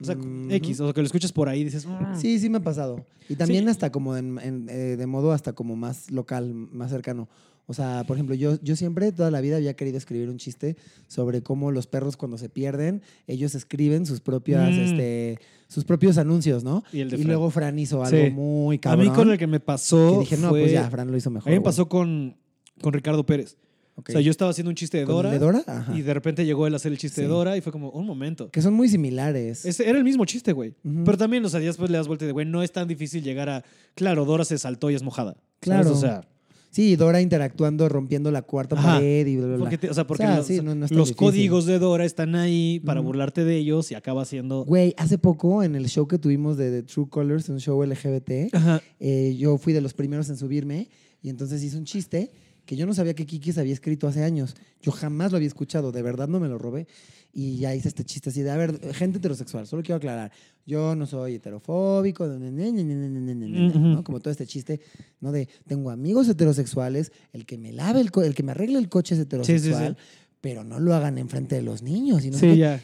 O sea, X, o sea, que lo escuchas por ahí y dices, "Ah".
Sí, sí me ha pasado. Y también
Sí.
hasta como en- en, eh, de modo hasta como más local, más cercano. O sea, por ejemplo, yo, yo siempre, toda la vida había querido escribir un chiste sobre cómo los perros cuando se pierden, ellos escriben sus propias,
Mm.
este, sus propios anuncios, ¿no?
Y el de Fran.
luego Fran hizo algo
Sí.
muy
a
cabrón.
mí con el que me pasó
que dije, no,
fue-
pues ya, Fran lo hizo mejor.
a mí me
güey".
pasó con, con Ricardo Pérez.
Ok.
O sea, yo estaba haciendo un chiste de
¿Con el
Dora,
de Dora? Ajá.
y de repente llegó él a hacer el chiste de
Sí.
Dora y fue como, un momento.
Que son muy similares.
Ese era el mismo chiste, güey.
Ujú.
Pero también, o sea, ya después le das vuelta y de, güey, no es tan difícil llegar a. Claro, Dora se saltó y es mojada. ¿sabes?
Claro.
O sea,
Sí, Dora interactuando, rompiendo la cuarta
Ajá.
pared y bla, bla, bla.
porque te- o sea, porque
O sea,
los,
sí, no- no es tan
los
difícil.
códigos de Dora están ahí para
Ujú.
burlarte de ellos y acaba siendo.
Güey, hace poco en el show que tuvimos de The True Colors, un show
<laughs>
LGBT,
Ajá.
eh, yo fui de los primeros en subirme y entonces hice un chiste que yo no sabía que Kikis había escrito hace años. Yo jamás lo había escuchado, de verdad no me lo robé. Y ya hice este chiste así de, a ver, gente heterosexual, solo quiero aclarar, yo no soy heterofóbico, ne, ne, ne, ne, ne, ne, ne, ne,
Ujú.
¿no? como todo este chiste, ¿no? De, tengo amigos heterosexuales, el que me lave el, co- el que me arregle el coche es
sí.
heterosexual, pero no lo hagan enfrente de los niños. Y no sé qué.
Sí, ya.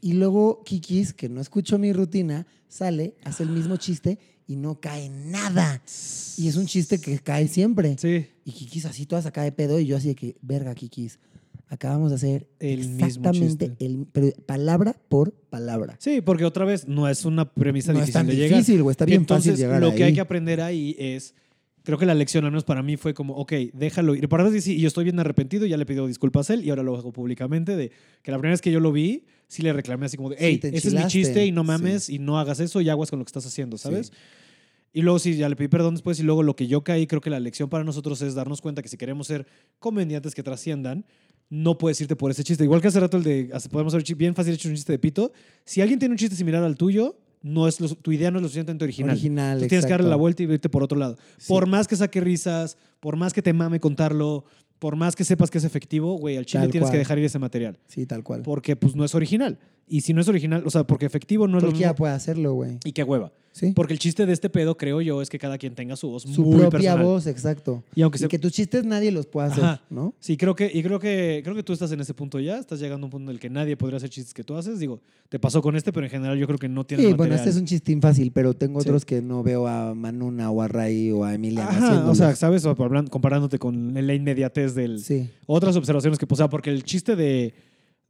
Y luego Kikis, que no escuchó mi rutina, sale, hace el mismo chiste y no cae nada. Y es un chiste que cae siempre.
Sí.
Y Kikis así toda sacada de pedo y yo así de que, verga, Kikis, acabamos de hacer
El mismo
exactamente
chiste.
el pero palabra por palabra.
Sí, porque otra vez no es una premisa
No es
difícil
tan
de llegar.
difícil, güey, está bien
Entonces,
fácil llegar
lo que hay
ahí.
que aprender ahí es. Creo que la lección, al menos para mí, fue como, ok, déjalo ir. Para sí, y yo estoy bien arrepentido, ya le pido disculpas a él y ahora lo hago públicamente. De que la primera vez que yo lo vi, sí le reclamé así como de,
Sí,
hey,
te
ese es mi
enchilaste".
chiste y no
Sí.
mames y no hagas eso y aguas con lo que estás haciendo, ¿sabes?
Sí.
Y luego sí, ya le pedí perdón después y luego lo que yo caí, creo que la lección para nosotros es darnos cuenta que si queremos ser comediantes que trasciendan, no puedes irte por ese chiste. Igual que hace rato el de, hace- podemos haber chi- bien fácil hecho un chiste de pito. Si alguien tiene un chiste similar al tuyo, no es lo su- tu idea no es lo suficientemente original.
Original,
Tú tienes que darle
exacto.
la vuelta y irte por otro lado.
Sí.
Por más que saque risas, por más que te mame contarlo, por más que sepas que es efectivo, güey, al chile
Tal
tienes que
cual.
dejar ir ese material.
Sí, tal cual.
Porque pues no es original. Y si no es original, o sea, porque efectivo no es lo
Turquía
mismo.
puede hacerlo, güey.
Y qué hueva.
Sí.
Porque el chiste de este pedo, creo yo, es que cada quien tenga su voz
Su
muy
propia
personal.
voz, exacto.
Y aunque
Y
sea-
que tus chistes nadie los puede hacer,
Ajá.
¿no?
Sí, creo que, y creo que, creo que tú estás en ese punto ya. Estás llegando a un punto en el que nadie podría hacer chistes que tú haces. Digo, te pasó con este, pero en general yo creo que no
Sí,
tienes
bueno,
material.
este es un chistín fácil, pero tengo
Sí.
otros que no veo a Manuna o a Ray o a Emilia
Ajá, o sea, ¿sabes? O hablan- comparándote con la inmediatez del...
sí.
Otras observaciones que... O sea, porque el chiste de,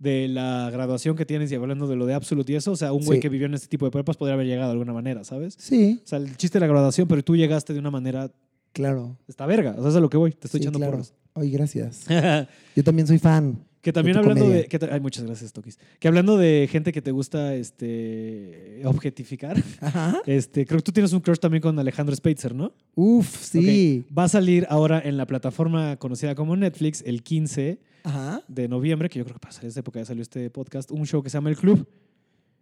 de la graduación que tienes y hablando de lo de Absolute y eso, o sea, un güey
Sí.
que vivió en este tipo de prepas podría haber llegado de alguna manera, ¿sabes?
Sí,
O sea, el chiste de la graduación, pero tú llegaste de una manera...
claro.
Está verga, o sea, es a lo que voy. Te estoy
Sí,
echando
claro.
porras.
Ay, gracias.
<laughs>
Yo también soy fan.
Que también
tu
hablando
comedia.
de. Que, ta- ay, muchas gracias, Tokis. Que hablando de gente que te gusta este objetificar,
Ajá.
<laughs> este, creo que tú tienes un crush también con Alejandro Spitzer, ¿no?
Uf, sí.
Ok. Va a salir ahora en la plataforma conocida como Netflix el 15
Ajá.
de noviembre, que yo creo que pasa en esa época ya salió este podcast, un show que se llama El Club.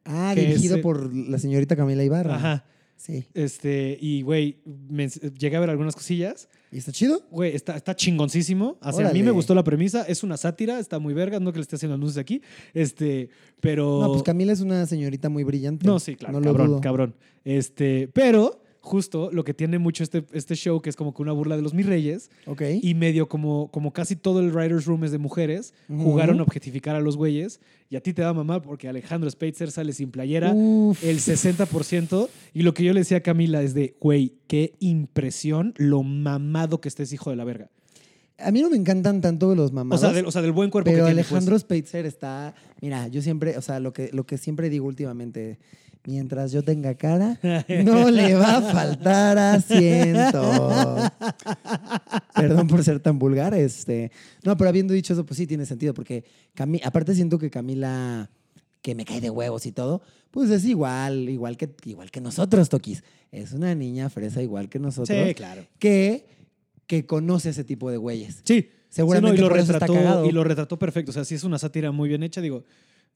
Ah,
Que
dirigido
ese-
por la señorita Camila Ibarra.
Ajá.
Sí.
Este, y güey, me ens- llegué a ver algunas cosillas.
¿Y está chido?
Güey, está, está chingoncísimo. Así, a mí
Órale.
me gustó la premisa. Es una sátira, está muy verga. No que le esté haciendo anuncios aquí. Este, pero.
No, pues Camila es una señorita muy brillante.
No, sí, claro,
No lo
cabrón,
dudo.
cabrón. Este, pero justo lo que tiene mucho este, este show, que es como que una burla de los mis reyes,
Ok.
y medio como, como casi todo el writer's room es de mujeres,
Ujú.
jugaron a objetificar a los güeyes, y a ti te va a mamar porque Alejandro Spitzer sale sin playera
Uf.
el 60%, y lo que yo le decía a Camila es de, güey, qué impresión lo mamado que estés, hijo de la verga.
A mí no me encantan tanto los
O
mamados.
sea, del, o sea, del buen cuerpo
Pero
que tiene. pues.
Alejandro Spitzer está. Mira, yo siempre, o sea, lo que, lo que siempre digo últimamente, mientras yo tenga cara, no le va a faltar asiento. Perdón por ser tan vulgar, este. No, pero habiendo dicho eso, pues sí tiene sentido, porque Cami- aparte siento que Camila que me cae de huevos y todo, pues es igual, igual que, igual que nosotros, Toquis. Es una niña fresa igual que nosotros,
Sí, claro.
que, que conoce ese tipo de güeyes.
Sí,
Seguramente
Sí, no, y lo
por eso está
retrató
cagado.
y lo retrató perfecto, o sea, sí es una sátira muy bien hecha, digo,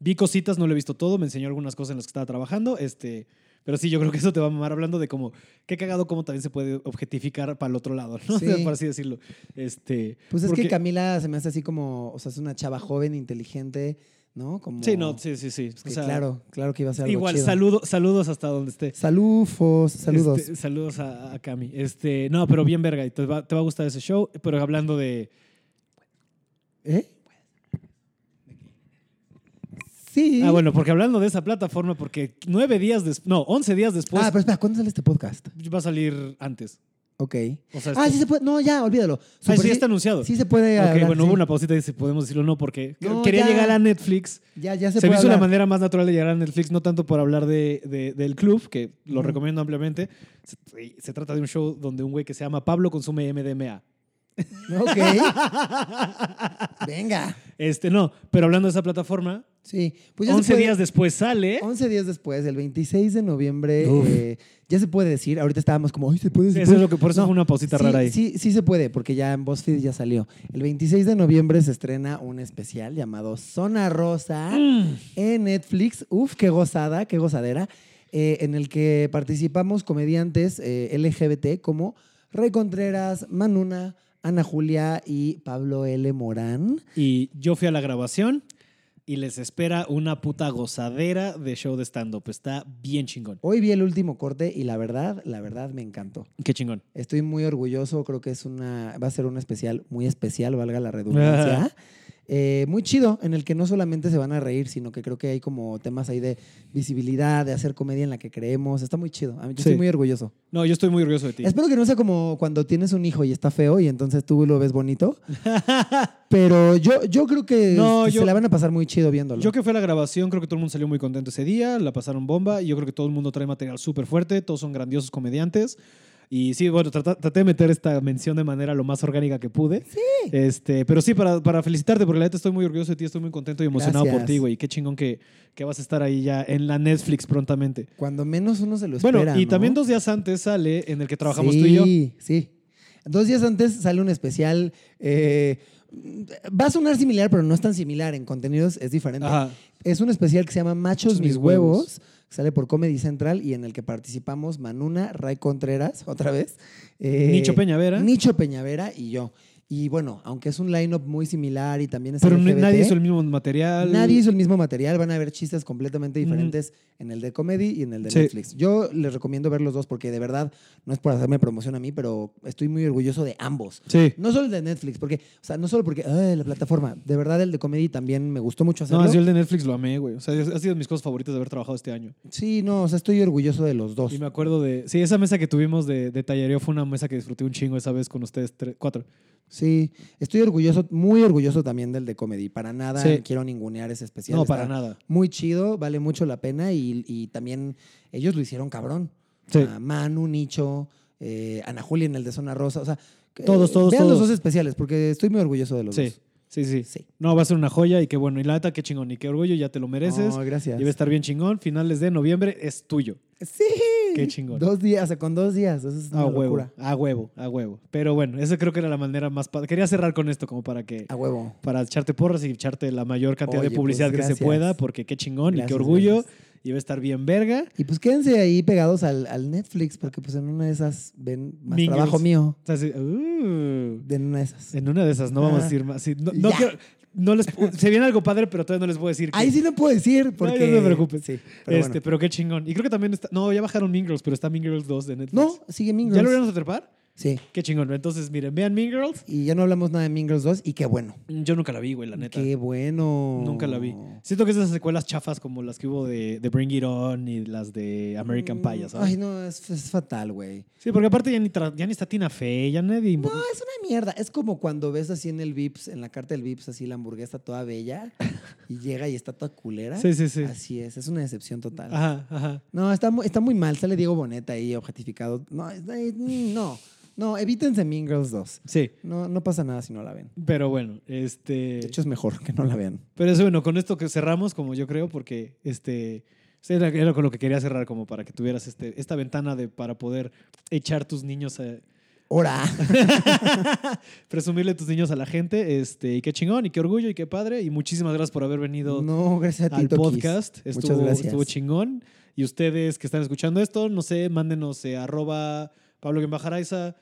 vi cositas, no lo he visto todo, me enseñó algunas cosas en las que estaba trabajando, este, pero sí, yo creo que eso te va a mamar hablando de como qué cagado cómo también se puede objetificar para el otro lado, ¿no? <laughs> O sea,
Sí.
por así decirlo. Este,
Pues es
porque-
que Camila se me hace así como, o sea, es una chava joven, inteligente, ¿no? Como,
Sí, no, sí, sí, sí. O
que
sea,
claro, claro que iba a ser algo
Igual,
chido.
saludo, saludos hasta donde esté.
Salufos, saludos.
Este, saludos a, a Cami. Este, no, pero bien verga, y te va, te va a gustar ese show, pero hablando de
¿Eh? Sí.
Ah, bueno, porque hablando de esa plataforma, porque nueve días después, no, once días después
Ah, pero espera, ¿cuándo sale este podcast?
va a salir antes.
Ok.
O sea,
ah,
esto-
sí se puede. No, ya, olvídalo.
Este Ah,
Super
sí, está anunciado.
Sí se puede.
Ok,
hablar,
bueno,
sí.
hubo una pausita y si podemos decirlo no, porque
No,
quería
ya.
llegar a Netflix.
Ya, ya se,
Se, me
puede.
hizo la
hablar.
manera más natural de llegar a Netflix, no tanto por hablar de, de- del club, que lo
Ujú.
recomiendo ampliamente. Se, se trata de un show donde un güey que se llama Pablo consume MDMA. <laughs>
Ok. Venga.
Este, no, pero hablando de esa plataforma,
Sí. Pues ya se
11
puede-
días después sale.
11 días después, el 26 de noviembre,
Uf.
eh, ya se puede decir. Ahorita estábamos como, ay, se puede decir.
Eso es lo que, por eso
No,
fue una pausita
sí,
rara ahí.
Sí, sí se puede, porque ya en BuzzFeed ya salió. El 26 de noviembre se estrena un especial llamado Zona Rosa
Mm.
en Netflix. Uf, qué gozada, qué gozadera. eh, en el que participamos comediantes eh, LGBT como Rey Contreras, Manuna, Ana Julia y Pablo L. Morán.
Y yo fui a la grabación y les espera una puta gozadera de show de stand-up. Está bien chingón.
Hoy vi el último corte y la verdad, la verdad me encantó.
Qué chingón.
Estoy muy orgulloso, creo que es una, va a ser un especial muy especial, valga la
<laughs>
redundancia. Eh, muy chido, en el que no solamente se van a reír, sino que creo que hay como temas ahí de visibilidad, de hacer comedia en la que creemos. Está muy chido. A mí- Yo estoy
Sí.
muy orgulloso.
No, yo estoy muy orgulloso de ti.
Espero que no sea como cuando tienes un hijo y está feo y entonces tú lo ves
<laughs>
bonito. Pero yo, yo creo que
No,
se
yo-
la van a pasar muy chido viéndolo.
Yo que fue la grabación, creo que todo el mundo salió muy contento ese día, la pasaron bomba y yo creo que todo el mundo trae material súper fuerte, todos son grandiosos comediantes. Y sí, bueno, trata- traté de meter esta mención de manera lo más orgánica que pude. Sí. Este, pero sí, para, para felicitarte, porque la neta estoy muy orgulloso de ti, estoy muy contento y emocionado por
Gracias.
ti, güey. Qué chingón que, que vas a estar ahí ya en la Netflix prontamente.
Cuando menos uno se lo espera.
Bueno, y
¿no?
también dos días antes sale en el que trabajamos tú y yo.
Sí, sí. Dos días antes sale un especial. eh, va a sonar similar, pero no es tan similar. En contenidos es diferente.
Ajá.
Es un especial que se llama Machos
Machos Mis
Mis
Huevos.
Huevos. que Sale por Comedy Central y en el que participamos Manuna, Ray Contreras, <laughs> otra vez. eh,
Nicho Peñavera.
Nicho Peñavera y yo. Y bueno, aunque es un line-up muy similar y también es
Pero no-
LGBT,
nadie hizo el mismo material.
¿eh? Nadie hizo el mismo material, van a haber chistes completamente diferentes en el de comedy y en el de
Sí.
Netflix. Yo les recomiendo ver los dos porque de verdad no es por hacerme promoción a mí, pero estoy muy orgulloso de ambos.
Sí.
No solo el de Netflix, porque, o sea, no solo porque, ay, la plataforma, de verdad el de comedy también me gustó mucho hacerlo.
No, yo el de Netflix lo amé, güey. O sea, ha sido de mis cosas favoritas de haber trabajado este año.
Sí, no, o sea, estoy orgulloso de los dos.
Y me acuerdo de. Sí, esa mesa que tuvimos de, de tallereo fue una mesa que disfruté un chingo esa vez con ustedes tres- cuatro.
Sí, estoy orgulloso, muy orgulloso también del de comedy. Para nada
Sí.
quiero ningunear ese especial.
No,
Está
para nada.
Muy chido, vale mucho la pena y, y también ellos lo hicieron cabrón.
Sí.
A Ah, Manu, Nicho, eh, Ana Julia en el de Zona Rosa, o sea, que- eh,
Todos, todos,
Vean los
todos.
dos especiales porque estoy muy orgulloso de los
Sí,
dos.
sí, sí.
Sí.
No, va a ser una joya y qué bueno. Y la neta, qué chingón y qué orgullo, ya te lo mereces.
No, gracias.
y va a estar bien chingón. Finales de noviembre es tuyo.
Sí.
Qué chingón.
Dos días, o sea, con dos días, eso es una
A huevo,
locura.
a huevo, a huevo. Pero bueno, esa creo que era la manera más. pa- Quería cerrar con esto, como para que.
A huevo.
para echarte porras y echarte la mayor cantidad
Oye,
de publicidad
pues,
que
gracias.
se pueda, porque qué chingón y qué
Gracias,
orgullo.
gracias.
Y va a estar bien verga.
Y pues quédense ahí pegados al, al Netflix porque pues en una de esas ven más
Minions.
trabajo mío.
O sea, sí, uh,
De en una de esas.
en una de esas no vamos a decir más. Sí, no, no
Ya.
quiero- no les, uh, se viene algo padre, pero todavía no les voy a decir. que-
Ahí sí no puedo decir
No,
porque...
no te preocupes.
Sí, pero
pero,
bueno.
este, pero qué chingón. Y creo que también está. No, ya bajaron Mean Girls, pero está Mean Girls 2 de Netflix.
No, sigue Mean
¿Ya
Girls.
lo vamos a trepar?
Sí.
Qué chingón. Entonces, miren, vean Mean Girls.
Y ya no hablamos nada de Mean Girls 2 y qué bueno.
Yo nunca la vi, güey, la neta.
Qué bueno.
Nunca la vi. Siento que es de esas secuelas chafas como las que hubo de, de Bring It On y las de American Pie, ya ¿sabes?
Mm, Ay, no, es, es fatal, güey.
Sí, porque aparte ya ni, tra- ya ni está Tina Fey, ya nadie...
No, es una mierda. Es como cuando ves así en el Vips, en la carta del Vips, así la hamburguesa
<laughs>
toda bella y llega y está toda culera.
Sí, sí, Ah. sí.
Así es, es una decepción total.
Ajá, ajá.
No, está, mu- está muy mal. Sale Diego Boneta ahí objetificado. No, es- eh, no, no, evítense Mean Girls 2.
Sí,
No, no pasa nada si no la ven.
pero bueno, este...
De hecho, es mejor que no la vean.
Pero eso, bueno, con esto que cerramos, como yo creo, porque este... Era, era con lo que quería cerrar, como para que tuvieras este, esta ventana de, para poder echar tus niños a...
Ahora,
presumirle tus niños a la gente. Este, y qué chingón, y qué orgullo, y qué padre. Y muchísimas gracias por haber venido
no, gracias a ti,
al
Tokis.
podcast. Estuvo,
Muchas gracias.
estuvo chingón. Y ustedes que están escuchando esto, no sé, mándenos eh, arroba Pablo Guembajaraiza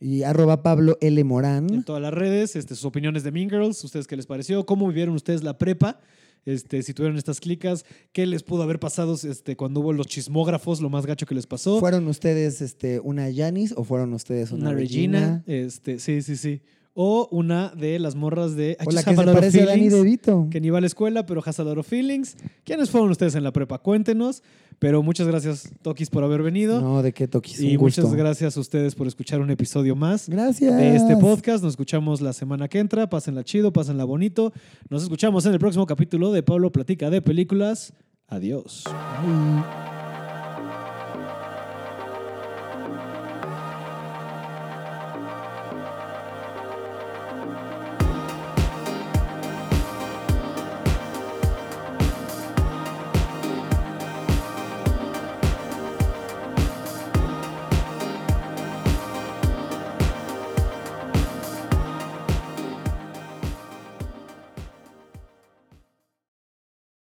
Y arroba Pablo L.
en
Morán.
todas las redes, este, sus opiniones de Mean Girls, ustedes qué les pareció, cómo vivieron ustedes la prepa, este, si tuvieron estas clicas, qué les pudo haber pasado este, cuando hubo los chismógrafos, lo más gacho que les pasó.
¿Fueron ustedes este, una Janis o fueron ustedes una, Regina?
Este, sí, sí, sí. o una de las morras de I
O la
just
que
have
se
a lot of
parece a Danny
feelings,
DeVito.
que ni va a la escuela, pero has a lot of feelings. ¿Quiénes fueron ustedes en la prepa? Cuéntenos. Pero muchas gracias, Tokis, por haber venido.
No, de qué toquis.
y
un gusto.
muchas gracias a ustedes por escuchar un episodio más
Gracias.
de este podcast. Nos escuchamos la semana que entra. Pásenla chido, pásenla bonito. Nos escuchamos en el próximo capítulo de Pablo Platica de Películas. Adiós.
Bye.